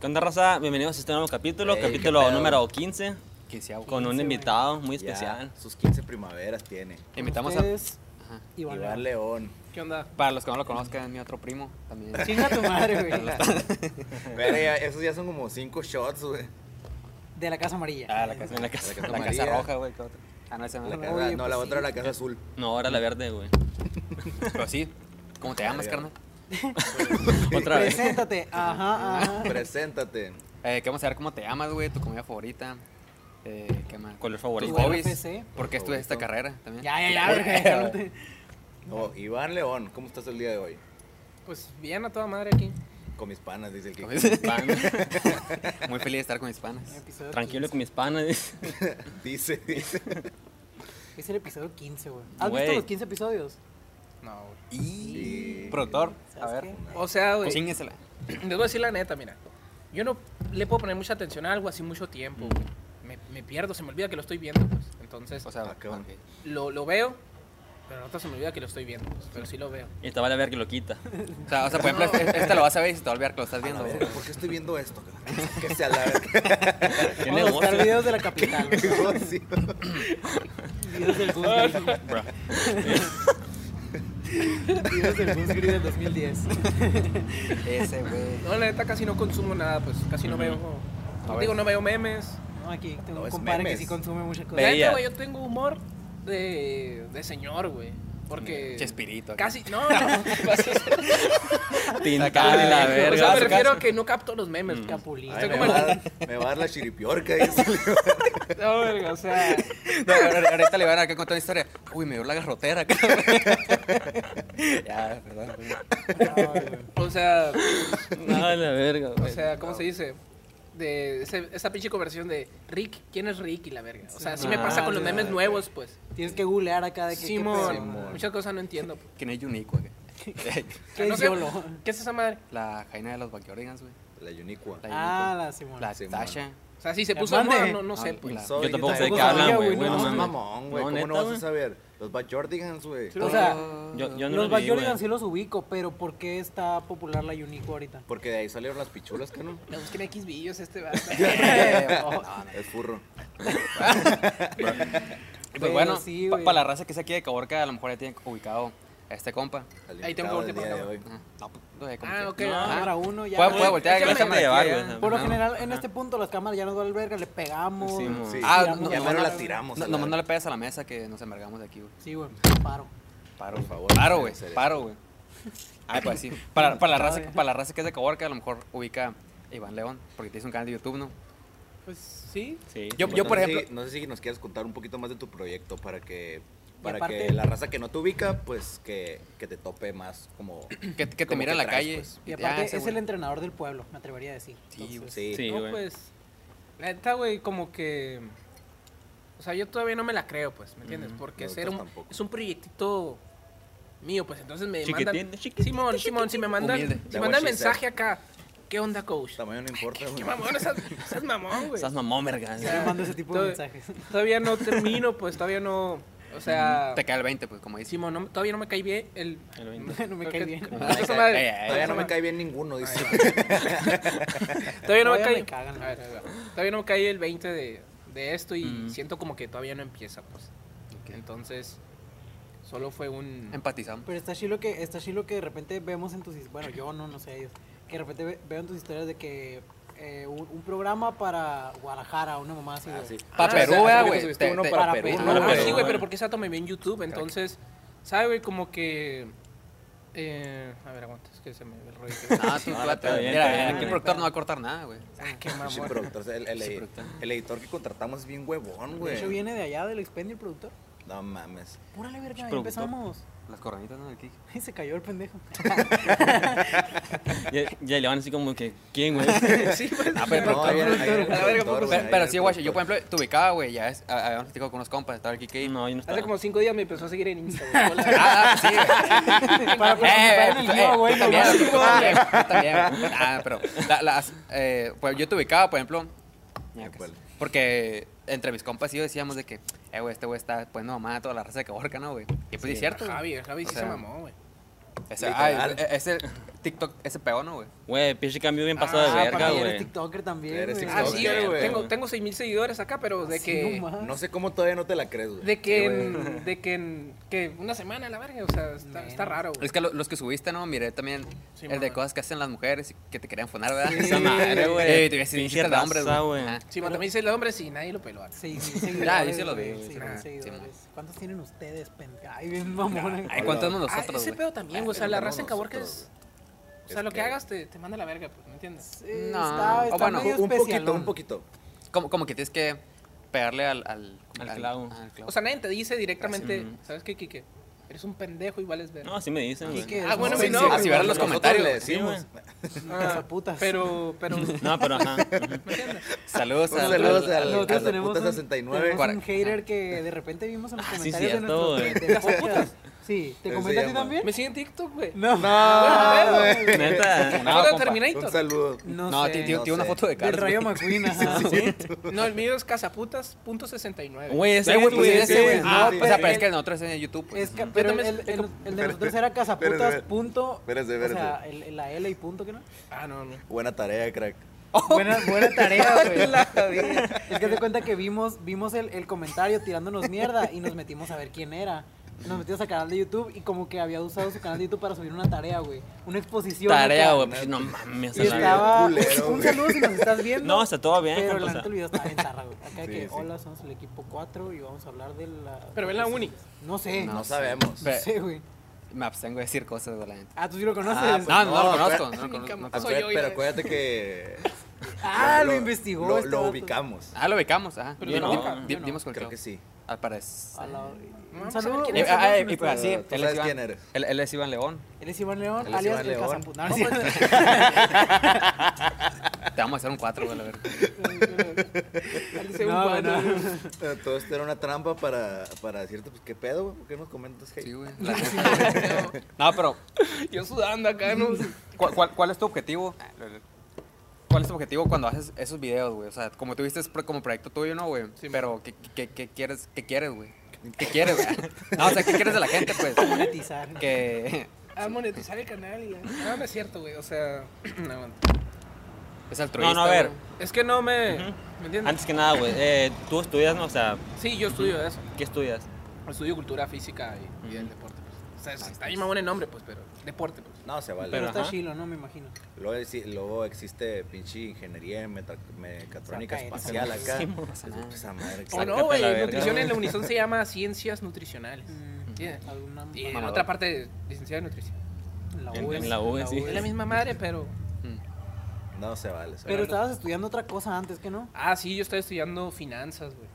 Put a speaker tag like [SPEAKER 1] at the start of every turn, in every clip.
[SPEAKER 1] ¿Qué onda, raza? Bienvenidos a este nuevo capítulo,
[SPEAKER 2] Ey, qué
[SPEAKER 1] capítulo
[SPEAKER 2] pedo.
[SPEAKER 1] número 15, con un invitado muy
[SPEAKER 2] Ya,
[SPEAKER 1] especial.
[SPEAKER 2] sus 15 primaveras tiene.
[SPEAKER 3] Invitamos
[SPEAKER 4] Ustedes,
[SPEAKER 3] Ajá.
[SPEAKER 4] Iván.
[SPEAKER 2] Iván León.
[SPEAKER 4] ¿Qué onda?
[SPEAKER 3] a. Para los que no lo conozcan, es mi otro primo también.
[SPEAKER 4] Chinga tu madre, güey.
[SPEAKER 2] Verga, ya- esos ya son como 5 shots, güey.
[SPEAKER 4] De la Casa Amarilla.
[SPEAKER 3] Ah, la casa,
[SPEAKER 1] En la
[SPEAKER 2] La
[SPEAKER 1] casa.
[SPEAKER 2] Casa
[SPEAKER 3] la
[SPEAKER 2] Amarilla.
[SPEAKER 3] casa roja, güey. ¿qué otra? Ah, no, esa no.
[SPEAKER 2] La
[SPEAKER 3] es la
[SPEAKER 2] casa-
[SPEAKER 4] Oye,
[SPEAKER 2] no, la otra
[SPEAKER 4] pues sí.
[SPEAKER 2] era la casa azul.
[SPEAKER 1] No, ahora la verde, güey.
[SPEAKER 3] casa. Pero sí, ¿cómo te llamas,
[SPEAKER 2] Verga.
[SPEAKER 3] carnal?
[SPEAKER 1] Otra vez.
[SPEAKER 4] Preséntate. Ajá, ajá.
[SPEAKER 2] Preséntate.
[SPEAKER 3] Eh, que vamos a ver cómo te llamas, güey, tu comida favorita. Eh, ¿Qué más?
[SPEAKER 1] Color
[SPEAKER 3] ¿Tus
[SPEAKER 1] favorito.
[SPEAKER 4] Igual.
[SPEAKER 3] hobbies?
[SPEAKER 4] RFC.
[SPEAKER 3] ¿Por qué estudias esta
[SPEAKER 2] Favorito.
[SPEAKER 3] carrera también?
[SPEAKER 4] Ya, ya, ya, güey, cálmate.
[SPEAKER 2] No, Iván León, ¿cómo estás el día de hoy?
[SPEAKER 5] Pues bien a toda madre aquí.
[SPEAKER 2] Con mis panas, dice el que.
[SPEAKER 1] Pan.
[SPEAKER 3] Muy feliz de estar con mis panas.
[SPEAKER 4] Episodio
[SPEAKER 1] Tranquilo
[SPEAKER 4] 15.
[SPEAKER 1] con mis panas.
[SPEAKER 2] Dice, dice.
[SPEAKER 4] Es el episodio 15, güey. ¿Has
[SPEAKER 1] Güey.
[SPEAKER 4] visto los 15 episodios?
[SPEAKER 5] No, güey.
[SPEAKER 3] Y.
[SPEAKER 2] Sí.
[SPEAKER 3] Productor, a
[SPEAKER 4] ¿Sabes
[SPEAKER 3] ver.
[SPEAKER 4] qué?
[SPEAKER 5] O sea, güey,
[SPEAKER 3] Chíñesela.
[SPEAKER 5] les voy a decir la neta, mira. Yo no le puedo poner mucha atención a algo así mucho tiempo, güey. Me, me pierdo, se me olvida que lo estoy viendo, pues. Entonces,
[SPEAKER 3] O sea,
[SPEAKER 2] Ah, cabrón.
[SPEAKER 3] ok.
[SPEAKER 5] lo, lo veo, pero ahorita se me olvida que lo estoy viendo, pues, Pero sí lo veo.
[SPEAKER 1] Y te vale a ver que lo quita.
[SPEAKER 3] O sea, o sea, por ejemplo, este este lo vas a ver y se te va a olvidar que lo estás viendo.
[SPEAKER 2] A
[SPEAKER 3] güey.
[SPEAKER 2] ver, ¿Por qué estoy viendo esto? cabrón? Que se alarga.
[SPEAKER 1] Tiene
[SPEAKER 4] Vamos a buscar
[SPEAKER 1] negocio.
[SPEAKER 4] videos de la capital. güey.
[SPEAKER 2] Sí.
[SPEAKER 4] videos del Gus Gris.
[SPEAKER 1] Bro.
[SPEAKER 4] videos del Gus Gris del 2010.
[SPEAKER 3] Ese, güey.
[SPEAKER 5] No, la neta casi no consumo nada, pues. Casi no veo.
[SPEAKER 3] A ver.
[SPEAKER 5] Digo, no veo memes.
[SPEAKER 4] No, aquí tengo
[SPEAKER 2] No,
[SPEAKER 4] un
[SPEAKER 2] es
[SPEAKER 4] compadre que
[SPEAKER 2] memes.
[SPEAKER 4] sí consume muchas
[SPEAKER 5] La
[SPEAKER 1] Veía.
[SPEAKER 4] cosas.
[SPEAKER 5] neta, güey, yo tengo humor de, de señor, güey. Porque.
[SPEAKER 3] Chespirito. acá.
[SPEAKER 5] Casi, no, no. casi-
[SPEAKER 1] Tintar y la
[SPEAKER 5] o sea,
[SPEAKER 1] verga.
[SPEAKER 5] me refiero a que no capto los memes.
[SPEAKER 1] Mm.
[SPEAKER 4] Capulín.
[SPEAKER 2] Ay,
[SPEAKER 5] Estoy
[SPEAKER 2] me,
[SPEAKER 5] como
[SPEAKER 2] va a
[SPEAKER 5] el-
[SPEAKER 2] dar, me va a dar la chiripiorca, dice el que-
[SPEAKER 5] No, verga, o sea.
[SPEAKER 3] No, ahor- ahorita le van a contar una historia. Uy, me dio la garrotera. cabrón. ya, perdón.
[SPEAKER 4] No, güey.
[SPEAKER 5] O sea,
[SPEAKER 1] No, Ah, la verga,
[SPEAKER 5] o
[SPEAKER 1] güey.
[SPEAKER 5] sea, ¿cómo se dice? De ese- esa pinche conversión de Rick, ¿quién es Rick y la verga? O sea, así me pasa con los
[SPEAKER 4] Ah,
[SPEAKER 5] memes
[SPEAKER 2] ya,
[SPEAKER 5] nuevos, pues.
[SPEAKER 4] Tienes que googlear acá de que. qué pedo,
[SPEAKER 5] Simón,
[SPEAKER 4] ¿no?
[SPEAKER 5] muchas cosas no entiendo. pues.
[SPEAKER 3] ¿Quién es Yunico? güey?
[SPEAKER 4] ¿Qué
[SPEAKER 5] No
[SPEAKER 4] es
[SPEAKER 5] sé,
[SPEAKER 4] YOLO?
[SPEAKER 5] ¿Qué es esa madre?
[SPEAKER 3] La jaina de los Backyardigans, güey.
[SPEAKER 2] La Unicua.
[SPEAKER 3] La
[SPEAKER 4] Ah,
[SPEAKER 3] Yunico.
[SPEAKER 4] la Simón.
[SPEAKER 3] La
[SPEAKER 2] Sí,
[SPEAKER 3] Tasha.
[SPEAKER 5] O sea, si se
[SPEAKER 4] La
[SPEAKER 5] puso de moda,
[SPEAKER 4] madre.
[SPEAKER 5] no, no sé,
[SPEAKER 3] Ah,
[SPEAKER 5] pues.
[SPEAKER 3] la-
[SPEAKER 2] Soy-
[SPEAKER 1] Yo tampoco sé de
[SPEAKER 2] tampoco
[SPEAKER 1] qué hablan,
[SPEAKER 4] sabía,
[SPEAKER 1] güey.
[SPEAKER 4] güey,
[SPEAKER 1] No
[SPEAKER 4] no
[SPEAKER 2] seas
[SPEAKER 4] mames.
[SPEAKER 1] mames.
[SPEAKER 2] mamón, güey.
[SPEAKER 1] No,
[SPEAKER 2] ¿Cómo no
[SPEAKER 1] neta,
[SPEAKER 2] vas a
[SPEAKER 1] güey.
[SPEAKER 2] saber? Los Bad Jordigans, güey.
[SPEAKER 4] O sea,
[SPEAKER 1] Yo- yo no
[SPEAKER 4] los
[SPEAKER 1] lo vi, güey.
[SPEAKER 4] Backyardigans sí los ubico, pero ¿por qué está popular la Unico ahorita?
[SPEAKER 2] Porque de ahí salieron las pichulas, ¿qué no?
[SPEAKER 5] Le busquen X videos este vato.
[SPEAKER 4] Ah,
[SPEAKER 2] Es furro.
[SPEAKER 3] Y pues
[SPEAKER 4] Pero
[SPEAKER 3] bueno,
[SPEAKER 4] sí,
[SPEAKER 3] para
[SPEAKER 4] güey.
[SPEAKER 3] la raza que es aquí de Caborca, a lo mejor ya tienen ubicado a este compa.
[SPEAKER 2] al
[SPEAKER 5] Ahí tengo
[SPEAKER 2] invitado
[SPEAKER 5] que
[SPEAKER 2] del día de
[SPEAKER 5] voltear para
[SPEAKER 2] hoy.
[SPEAKER 3] Ajá. No, pues, no sé, como
[SPEAKER 5] Ah,
[SPEAKER 3] que-
[SPEAKER 5] ok.
[SPEAKER 4] No,
[SPEAKER 3] Ajá.
[SPEAKER 4] Cámara uno, ya.
[SPEAKER 3] Puede,
[SPEAKER 4] güey.
[SPEAKER 3] puede voltear,
[SPEAKER 5] Échale.
[SPEAKER 3] déjame
[SPEAKER 1] Llevar,
[SPEAKER 3] llevar,
[SPEAKER 1] güey.
[SPEAKER 4] Por lo
[SPEAKER 3] No.
[SPEAKER 4] general, en este punto las cámaras ya nos vale verga, le pegamos.
[SPEAKER 1] Sí, mo.
[SPEAKER 2] Sí.
[SPEAKER 3] Ah,
[SPEAKER 4] Tiramos
[SPEAKER 3] no,
[SPEAKER 2] ya
[SPEAKER 3] nomás
[SPEAKER 4] la
[SPEAKER 2] mero
[SPEAKER 4] cámara.
[SPEAKER 2] la tiramos.
[SPEAKER 3] No,
[SPEAKER 2] a
[SPEAKER 3] nomás no le
[SPEAKER 2] la-
[SPEAKER 3] pegas a la mesa que nos envergamos de aquí, güey.
[SPEAKER 4] Sí, güey, paro.
[SPEAKER 3] Paro,
[SPEAKER 2] Por favor,
[SPEAKER 3] Paro,
[SPEAKER 2] no
[SPEAKER 3] güey.
[SPEAKER 2] hacer eso.
[SPEAKER 3] Paro, güey. Ay, pues sí. Para, para, la raza,
[SPEAKER 4] Ay.
[SPEAKER 3] para la raza que es de Caborca, a lo mejor ubica a Iván León, porque tienes un canal de YouTube, ¿no?
[SPEAKER 5] Pues sí.
[SPEAKER 1] Sí.
[SPEAKER 3] Yo- yo, por
[SPEAKER 2] No sé
[SPEAKER 3] ejemplo-
[SPEAKER 2] si- no sé si nos quieres contar un poquito más de tu proyecto para que para
[SPEAKER 4] aparte-
[SPEAKER 2] que la raza que no te ubica, pues que, que te tope más como
[SPEAKER 3] Que, que te
[SPEAKER 2] como
[SPEAKER 3] mira en la
[SPEAKER 2] traes,
[SPEAKER 3] calle.
[SPEAKER 2] pues.
[SPEAKER 4] Y
[SPEAKER 3] Ah,
[SPEAKER 4] aparte,
[SPEAKER 3] ese
[SPEAKER 4] es
[SPEAKER 3] güey.
[SPEAKER 4] el entrenador del pueblo, me atrevería a decir.
[SPEAKER 3] Sí,
[SPEAKER 4] Entonces,
[SPEAKER 2] Sí.
[SPEAKER 1] Sí,
[SPEAKER 5] no,
[SPEAKER 1] güey.
[SPEAKER 5] pues. La neta, güey, como que. O sea, yo todavía no me la creo, pues, ¿me entiendes?
[SPEAKER 3] Ujú.
[SPEAKER 5] Porque
[SPEAKER 2] Nosotros
[SPEAKER 5] ser un,
[SPEAKER 2] tampoco.
[SPEAKER 5] es un proyectito mío, pues entonces me
[SPEAKER 1] Chiquitín,
[SPEAKER 5] mandan.
[SPEAKER 1] chiquitín,
[SPEAKER 5] Simón, Simón, si me
[SPEAKER 3] Humilde.
[SPEAKER 5] mandan, si
[SPEAKER 2] Ya
[SPEAKER 5] me mandan
[SPEAKER 2] voy a
[SPEAKER 5] mensaje acá, ¿qué onda, coach?
[SPEAKER 2] tamaño no importa. güey.
[SPEAKER 5] Qué mamón, esas, esas mamón, güey.
[SPEAKER 1] Estás mamón, verga.
[SPEAKER 4] Yo le mando ese tipo de
[SPEAKER 5] Todo-
[SPEAKER 4] mensajes.
[SPEAKER 5] Todavía no termino, pues, todavía no. O sea.
[SPEAKER 3] Te cae el 20, pues, como dice.
[SPEAKER 5] Simón, no- todavía no me cae bien el.
[SPEAKER 1] El veinte.
[SPEAKER 4] no me
[SPEAKER 5] creo
[SPEAKER 4] cae bien.
[SPEAKER 5] que- Ah, esa
[SPEAKER 3] Ay,
[SPEAKER 5] madre.
[SPEAKER 3] ay,
[SPEAKER 2] Todavía
[SPEAKER 3] ay.
[SPEAKER 2] no me cae bien ninguno, dice.
[SPEAKER 5] Todavía no me
[SPEAKER 4] Todavía
[SPEAKER 5] cae.
[SPEAKER 4] me cagan,
[SPEAKER 5] A ver, a ver, a ver. Todavía no me cae el 20 de, de esto y
[SPEAKER 1] Ujú.
[SPEAKER 5] siento como que todavía no empieza, pues. Entonces, solo fue
[SPEAKER 3] Em,
[SPEAKER 5] un.
[SPEAKER 3] Empatizamos.
[SPEAKER 4] Pero está chilo que, está chilo que de repente vemos en tus his- bueno, yo no, no sé ellos, que de repente ve- veo en tus historias de que eh, un, un programa para Guadalajara, una mamá así.
[SPEAKER 2] Ah,
[SPEAKER 4] de-
[SPEAKER 2] sí.
[SPEAKER 3] Pa'
[SPEAKER 2] Ah,
[SPEAKER 3] Perú,
[SPEAKER 2] o sea,
[SPEAKER 3] ah,
[SPEAKER 2] creo que
[SPEAKER 3] güey.
[SPEAKER 2] subiste
[SPEAKER 3] Te-
[SPEAKER 2] uno
[SPEAKER 3] te-
[SPEAKER 2] para
[SPEAKER 4] para
[SPEAKER 2] Perú,
[SPEAKER 4] Perú.
[SPEAKER 2] ¿no,
[SPEAKER 4] Ah,
[SPEAKER 5] Ah,
[SPEAKER 2] güey?
[SPEAKER 5] sí,
[SPEAKER 1] güey.
[SPEAKER 5] güey, pero porque esa tomé bien YouTube, entonces, ¿sabe, güey? Como que. eh, a ver, aguanta, es que se me ve el rollo.
[SPEAKER 3] Ah, tú, tú,
[SPEAKER 2] Ah,
[SPEAKER 3] tú.
[SPEAKER 2] está
[SPEAKER 1] bien,
[SPEAKER 3] Mira,
[SPEAKER 1] está bien,
[SPEAKER 3] aquí
[SPEAKER 1] está
[SPEAKER 3] el productor no va a cortar nada, güey.
[SPEAKER 5] Ah, qué
[SPEAKER 2] Sí,
[SPEAKER 5] mamón.
[SPEAKER 2] productor, o sea, el, el-
[SPEAKER 3] Sí, productor.
[SPEAKER 2] el editor que contratamos es bien huevón,
[SPEAKER 4] De hecho,
[SPEAKER 2] güey.
[SPEAKER 4] viene de allá, del expendio, el productor.
[SPEAKER 2] No mames.
[SPEAKER 4] Púrale, verga, ahí
[SPEAKER 1] productor.
[SPEAKER 4] empezamos.
[SPEAKER 3] Las coronitas, ¿no? Aquí.
[SPEAKER 4] Y se cayó el pendejo.
[SPEAKER 1] Ya, ya le van así como que, ¿quién, güey?
[SPEAKER 5] Sí, pues.
[SPEAKER 3] Ah, pero-
[SPEAKER 2] No, ahí era- ahí era el
[SPEAKER 5] A la verga,
[SPEAKER 2] productor, güey,
[SPEAKER 5] pues,
[SPEAKER 3] Pero,
[SPEAKER 2] ahí
[SPEAKER 3] pero
[SPEAKER 2] era
[SPEAKER 3] sí,
[SPEAKER 2] el
[SPEAKER 3] guacho, yo por
[SPEAKER 2] productor.
[SPEAKER 3] ejemplo, te ubicaba, güey, ya es, a- habíamos platicado con unos compas, estaba el Kike y...
[SPEAKER 1] No, yo no estaba.
[SPEAKER 5] Hace como cinco días me empezó a seguir en Instagram.
[SPEAKER 3] Ah, ah, sí, güey.
[SPEAKER 4] Para participar en el
[SPEAKER 3] tú-
[SPEAKER 4] lío,
[SPEAKER 3] tú
[SPEAKER 4] güey, no
[SPEAKER 3] Eh, también,
[SPEAKER 4] mames.
[SPEAKER 3] tú también, tú también, güey. Ah, pero, la- las, eh, pues yo te ubicaba, por ejemplo, ñacas,
[SPEAKER 1] pues.
[SPEAKER 2] ¿Cuál?
[SPEAKER 3] porque entre mis compas y yo decíamos de que, eh, güey, este güey está poniendo mamá a toda la raza de Caborca, ¿no, güey? Y pues sí, es pues, cierto, güey.
[SPEAKER 5] Javi, el Javi
[SPEAKER 3] O
[SPEAKER 5] sí se
[SPEAKER 3] sea,
[SPEAKER 5] mamó, güey.
[SPEAKER 3] Ese,
[SPEAKER 2] Literal.
[SPEAKER 3] ay, e- ese- TikTok ese peón, güey.
[SPEAKER 1] Güey, pinche cambio bien pasado
[SPEAKER 5] Ah,
[SPEAKER 1] de
[SPEAKER 4] para
[SPEAKER 1] verga,
[SPEAKER 4] mí eres
[SPEAKER 1] güey.
[SPEAKER 4] TikToker también,
[SPEAKER 2] Eres
[SPEAKER 4] güey.
[SPEAKER 5] Ah, sí,
[SPEAKER 2] TikToker,
[SPEAKER 5] eh,
[SPEAKER 2] güey.
[SPEAKER 5] tengo, tengo 6.000 seguidores acá, pero de
[SPEAKER 4] Así
[SPEAKER 5] que...
[SPEAKER 4] nomás.
[SPEAKER 2] No sé cómo todavía no te la crees, güey.
[SPEAKER 5] De que,
[SPEAKER 2] Sí, güey.
[SPEAKER 5] en, de que, en, que una semana, la verga, o sea, está, está
[SPEAKER 4] Menos.
[SPEAKER 5] raro, güey.
[SPEAKER 3] Es que lo- los que subiste, no, miré también
[SPEAKER 5] Sí,
[SPEAKER 3] el de
[SPEAKER 5] mamá.
[SPEAKER 3] cosas que hacen las mujeres y que te querían fonar, ¿verdad?
[SPEAKER 1] Esa madre, güey.
[SPEAKER 3] Eh, te voy a decir,
[SPEAKER 1] Pinche
[SPEAKER 3] hiciste el de
[SPEAKER 1] raza,
[SPEAKER 3] hombres,
[SPEAKER 1] güey.
[SPEAKER 3] güey. Ajá.
[SPEAKER 5] Sí, pero también hice el hombre y nadie lo peló. acá.
[SPEAKER 4] Sí,
[SPEAKER 3] Ya, yo sí lo vi, güey.
[SPEAKER 5] Ah,
[SPEAKER 4] seguidores.
[SPEAKER 3] sí,
[SPEAKER 4] ¿Cuántos tienen ustedes, pendeja? Ay, bien mamona.
[SPEAKER 3] Ay, ¿cuántos somos
[SPEAKER 5] Ah,
[SPEAKER 3] nosotros,
[SPEAKER 5] ese
[SPEAKER 3] güey?
[SPEAKER 5] pedo también, güey. O sea,
[SPEAKER 2] Pero
[SPEAKER 5] la
[SPEAKER 2] no
[SPEAKER 5] raza en Caborca es.
[SPEAKER 2] nosotros.
[SPEAKER 5] O sea, lo que
[SPEAKER 2] que-
[SPEAKER 5] hagas te, te manda a la verga, pues, ¿me entiendes?
[SPEAKER 4] Sí,
[SPEAKER 3] No.
[SPEAKER 4] está-
[SPEAKER 3] O
[SPEAKER 4] está
[SPEAKER 3] bueno,
[SPEAKER 4] medio
[SPEAKER 2] un poquito,
[SPEAKER 4] especialón.
[SPEAKER 2] un poquito.
[SPEAKER 3] Como, como que tienes que pegarle al... Al,
[SPEAKER 1] Al clavo.
[SPEAKER 3] al clavo.
[SPEAKER 5] O sea, nadie te dice directamente,
[SPEAKER 1] Ujú.
[SPEAKER 5] ¿sabes qué, Kike? Eres un pendejo y vales verga.
[SPEAKER 1] No, así me dicen,
[SPEAKER 4] Y que
[SPEAKER 1] güey.
[SPEAKER 5] Ah,
[SPEAKER 4] es
[SPEAKER 5] bueno,
[SPEAKER 4] muy
[SPEAKER 5] mi no.
[SPEAKER 4] sensible,
[SPEAKER 3] Así verán los
[SPEAKER 2] Nosotros
[SPEAKER 3] comentarios.
[SPEAKER 2] le
[SPEAKER 1] Sí,
[SPEAKER 2] decimos.
[SPEAKER 1] güey.
[SPEAKER 5] Ah,
[SPEAKER 4] cazaputas.
[SPEAKER 5] Pero, pero.
[SPEAKER 1] No, pero ajá. ujú.
[SPEAKER 5] ¿Me entiendes?
[SPEAKER 3] Saludos,
[SPEAKER 2] Un saludo
[SPEAKER 3] al- al-
[SPEAKER 2] al
[SPEAKER 4] Nosotros
[SPEAKER 2] Casa
[SPEAKER 4] tenemos
[SPEAKER 2] Puta
[SPEAKER 4] un-
[SPEAKER 2] 69.
[SPEAKER 4] Tenemos un
[SPEAKER 3] Cuara-
[SPEAKER 4] hater que de repente vimos en los
[SPEAKER 1] Ah, sí,
[SPEAKER 4] comentarios de
[SPEAKER 1] cierto,
[SPEAKER 4] nuestro
[SPEAKER 1] güey.
[SPEAKER 4] de- de podcast. Sí, ¿te
[SPEAKER 2] Ese
[SPEAKER 4] comenta a ti
[SPEAKER 2] llama.
[SPEAKER 4] también?
[SPEAKER 5] Me siguen en TikTok, güey.
[SPEAKER 4] No.
[SPEAKER 2] No, Ah, güey.
[SPEAKER 1] Neta.
[SPEAKER 3] No,
[SPEAKER 5] No,
[SPEAKER 3] compa.
[SPEAKER 2] Un
[SPEAKER 5] pues, Terminator.
[SPEAKER 2] saludo.
[SPEAKER 4] No,
[SPEAKER 3] No,
[SPEAKER 4] sé.
[SPEAKER 3] tiene tiene
[SPEAKER 2] no
[SPEAKER 3] una
[SPEAKER 2] sé.
[SPEAKER 3] foto de
[SPEAKER 4] Del
[SPEAKER 3] Carlos.
[SPEAKER 4] Rayo
[SPEAKER 3] güey.
[SPEAKER 4] McQueen, ajá.
[SPEAKER 5] No, el mío es casaputas.69.
[SPEAKER 1] Güey, ese
[SPEAKER 3] Sí, güey, pues,
[SPEAKER 1] güey,
[SPEAKER 3] ese, güey.
[SPEAKER 2] Ah,
[SPEAKER 3] O sea,
[SPEAKER 2] sí.
[SPEAKER 3] pero es que el nosotros es en YouTube, pues.
[SPEAKER 4] Es que, pero el,
[SPEAKER 5] también-
[SPEAKER 4] el, el- el de nosotros
[SPEAKER 2] Espérate,
[SPEAKER 4] era cazaputas,
[SPEAKER 2] espérate.
[SPEAKER 4] punto.
[SPEAKER 2] Espérate,
[SPEAKER 4] O sea,
[SPEAKER 2] espérate.
[SPEAKER 4] el- el- la L y punto, ¿qué no?
[SPEAKER 5] Ah, no, no.
[SPEAKER 2] Buena tarea, crack.
[SPEAKER 4] Buena, buena tarea, güey.
[SPEAKER 5] La jodida.
[SPEAKER 4] Es que te cuenta que vimos, vimos el, el comentario tirándonos mierda y nos metimos a ver quién era. Nos metimos al canal de YouTube y como que había usado su canal de YouTube para subir una tarea, güey. Una exposición.
[SPEAKER 1] Tarea,
[SPEAKER 4] acá.
[SPEAKER 1] güey. pues, No mames.
[SPEAKER 4] Y
[SPEAKER 1] a la verga.
[SPEAKER 4] estaba.
[SPEAKER 2] culero,
[SPEAKER 4] un
[SPEAKER 2] güey.
[SPEAKER 4] saludo si nos estás viendo.
[SPEAKER 1] No, está todo bien,
[SPEAKER 4] Pero
[SPEAKER 1] compa,
[SPEAKER 4] la
[SPEAKER 1] o sea.
[SPEAKER 4] neta el video está bien zarra, güey. Acá
[SPEAKER 2] Sí,
[SPEAKER 4] que,
[SPEAKER 2] sí.
[SPEAKER 4] hola, somos el equipo 4 y vamos a hablar de la.
[SPEAKER 5] Pero ven la uni.
[SPEAKER 4] No sé.
[SPEAKER 2] No
[SPEAKER 4] No,
[SPEAKER 2] sabemos.
[SPEAKER 3] Pero-
[SPEAKER 4] sé, güey.
[SPEAKER 3] Me abstengo de pues, decir cosas, güey, la neta.
[SPEAKER 4] Ah, tú sí lo conoces.
[SPEAKER 3] Ah, pues, no, no, lo
[SPEAKER 2] no,
[SPEAKER 3] conozco,
[SPEAKER 5] güey.
[SPEAKER 3] no lo conozco. no lo
[SPEAKER 5] Soy
[SPEAKER 3] conozco.
[SPEAKER 2] Acuérdate-
[SPEAKER 5] yo,
[SPEAKER 2] pero
[SPEAKER 5] ya.
[SPEAKER 2] acuérdate que.
[SPEAKER 4] Ah, lo investigó
[SPEAKER 2] Lo,
[SPEAKER 4] este
[SPEAKER 2] lo
[SPEAKER 4] vato.
[SPEAKER 2] ubicamos.
[SPEAKER 3] Ah, lo becamos, ajá.
[SPEAKER 5] Pero
[SPEAKER 3] Dim-
[SPEAKER 1] yo no,
[SPEAKER 3] dim-
[SPEAKER 5] yo
[SPEAKER 3] dim-
[SPEAKER 4] no.
[SPEAKER 3] Dimos con el
[SPEAKER 2] Creo
[SPEAKER 3] Ah, pues, clavo.
[SPEAKER 2] que sí.
[SPEAKER 3] Al parecer.
[SPEAKER 4] A la- Un
[SPEAKER 5] Vamos a
[SPEAKER 4] saludo.
[SPEAKER 5] ver quién
[SPEAKER 3] Eh,
[SPEAKER 4] un
[SPEAKER 5] es.
[SPEAKER 3] ah,
[SPEAKER 4] saludo a
[SPEAKER 3] eh, y
[SPEAKER 4] nuestro-
[SPEAKER 3] pues así,
[SPEAKER 2] Tú
[SPEAKER 3] él es
[SPEAKER 2] sabes
[SPEAKER 3] Iván-
[SPEAKER 2] quién eres.
[SPEAKER 3] Él, él es Iván León.
[SPEAKER 4] Él es Iván León,
[SPEAKER 2] Él es
[SPEAKER 4] alias
[SPEAKER 2] Iván
[SPEAKER 4] el
[SPEAKER 2] León.
[SPEAKER 4] Cazapu- No, no es cierto.
[SPEAKER 3] Te vamos a hacer un 4, güey, la verdad.
[SPEAKER 5] Dice un cuadro.
[SPEAKER 2] Eh, Todo esto era una trampa para, para decirte, pues, ¿qué pedo, güey? ¿Por qué nos comentas hate?
[SPEAKER 3] Sí, güey. la neta. No, pero
[SPEAKER 5] Yo sudando acá, ¿no? Ah,
[SPEAKER 3] ¿Cuál, cuál, cuál es tu objetivo? ¿Cuál es tu objetivo cuando haces esos videos, güey? O sea, como tú viste, es pro- como proyecto tuyo, ¿no, güey?
[SPEAKER 5] Sí,
[SPEAKER 3] Pero, ¿qué, qué, qué quieres, qué quieres, güey? ¿Qué quieres, güey? No, o sea, ¿qué quieres de la gente, pues?
[SPEAKER 4] Monetizar.
[SPEAKER 3] Que,
[SPEAKER 5] A monetizar el canal y la... No, no es cierto, güey. O sea, no aguanto.
[SPEAKER 3] es altruista,
[SPEAKER 1] No, no, a ver.
[SPEAKER 3] güey.
[SPEAKER 5] Es que no me...
[SPEAKER 1] Ujú.
[SPEAKER 5] ¿Me entiendes?
[SPEAKER 1] Antes que nada, güey. eh, Tú estudias, ¿no? O sea,
[SPEAKER 5] Sí, yo estudio eso.
[SPEAKER 1] ¿qué estudias?
[SPEAKER 5] Estudio cultura física y, y el deporte. Pues. O sea, es- está bien mamón el nombre, pues, pero deporte, pues.
[SPEAKER 2] No, se vale.
[SPEAKER 1] Pero-
[SPEAKER 4] Pero está
[SPEAKER 1] ajá.
[SPEAKER 4] chilo, ¿no? Me imagino.
[SPEAKER 2] Luego, exi- luego existe pinche ingeniería meta- mecatrónica
[SPEAKER 4] Saca eso.
[SPEAKER 2] espacial acá. Pues,
[SPEAKER 1] Sí,
[SPEAKER 3] pasa nada.
[SPEAKER 2] Esa madre.
[SPEAKER 5] O
[SPEAKER 1] Sácate
[SPEAKER 5] no, güey.
[SPEAKER 1] la verga,
[SPEAKER 5] Nutrición
[SPEAKER 1] güey.
[SPEAKER 5] en la Unison se llama Ciencias Nutricionales. Yeah.
[SPEAKER 4] Mm, alguna-
[SPEAKER 5] Y en
[SPEAKER 3] Mamador.
[SPEAKER 5] otra parte, licenciada en Nutrición.
[SPEAKER 1] en- en la U, sí.
[SPEAKER 5] Es la misma madre, pero...
[SPEAKER 3] Mm.
[SPEAKER 2] No se vale. se
[SPEAKER 4] Pero
[SPEAKER 2] vale.
[SPEAKER 4] estabas estudiando otra cosa antes, ¿qué no?
[SPEAKER 5] Ah, sí, yo estaba estudiando finanzas, güey.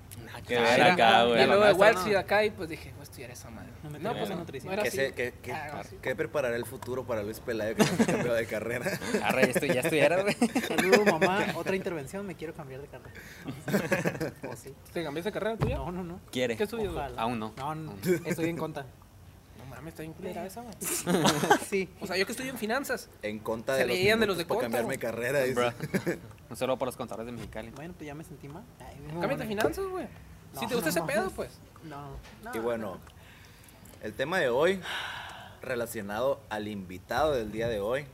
[SPEAKER 1] Qué
[SPEAKER 3] Ah,
[SPEAKER 1] ver
[SPEAKER 3] era-
[SPEAKER 1] acá,
[SPEAKER 5] Y
[SPEAKER 1] güey.
[SPEAKER 3] lo
[SPEAKER 5] luego de
[SPEAKER 3] nuestro,
[SPEAKER 5] Wall
[SPEAKER 3] ¿no?
[SPEAKER 5] Street acá y pues dije, voy a estudiar esa madre.
[SPEAKER 4] No me
[SPEAKER 5] No,
[SPEAKER 4] toques
[SPEAKER 5] pues
[SPEAKER 4] la
[SPEAKER 5] no,
[SPEAKER 4] nutrición.
[SPEAKER 5] no era
[SPEAKER 2] ¿Qué,
[SPEAKER 5] así.
[SPEAKER 2] se- qué- qué-
[SPEAKER 5] Ah, no, sí.
[SPEAKER 2] qué preparará el futuro para Luis Pelayo que se cambió de carrera?
[SPEAKER 3] Arre, ya estu- ya estudiaron, güey.
[SPEAKER 4] Saludo, mamá. Otra intervención, me quiero cambiar de carrera. ¿O sí?
[SPEAKER 5] ¿Te cambiaste de carrera tuya?
[SPEAKER 4] No, no, no.
[SPEAKER 1] Quiere.
[SPEAKER 5] ¿Qué estudias? güey?
[SPEAKER 4] Ojalá.
[SPEAKER 3] Aún no.
[SPEAKER 4] No, no, estoy en contra.
[SPEAKER 5] No mames, está bien culera esa, güey.
[SPEAKER 4] Sí.
[SPEAKER 5] O sea, yo que estudio en finanzas.
[SPEAKER 2] En contra
[SPEAKER 5] Se
[SPEAKER 2] de los,
[SPEAKER 5] reían de
[SPEAKER 2] minutos
[SPEAKER 5] los de
[SPEAKER 2] para
[SPEAKER 5] contra,
[SPEAKER 2] cambiarme
[SPEAKER 5] güey.
[SPEAKER 2] de carrera. dice.
[SPEAKER 3] Un saludo para los contadores de Mexicali.
[SPEAKER 4] Bueno, pues ya me sentí mal. Ay, mi mamá.
[SPEAKER 5] Cámbiate de finanzas, güey. si
[SPEAKER 4] No,
[SPEAKER 5] te gusta
[SPEAKER 4] no
[SPEAKER 5] ese
[SPEAKER 4] mames.
[SPEAKER 5] pedo, pues.
[SPEAKER 4] No, no.
[SPEAKER 2] Y bueno, el tema de hoy, relacionado al invitado del día de hoy.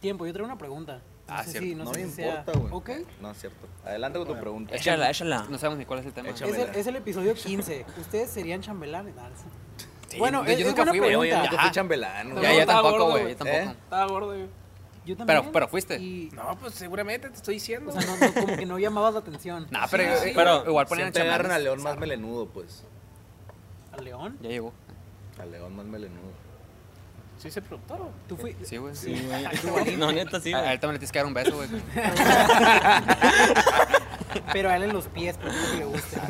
[SPEAKER 4] Tiempo, yo traigo una pregunta. No
[SPEAKER 3] Ah,
[SPEAKER 4] sé
[SPEAKER 3] cierto.
[SPEAKER 4] si-
[SPEAKER 2] No,
[SPEAKER 4] no,
[SPEAKER 2] me
[SPEAKER 4] sé si
[SPEAKER 2] importa,
[SPEAKER 4] sea-
[SPEAKER 2] güey.
[SPEAKER 4] Ok.
[SPEAKER 2] No es cierto. Adelante con tu pregunta.
[SPEAKER 1] Échala, échala.
[SPEAKER 3] No sabemos ni cuál es el tema.
[SPEAKER 2] Échame.
[SPEAKER 4] Es el, es el episodio 15. ¿ustedes serían chambelanes. Nah, no sé.
[SPEAKER 3] Sí,
[SPEAKER 4] bueno,
[SPEAKER 3] yo
[SPEAKER 4] es, es
[SPEAKER 3] nunca
[SPEAKER 4] buena
[SPEAKER 3] fui, güey, yo
[SPEAKER 4] pregunta.
[SPEAKER 2] Yo
[SPEAKER 3] Ajá.
[SPEAKER 2] fui chambelán,
[SPEAKER 3] Ya,
[SPEAKER 2] güey.
[SPEAKER 3] ya,
[SPEAKER 5] No, estaba
[SPEAKER 3] tampoco,
[SPEAKER 5] gordo,
[SPEAKER 3] güey.
[SPEAKER 5] güey.
[SPEAKER 3] Yo tampoco.
[SPEAKER 2] ¿Eh?
[SPEAKER 5] Estaba gordo, güey.
[SPEAKER 4] Yo también.
[SPEAKER 3] pero fuiste.
[SPEAKER 4] y-
[SPEAKER 5] No, pues seguramente te estoy diciendo.
[SPEAKER 4] o sea, no- no, como que no llamabas la atención.
[SPEAKER 3] Nah, pero,
[SPEAKER 5] Sí, sí,
[SPEAKER 3] pero
[SPEAKER 1] güey.
[SPEAKER 3] igual ponían
[SPEAKER 2] Siempre agarran al
[SPEAKER 3] chambelanes.
[SPEAKER 2] león más melenudo, pues.
[SPEAKER 4] ¿A León?
[SPEAKER 3] Ya llegó.
[SPEAKER 2] Al león más melenudo.
[SPEAKER 5] güey. Soy ese productor, güey.
[SPEAKER 4] Tú fui.
[SPEAKER 3] Sí, Ah, güey.
[SPEAKER 1] Sí, güey. No, neta, sí,
[SPEAKER 3] A-
[SPEAKER 1] güey.
[SPEAKER 3] Ahorita me le tienes que dar un beso, güey.
[SPEAKER 4] Pero a él en los pies, porque es lo que le
[SPEAKER 3] Ah,
[SPEAKER 4] gusta.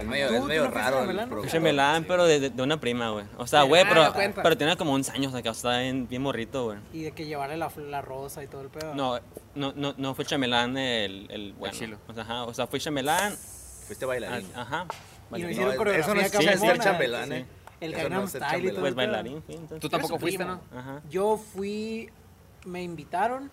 [SPEAKER 2] Es medio,
[SPEAKER 4] ¿Tú-
[SPEAKER 2] es
[SPEAKER 4] tú
[SPEAKER 2] medio
[SPEAKER 4] no fuiste
[SPEAKER 2] raro. el
[SPEAKER 4] chambelán?
[SPEAKER 2] productor.
[SPEAKER 1] Pinche melán, pero de, de- de una prima, güey. O sea, güey,
[SPEAKER 5] Ah,
[SPEAKER 1] pero,
[SPEAKER 5] cuenta.
[SPEAKER 1] pero tiene como 11 años acá, o sea, está bien, bien morrito, güey.
[SPEAKER 4] Y de que llevarle la, la rosa y todo el pedo.
[SPEAKER 1] No, no, no, no fue chamelán el, el bueno.
[SPEAKER 3] chilo.
[SPEAKER 1] O sea, ajá, o sea, fui chamelán.
[SPEAKER 2] Fuiste bailarín.
[SPEAKER 1] Ajá.
[SPEAKER 4] Y lo
[SPEAKER 1] Ah, bailarín.
[SPEAKER 4] hicieron
[SPEAKER 2] es-
[SPEAKER 4] coreografía
[SPEAKER 2] eso no es
[SPEAKER 4] acá
[SPEAKER 1] ser
[SPEAKER 4] mamona,
[SPEAKER 2] chambelán,
[SPEAKER 4] sí.
[SPEAKER 2] ¿eh?
[SPEAKER 4] El
[SPEAKER 2] Eso no
[SPEAKER 4] Gangnam
[SPEAKER 2] es ser
[SPEAKER 4] Style y todo
[SPEAKER 2] chambelán.
[SPEAKER 4] el
[SPEAKER 1] Pues
[SPEAKER 4] pedo.
[SPEAKER 1] bailarín, sí, entonces.
[SPEAKER 3] Tú tampoco
[SPEAKER 5] su
[SPEAKER 3] fuiste,
[SPEAKER 5] primo.
[SPEAKER 3] ¿no?
[SPEAKER 1] Ajá.
[SPEAKER 4] Yo fui, me invitaron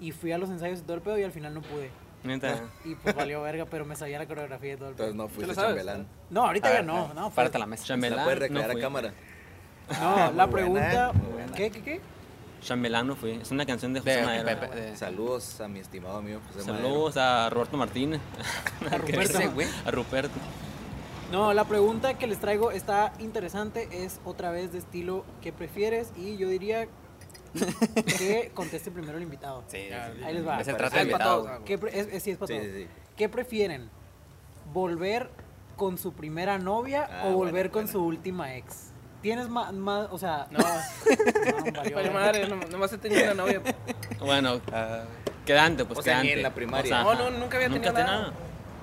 [SPEAKER 4] y fui a los ensayos y todo el pedo y al final no pude.
[SPEAKER 1] Neta.
[SPEAKER 4] Y pues valió verga, pero me sabía la coreografía y todo el pedo.
[SPEAKER 2] Entonces no
[SPEAKER 5] ¿Te
[SPEAKER 2] fuiste
[SPEAKER 5] lo sabes?
[SPEAKER 2] chambelán.
[SPEAKER 4] No, ahorita
[SPEAKER 3] A
[SPEAKER 4] ya
[SPEAKER 3] ver,
[SPEAKER 4] no. No, fue-
[SPEAKER 3] Ah, Párate la mesa.
[SPEAKER 1] Chambelán.
[SPEAKER 2] La puedes recrear
[SPEAKER 1] no
[SPEAKER 2] a
[SPEAKER 1] fui.
[SPEAKER 2] cámara.
[SPEAKER 4] No, la
[SPEAKER 2] Muy buena,
[SPEAKER 4] pregunta.
[SPEAKER 2] muy buena.
[SPEAKER 4] ¿Qué, qué, qué?
[SPEAKER 1] Chambelán no fui. Es una canción de
[SPEAKER 3] De-
[SPEAKER 1] José Madero.
[SPEAKER 3] Pepe- de-
[SPEAKER 2] Saludos a mi estimado amigo José
[SPEAKER 1] Saludos a Roberto Martínez.
[SPEAKER 4] A Ruperto.
[SPEAKER 3] Ese güey.
[SPEAKER 1] A Ruperto.
[SPEAKER 4] No, la pregunta que les traigo está interesante, es otra vez de estilo ¿qué prefieres? Y yo diría que conteste primero el invitado.
[SPEAKER 3] Sí, sí,
[SPEAKER 5] Ah,
[SPEAKER 3] sí.
[SPEAKER 4] Ahí les va.
[SPEAKER 3] Es el
[SPEAKER 4] Ah,
[SPEAKER 3] trato
[SPEAKER 5] es
[SPEAKER 3] de
[SPEAKER 5] para
[SPEAKER 3] invitado.
[SPEAKER 5] todos,
[SPEAKER 3] güey.
[SPEAKER 5] ah,
[SPEAKER 4] ¿Qué pre- es- es- sí, es para
[SPEAKER 2] Sí,
[SPEAKER 4] todos.
[SPEAKER 2] sí, sí.
[SPEAKER 4] ¿Qué prefieren? ¿Volver con su primera novia
[SPEAKER 2] Ah,
[SPEAKER 4] o
[SPEAKER 2] buena,
[SPEAKER 4] volver con
[SPEAKER 2] buena.
[SPEAKER 4] su última ex? Tienes más, o sea,
[SPEAKER 5] No,
[SPEAKER 4] no, valió,
[SPEAKER 5] vale
[SPEAKER 4] eh.
[SPEAKER 5] madre, no- nomás he tenido una novia.
[SPEAKER 1] Bueno,
[SPEAKER 3] Ah,
[SPEAKER 1] quedante, pues
[SPEAKER 2] O sea, ni
[SPEAKER 1] quedante.
[SPEAKER 2] en la primaria.
[SPEAKER 5] No,
[SPEAKER 1] ajá.
[SPEAKER 5] no, nunca había tenido
[SPEAKER 1] te-
[SPEAKER 5] nada.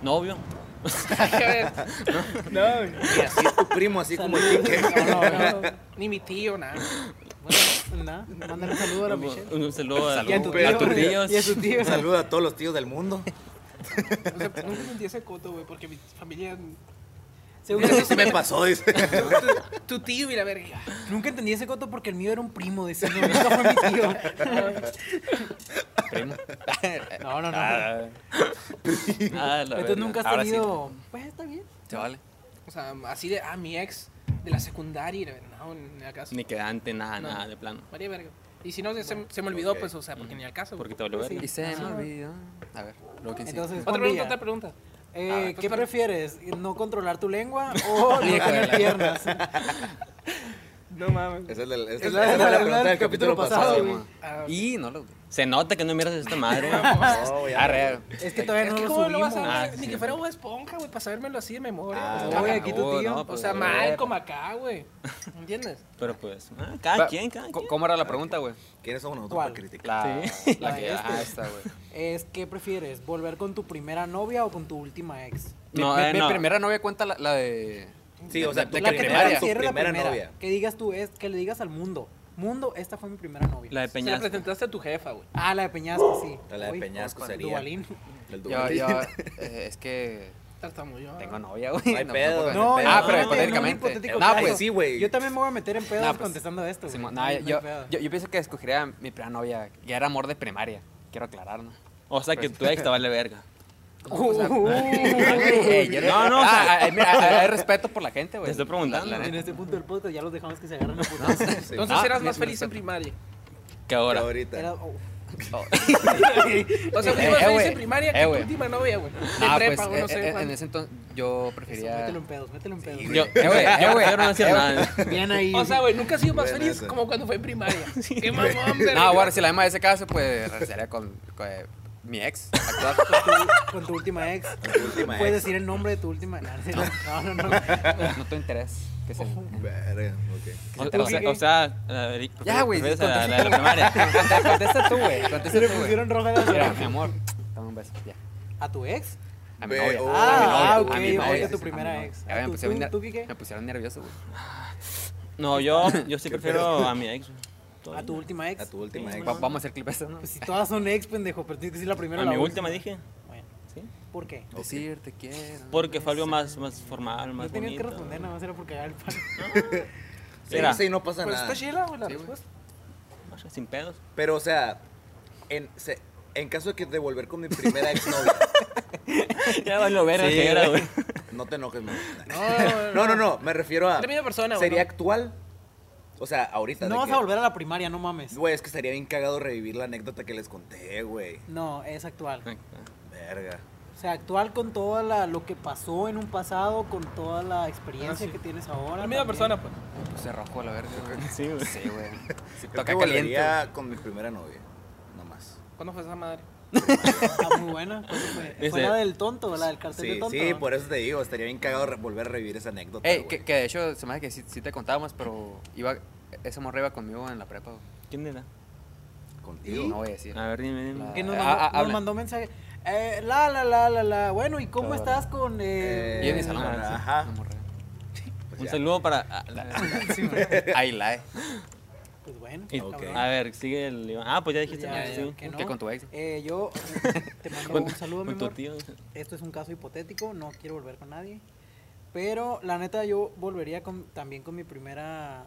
[SPEAKER 1] Novio.
[SPEAKER 5] no, no,
[SPEAKER 2] Y así tu primo, así como el
[SPEAKER 4] Saludos.
[SPEAKER 2] Quique.
[SPEAKER 5] no, no, ni mi tío, nada.
[SPEAKER 4] Bueno, pues, nada, mándale un saludo a la Michelle.
[SPEAKER 1] Un, un saludo a, Ah,
[SPEAKER 4] Y a tu tío.
[SPEAKER 1] a tus tíos.
[SPEAKER 4] Y a tu tío.
[SPEAKER 2] Saludos a todos los tíos del mundo.
[SPEAKER 5] O sea, nunca sentí ese coto, güey, porque mi familia.
[SPEAKER 4] Según-
[SPEAKER 2] Eso sí me pasó, dice.
[SPEAKER 5] Tu, tu tío y la verga.
[SPEAKER 4] Nunca entendí ese coto porque el mío era un primo de ese, no, nunca fue mi tío.
[SPEAKER 3] primo.
[SPEAKER 4] No, no, no.
[SPEAKER 3] Ah,
[SPEAKER 1] Ah, la
[SPEAKER 4] Entonces
[SPEAKER 1] verga.
[SPEAKER 4] nunca has
[SPEAKER 3] Ahora
[SPEAKER 4] tenido. Pues está bien.
[SPEAKER 3] se vale.
[SPEAKER 5] O sea, así de, ah, mi ex de la secundaria. y la verga. No, ni al caso.
[SPEAKER 1] Ni quedante, nada,
[SPEAKER 5] No.
[SPEAKER 1] nada, de plano.
[SPEAKER 5] María verga. Y si no, se, se- se me olvidó,
[SPEAKER 2] Ok.
[SPEAKER 5] pues, o sea, porque ni al caso. güey.
[SPEAKER 1] Porque te valió
[SPEAKER 4] Pues
[SPEAKER 1] verga.
[SPEAKER 4] sí.
[SPEAKER 3] Y se
[SPEAKER 4] Ah,
[SPEAKER 3] me
[SPEAKER 4] sí.
[SPEAKER 3] olvidó. A ver, lo que sí.
[SPEAKER 4] Entonces,
[SPEAKER 5] Otra
[SPEAKER 4] Juan
[SPEAKER 5] pregunta,
[SPEAKER 4] Villa,
[SPEAKER 5] otra pregunta.
[SPEAKER 4] eh,
[SPEAKER 5] Ah, pues,
[SPEAKER 4] ¿Qué
[SPEAKER 5] pero-
[SPEAKER 4] prefieres? ¿No controlar tu lengua o no
[SPEAKER 3] Hijo de
[SPEAKER 4] tener
[SPEAKER 3] la-
[SPEAKER 4] piernas?
[SPEAKER 5] No mames.
[SPEAKER 2] Esa es la, esa es
[SPEAKER 4] Es
[SPEAKER 2] la-
[SPEAKER 4] la-
[SPEAKER 2] esa es la
[SPEAKER 4] la-
[SPEAKER 2] pregunta
[SPEAKER 4] la-
[SPEAKER 2] del capítulo pasado.
[SPEAKER 4] pasado,
[SPEAKER 2] güey.
[SPEAKER 4] güey.
[SPEAKER 5] Ah,
[SPEAKER 3] Y no lo.
[SPEAKER 1] Se nota que no miras esta madre.
[SPEAKER 2] No, ya.
[SPEAKER 3] Arre.
[SPEAKER 4] Es que todavía
[SPEAKER 5] es
[SPEAKER 4] no
[SPEAKER 5] que
[SPEAKER 4] lo
[SPEAKER 5] cómo lo vas
[SPEAKER 4] subimos.
[SPEAKER 5] a ver,
[SPEAKER 1] Ah,
[SPEAKER 5] ni
[SPEAKER 1] sí.
[SPEAKER 5] que fuera Bob Esponja, güey, para sabérmelo así de memoria.
[SPEAKER 2] Ah,
[SPEAKER 5] o sea,
[SPEAKER 4] Oye, aquí tu
[SPEAKER 3] acabó,
[SPEAKER 4] tío.
[SPEAKER 3] no,
[SPEAKER 5] o sea, mal como acá, güey. ¿Entiendes?
[SPEAKER 1] Pero pues, ah, cada
[SPEAKER 3] Va,
[SPEAKER 1] quien, cada
[SPEAKER 3] co-
[SPEAKER 1] quien.
[SPEAKER 3] ¿Cómo era la pregunta, güey?
[SPEAKER 2] ¿Quiénes somos nosotros
[SPEAKER 4] ¿Cuál?
[SPEAKER 2] para criticar?
[SPEAKER 3] La, la que
[SPEAKER 4] La
[SPEAKER 3] ajá,
[SPEAKER 4] este.
[SPEAKER 3] esta, güey.
[SPEAKER 4] Es ¿qué prefieres? ¿Volver con tu primera novia o con tu última ex?
[SPEAKER 3] Mi,
[SPEAKER 1] No,
[SPEAKER 3] mi-
[SPEAKER 1] eh,
[SPEAKER 3] mi
[SPEAKER 1] no.
[SPEAKER 3] primera novia cuenta la, la de.
[SPEAKER 2] Sí, o sea,
[SPEAKER 3] de-
[SPEAKER 2] tu
[SPEAKER 3] de
[SPEAKER 4] La
[SPEAKER 3] que
[SPEAKER 4] que te
[SPEAKER 2] primaria.
[SPEAKER 3] primaria.
[SPEAKER 4] considere la
[SPEAKER 2] Tu primera
[SPEAKER 4] primera
[SPEAKER 2] novia.
[SPEAKER 4] Que digas tú, es que le digas al mundo. Mundo, esta fue mi primera novia.
[SPEAKER 1] La de
[SPEAKER 5] Se la
[SPEAKER 1] Peñasco.
[SPEAKER 5] presentaste a tu jefa, güey.
[SPEAKER 4] Ah, la de Peñasco, sí.
[SPEAKER 2] La de
[SPEAKER 4] Uy,
[SPEAKER 2] Peñasco
[SPEAKER 4] con
[SPEAKER 2] sería.
[SPEAKER 4] Duvalín.
[SPEAKER 2] Del
[SPEAKER 3] Yo,
[SPEAKER 2] Duvalín.
[SPEAKER 3] yo, eh, es que
[SPEAKER 5] Tartamudeó.
[SPEAKER 3] tengo novia, güey.
[SPEAKER 2] No hay pedo,
[SPEAKER 3] puedo-
[SPEAKER 2] no hay
[SPEAKER 3] ah,
[SPEAKER 2] pedo. No, no, no,
[SPEAKER 3] pero
[SPEAKER 4] no,
[SPEAKER 3] hipotéticamente.
[SPEAKER 4] hipotético
[SPEAKER 3] Ah,
[SPEAKER 4] caso.
[SPEAKER 3] pues
[SPEAKER 2] Sí, güey.
[SPEAKER 4] Yo también me voy a meter en pedos
[SPEAKER 3] Nah, pues,
[SPEAKER 4] contestando esto. güey.
[SPEAKER 3] Simón,
[SPEAKER 4] No
[SPEAKER 3] no,
[SPEAKER 4] hay- no hay
[SPEAKER 3] yo,
[SPEAKER 4] pedo.
[SPEAKER 3] yo, yo pienso que escogería mi primera novia, que era amor de primaria. Quiero aclarar, ¿no?
[SPEAKER 1] O sea, que tu ex te vale verga.
[SPEAKER 3] Eh, yo-
[SPEAKER 1] No, no, o
[SPEAKER 3] Ah,
[SPEAKER 1] sea-
[SPEAKER 3] ah, eh, mira, ah, hay respeto por la gente, güey.
[SPEAKER 1] Te estoy preguntando.
[SPEAKER 3] La- la
[SPEAKER 4] en
[SPEAKER 3] neta.
[SPEAKER 4] este punto del podcast ya los dejamos que se agarren a putazos.
[SPEAKER 2] Sí.
[SPEAKER 5] Entonces
[SPEAKER 3] Ah,
[SPEAKER 5] eras
[SPEAKER 3] mi-
[SPEAKER 5] más
[SPEAKER 3] mi
[SPEAKER 5] feliz
[SPEAKER 3] respeto.
[SPEAKER 5] en primaria.
[SPEAKER 1] Que ahora.
[SPEAKER 2] Ahorita.
[SPEAKER 4] Era- oh,
[SPEAKER 3] Oh.
[SPEAKER 5] O sea,
[SPEAKER 3] Eh,
[SPEAKER 5] fuiste más
[SPEAKER 3] eh,
[SPEAKER 5] feliz
[SPEAKER 3] güey.
[SPEAKER 5] en primaria que
[SPEAKER 3] Eh,
[SPEAKER 5] tu
[SPEAKER 3] güey.
[SPEAKER 5] última novia, güey. De
[SPEAKER 3] Ah, pues,
[SPEAKER 5] prepa, güey, no
[SPEAKER 3] eh, eh,
[SPEAKER 5] sé.
[SPEAKER 3] en
[SPEAKER 5] Juan.
[SPEAKER 3] ese entonces yo
[SPEAKER 4] eso,
[SPEAKER 3] prefería...
[SPEAKER 4] mételo en pedos, mételo en pedos.
[SPEAKER 1] Yo, yo,
[SPEAKER 3] Eh, güey, eh,
[SPEAKER 1] yo
[SPEAKER 3] güey.
[SPEAKER 1] prefiero no decir
[SPEAKER 3] Eh,
[SPEAKER 1] nada.
[SPEAKER 4] Bien ahí.
[SPEAKER 5] O sea, güey, nunca has sido más
[SPEAKER 2] Buena
[SPEAKER 5] feliz
[SPEAKER 2] esa.
[SPEAKER 5] como cuando fue en primaria. Qué mamón,
[SPEAKER 3] No,
[SPEAKER 5] verga.
[SPEAKER 3] bueno, si la misma de ese caso, pues regresaría con, con, eh, mi ex actual.
[SPEAKER 4] con, tu, con tu última ex.
[SPEAKER 2] Tu última
[SPEAKER 4] Puedes
[SPEAKER 2] ex.
[SPEAKER 4] decir el nombre de tu última. No, no, no.
[SPEAKER 3] No tengo interés. Que se...
[SPEAKER 2] Verga, ok.
[SPEAKER 1] O, o sea, o sea, la de-
[SPEAKER 3] Ya, güey,
[SPEAKER 1] prefieres
[SPEAKER 3] sí,
[SPEAKER 1] a la, la de la primaria.
[SPEAKER 3] Conte- Contesta tú, güey. Contesta
[SPEAKER 4] Se le
[SPEAKER 3] tú, güey.
[SPEAKER 4] pusieron roja las
[SPEAKER 3] Mira, mi amor, toma un beso, ya.
[SPEAKER 4] ¿A tu ex?
[SPEAKER 3] A mi
[SPEAKER 2] Ve-
[SPEAKER 3] novia.
[SPEAKER 2] oh.
[SPEAKER 3] a
[SPEAKER 4] Ah,
[SPEAKER 3] mi novia.
[SPEAKER 4] ok, yo pensé que
[SPEAKER 3] novia,
[SPEAKER 4] tu
[SPEAKER 3] sí,
[SPEAKER 4] primera
[SPEAKER 3] mi novia.
[SPEAKER 4] ex. Ah,
[SPEAKER 3] Ya, me
[SPEAKER 4] ¿Tú-
[SPEAKER 3] pusieron
[SPEAKER 4] tú-
[SPEAKER 3] ner-
[SPEAKER 4] tú, Quique?
[SPEAKER 3] Me pusieron nervioso, güey.
[SPEAKER 1] No, yo, yo sí prefiero a mi ex.
[SPEAKER 4] ¿A tu última ex?
[SPEAKER 2] A tu última eh. ex.
[SPEAKER 3] Va- Vamos a hacer clip eso, ¿no?
[SPEAKER 4] Pues si todas son ex, pendejo, pero tienes que decir la primera.
[SPEAKER 1] A
[SPEAKER 4] o la
[SPEAKER 1] mi última dije.
[SPEAKER 4] Bueno,
[SPEAKER 1] Sí.
[SPEAKER 4] ¿Por qué?
[SPEAKER 3] Decir te quiero.
[SPEAKER 1] Porque fue algo más, más formal,
[SPEAKER 4] No
[SPEAKER 1] más
[SPEAKER 4] tenías
[SPEAKER 1] bonito.
[SPEAKER 4] que responder, nada más era por cagar el palo.
[SPEAKER 2] Sí,
[SPEAKER 1] Mira.
[SPEAKER 2] sí, no pasa
[SPEAKER 5] Pues
[SPEAKER 2] nada.
[SPEAKER 5] está chila, güey, la
[SPEAKER 3] Sí, güey.
[SPEAKER 5] respuesta.
[SPEAKER 1] Vaya, Sin pedos.
[SPEAKER 2] Pero, o sea, en, se- en caso de que te volver con mi primera exnovia,
[SPEAKER 1] Ya vale ver
[SPEAKER 3] Sí,
[SPEAKER 1] que era,
[SPEAKER 3] güey.
[SPEAKER 1] güey.
[SPEAKER 2] no te enojes, man. No,
[SPEAKER 5] No,
[SPEAKER 2] no, no, me refiero a.
[SPEAKER 5] Es la misma persona, güey,
[SPEAKER 2] ¿Sería
[SPEAKER 5] ¿no?
[SPEAKER 2] actual? O sea, ahorita.
[SPEAKER 4] No
[SPEAKER 2] de
[SPEAKER 4] vas
[SPEAKER 2] que-
[SPEAKER 4] a volver a la primaria, no mames.
[SPEAKER 2] Güey, es que estaría bien cagado revivir la anécdota que les conté, güey.
[SPEAKER 4] No, es actual.
[SPEAKER 2] Verga.
[SPEAKER 4] O sea, actual con toda la, lo que pasó en un pasado, con toda la experiencia que tienes ahora.
[SPEAKER 5] La misma
[SPEAKER 4] también.
[SPEAKER 5] persona, pues.
[SPEAKER 3] Pues se rojó la verga, güey.
[SPEAKER 1] Sí, güey.
[SPEAKER 3] Sí, güey. Sí,
[SPEAKER 2] Creo
[SPEAKER 3] toca
[SPEAKER 2] que
[SPEAKER 3] caliente.
[SPEAKER 2] volvería con mi primera novia. Nomás.
[SPEAKER 5] ¿Cuándo fue esa madre?
[SPEAKER 4] Está muy buena. ¿Cuál Fue,
[SPEAKER 1] Dice-
[SPEAKER 4] fue la del tonto, la del cartel de
[SPEAKER 2] Sí,
[SPEAKER 4] tonto.
[SPEAKER 2] sí,
[SPEAKER 4] ¿no?
[SPEAKER 2] por eso te digo, estaría bien cagado re- volver a revivir esa anécdota.
[SPEAKER 3] Ey,
[SPEAKER 2] güey.
[SPEAKER 3] que, que de hecho se me hace que sí, sí te contábamos, pero iba. Esa morra iba conmigo en la prepa, güey.
[SPEAKER 1] ¿Quién era?
[SPEAKER 2] Contigo.
[SPEAKER 3] No voy a decir.
[SPEAKER 1] A ver, dime, dime.
[SPEAKER 4] Que nos
[SPEAKER 3] Ah,
[SPEAKER 4] mandó,
[SPEAKER 3] ah,
[SPEAKER 4] nos
[SPEAKER 3] habla.
[SPEAKER 4] mandó mensaje. Eh, la, la, la, la, la. Bueno, ¿y cómo
[SPEAKER 3] Claro.
[SPEAKER 4] estás con
[SPEAKER 2] Eh,
[SPEAKER 4] el...?
[SPEAKER 3] Y en mi salón,
[SPEAKER 1] ah,
[SPEAKER 3] sí,
[SPEAKER 2] ajá.
[SPEAKER 3] una morra.
[SPEAKER 2] Pues
[SPEAKER 1] Un
[SPEAKER 2] ya.
[SPEAKER 1] saludo para... a- la-
[SPEAKER 3] Ahí la, eh.
[SPEAKER 4] Pues bueno,
[SPEAKER 1] y-
[SPEAKER 2] Ok.
[SPEAKER 4] cabrón.
[SPEAKER 1] A ver, sigue el Iván. Ah, pues ya dijiste.
[SPEAKER 4] Ya,
[SPEAKER 1] ¿no?
[SPEAKER 4] ya,
[SPEAKER 1] Sí.
[SPEAKER 4] que no.
[SPEAKER 3] Que con tu ex.
[SPEAKER 4] Eh, yo te mando
[SPEAKER 1] Con-
[SPEAKER 4] un saludo, mi
[SPEAKER 1] Con tu
[SPEAKER 4] amor.
[SPEAKER 1] tío.
[SPEAKER 4] Esto es un caso hipotético, no quiero volver con nadie. Pero la neta yo volvería con, también con mi primera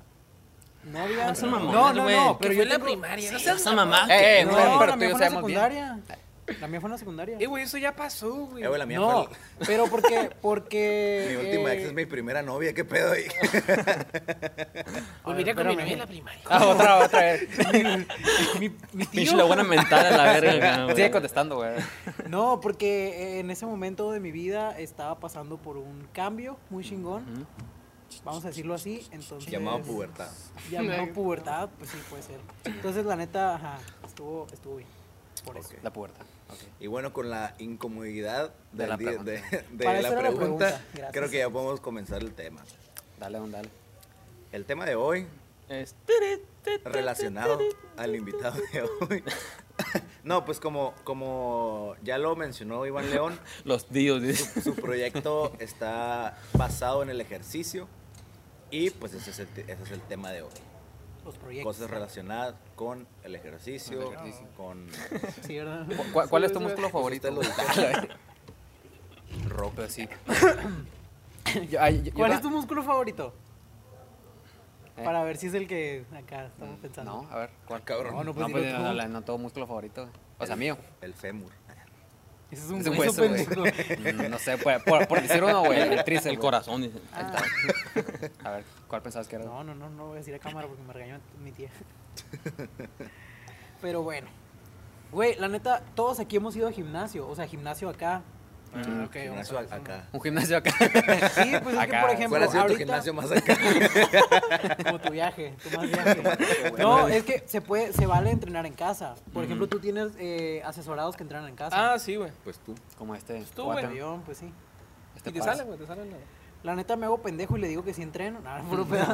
[SPEAKER 4] novia.
[SPEAKER 1] No seas mamón,
[SPEAKER 4] no, no,
[SPEAKER 1] güey.
[SPEAKER 4] no,
[SPEAKER 1] Que
[SPEAKER 4] pero
[SPEAKER 5] Pero
[SPEAKER 4] yo
[SPEAKER 5] yo en la
[SPEAKER 4] tengo-
[SPEAKER 5] primaria. No
[SPEAKER 1] Esa
[SPEAKER 5] seas
[SPEAKER 1] mamá.
[SPEAKER 5] mamá.
[SPEAKER 3] Eh, eh,
[SPEAKER 4] No,
[SPEAKER 3] pero-
[SPEAKER 4] la
[SPEAKER 3] pero tú
[SPEAKER 4] mía
[SPEAKER 3] y yo
[SPEAKER 4] fue en la
[SPEAKER 3] sabemos bien.
[SPEAKER 4] secundaria. La mía fue en la secundaria.
[SPEAKER 5] Eh, güey, eso ya pasó, güey.
[SPEAKER 2] Eh, güey, la mía
[SPEAKER 4] no,
[SPEAKER 2] fue
[SPEAKER 4] pero porque, porque...
[SPEAKER 2] Mi última ex
[SPEAKER 4] eh,
[SPEAKER 2] es mi primera novia, ¿qué pedo? ahí?
[SPEAKER 5] Volvería
[SPEAKER 4] A ver,
[SPEAKER 5] con mi
[SPEAKER 4] espérame.
[SPEAKER 5] novia en la primaria.
[SPEAKER 3] Ah, otra, otra vez.
[SPEAKER 4] mi- mi
[SPEAKER 1] Pinche
[SPEAKER 4] tío.
[SPEAKER 1] la buena mental a la verga, güey.
[SPEAKER 3] Sigue contestando, güey.
[SPEAKER 4] eh, No, porque eh, en ese momento de mi vida estaba pasando por un cambio muy chingón. Vamos a decirlo así, entonces...
[SPEAKER 2] Llamado pubertad.
[SPEAKER 4] Llamado pubertad, pues sí, puede ser. Entonces, la neta, ajá, estuvo, estuvo bien. Por eso.
[SPEAKER 2] Ok.
[SPEAKER 3] La puerta.
[SPEAKER 2] Y bueno, con la incomodidad
[SPEAKER 3] De
[SPEAKER 2] del
[SPEAKER 3] la
[SPEAKER 2] día-
[SPEAKER 3] pregunta.
[SPEAKER 2] de, de
[SPEAKER 4] Para
[SPEAKER 2] la
[SPEAKER 4] eso era la
[SPEAKER 2] pregunta,
[SPEAKER 4] pregunta, gracias.
[SPEAKER 2] creo que ya podemos comenzar el tema.
[SPEAKER 3] Dale, don, dale.
[SPEAKER 2] El tema de hoy,
[SPEAKER 1] Es-
[SPEAKER 2] relacionado al invitado de hoy. No, pues como, como ya lo mencionó Iván León,
[SPEAKER 1] Los dios, dice.
[SPEAKER 2] su proyecto está basado en el ejercicio y pues ese es el, te- ese es el tema de hoy.
[SPEAKER 4] Los proyectos.
[SPEAKER 2] Cosas relacionadas con el ejercicio,
[SPEAKER 3] Con el ejercicio.
[SPEAKER 2] con...
[SPEAKER 4] Sí, ¿verdad?
[SPEAKER 3] ¿Cu- ¿Cuál, cuál es tu músculo favorito?
[SPEAKER 2] Ustedes lo
[SPEAKER 3] Rock, sí. Yo- ay, yo- yo
[SPEAKER 4] ¿Cuál
[SPEAKER 3] ta-
[SPEAKER 4] es tu músculo favorito?
[SPEAKER 3] ¿Eh? Mm,
[SPEAKER 4] Para ver si es el que acá estamos pensando.
[SPEAKER 3] No, a ver, ¿cuál?
[SPEAKER 2] Cabrón.
[SPEAKER 4] No, no,
[SPEAKER 3] No,
[SPEAKER 4] pues
[SPEAKER 3] pues
[SPEAKER 4] dilo
[SPEAKER 3] no,
[SPEAKER 4] tú.
[SPEAKER 3] no, no, no, todo músculo favorito. güey. O sea, mío.
[SPEAKER 2] El fémur.
[SPEAKER 4] Ese es un
[SPEAKER 3] Es un
[SPEAKER 4] hueso,
[SPEAKER 3] hueso, güey.
[SPEAKER 4] pendejo.
[SPEAKER 3] Mm, No sé, por, por, por decir uno, güey. El tríceps,
[SPEAKER 1] El
[SPEAKER 3] güey.
[SPEAKER 1] corazón, dice.
[SPEAKER 3] Ahí está. A ver, ¿cuál pensabas que era?
[SPEAKER 4] Ah, No, no, no, no voy a decir a cámara porque me regañó mi tía. Pero bueno. Güey, la neta, todos aquí hemos ido a gimnasio. O sea, gimnasio acá.
[SPEAKER 5] Ah, ok,
[SPEAKER 2] Gimnasio
[SPEAKER 5] vamos a-
[SPEAKER 2] acá.
[SPEAKER 3] Un gimnasio acá.
[SPEAKER 4] Sí, pues es que,
[SPEAKER 3] Acá.
[SPEAKER 4] por ejemplo,
[SPEAKER 2] Fuera ha sido tu
[SPEAKER 4] ahorita,
[SPEAKER 2] gimnasio más acá.
[SPEAKER 4] como tu viaje, tu más viaje. No, es que se puede, se vale entrenar en casa. Por ejemplo, tú tienes eh, asesorados que entrenan en casa.
[SPEAKER 5] Ah, sí, güey.
[SPEAKER 2] Pues tú.
[SPEAKER 3] Como este.
[SPEAKER 5] tú,
[SPEAKER 3] cuate,
[SPEAKER 5] güey.
[SPEAKER 4] Avión, pues sí.
[SPEAKER 3] Este
[SPEAKER 5] Y te
[SPEAKER 3] paz.
[SPEAKER 5] sale, güey, te sale. la-
[SPEAKER 4] La neta me hago pendejo y le digo que sí entreno. No, no, puro pedo.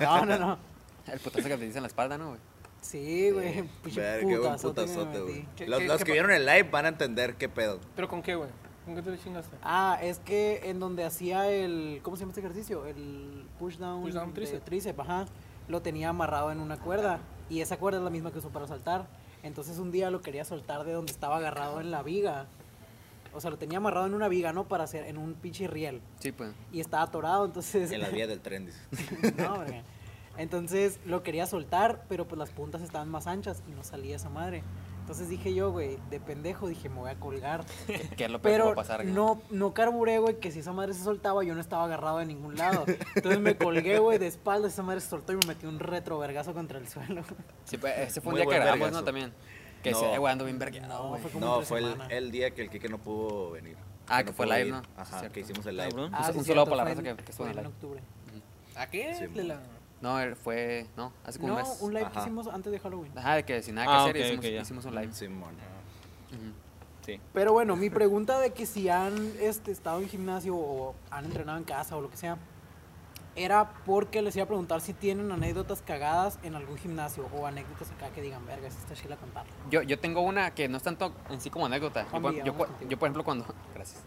[SPEAKER 4] No, no, no.
[SPEAKER 3] El putazo que te dice en la espalda, ¿no, güey?
[SPEAKER 4] Sí, güey. Pinche
[SPEAKER 2] Ver, Eh, qué buen
[SPEAKER 4] putazote que me
[SPEAKER 2] putazote,
[SPEAKER 4] metí.
[SPEAKER 2] güey.
[SPEAKER 5] ¿Qué-
[SPEAKER 2] Los,
[SPEAKER 5] qué-
[SPEAKER 2] los
[SPEAKER 5] qué
[SPEAKER 2] que
[SPEAKER 5] pa-
[SPEAKER 2] vieron el live van a entender qué pedo.
[SPEAKER 5] ¿Pero con qué, güey? ¿Con qué te lo chingaste?
[SPEAKER 4] Ah, es que en donde hacía el. ¿Cómo se llama este ejercicio? El push down,
[SPEAKER 5] Push down
[SPEAKER 4] de
[SPEAKER 5] tríceps.
[SPEAKER 4] tríceps, ajá. Lo tenía amarrado en una cuerda. Y esa cuerda es la misma que usó para saltar. Entonces un día lo quería soltar de donde estaba agarrado en la viga. O sea, lo tenía amarrado en una viga, ¿no? Para hacer en un pinche riel.
[SPEAKER 3] Sí, pues.
[SPEAKER 4] Y estaba atorado, entonces.
[SPEAKER 2] En la vía del tren, dice.
[SPEAKER 4] No, verga. Entonces lo quería soltar, pero pues las puntas estaban más anchas y no salía esa madre. Entonces dije yo, güey, de pendejo, dije, me voy a colgar.
[SPEAKER 3] ¿Qué, qué es lo peor que
[SPEAKER 4] Pero
[SPEAKER 3] puede pasar? güey?
[SPEAKER 4] no, no carburé, güey, que si esa madre se soltaba, yo no estaba agarrado de ningún lado. Entonces me colgué, güey, de espaldas, esa madre se soltó y me metí un retrovergazo contra el suelo.
[SPEAKER 3] Sí, pues, ese fue un
[SPEAKER 2] Muy
[SPEAKER 3] día que
[SPEAKER 2] buen
[SPEAKER 3] grabamos,
[SPEAKER 2] vergazo.
[SPEAKER 3] ¿no? También. Que
[SPEAKER 2] No.
[SPEAKER 3] dice, eh, güey, ando bien verga.
[SPEAKER 4] No, fue como
[SPEAKER 2] No,
[SPEAKER 4] entre
[SPEAKER 2] fue el,
[SPEAKER 4] semana.
[SPEAKER 2] el día que el Kike no pudo venir.
[SPEAKER 3] Ah, que
[SPEAKER 2] no
[SPEAKER 3] fue
[SPEAKER 2] pudo
[SPEAKER 3] live,
[SPEAKER 2] ir.
[SPEAKER 3] ¿no? Sí,
[SPEAKER 2] Ajá,
[SPEAKER 3] cierto.
[SPEAKER 2] que hicimos el live.
[SPEAKER 1] Cabrón.
[SPEAKER 3] Un-
[SPEAKER 4] Ah, sí,
[SPEAKER 3] un saludo
[SPEAKER 4] cierto,
[SPEAKER 3] para la
[SPEAKER 4] fue
[SPEAKER 3] raza
[SPEAKER 4] en-
[SPEAKER 3] que- que estuvo
[SPEAKER 4] fue
[SPEAKER 3] en el
[SPEAKER 4] en
[SPEAKER 3] live.
[SPEAKER 4] octubre.
[SPEAKER 5] ¿A qué?
[SPEAKER 2] Sí,
[SPEAKER 5] De la-
[SPEAKER 3] No, él fue. No, hace como
[SPEAKER 4] No,
[SPEAKER 3] un mes.
[SPEAKER 4] un live que
[SPEAKER 2] Ajá.
[SPEAKER 4] hicimos antes de Halloween.
[SPEAKER 3] Ajá, de que sin nada
[SPEAKER 1] Ah,
[SPEAKER 3] que hacer
[SPEAKER 1] ok,
[SPEAKER 3] hicimos,
[SPEAKER 1] ok, ya.
[SPEAKER 3] hicimos un live.
[SPEAKER 2] Simón.
[SPEAKER 3] Ujú.
[SPEAKER 1] Sí.
[SPEAKER 4] Pero bueno, mi pregunta de que si han este, estado en gimnasio o han entrenado en casa o lo que sea, era porque les iba a preguntar si tienen anécdotas cagadas en algún gimnasio o anécdotas acá que digan, verga, esta chila contarla.
[SPEAKER 3] Yo, yo tengo una que no es tanto en sí como anécdota. Yo,
[SPEAKER 4] Juan
[SPEAKER 3] por-
[SPEAKER 4] Villa,
[SPEAKER 3] yo,
[SPEAKER 4] vamos
[SPEAKER 3] por-
[SPEAKER 4] contigo.
[SPEAKER 3] yo, por ejemplo, cuando. Gracias.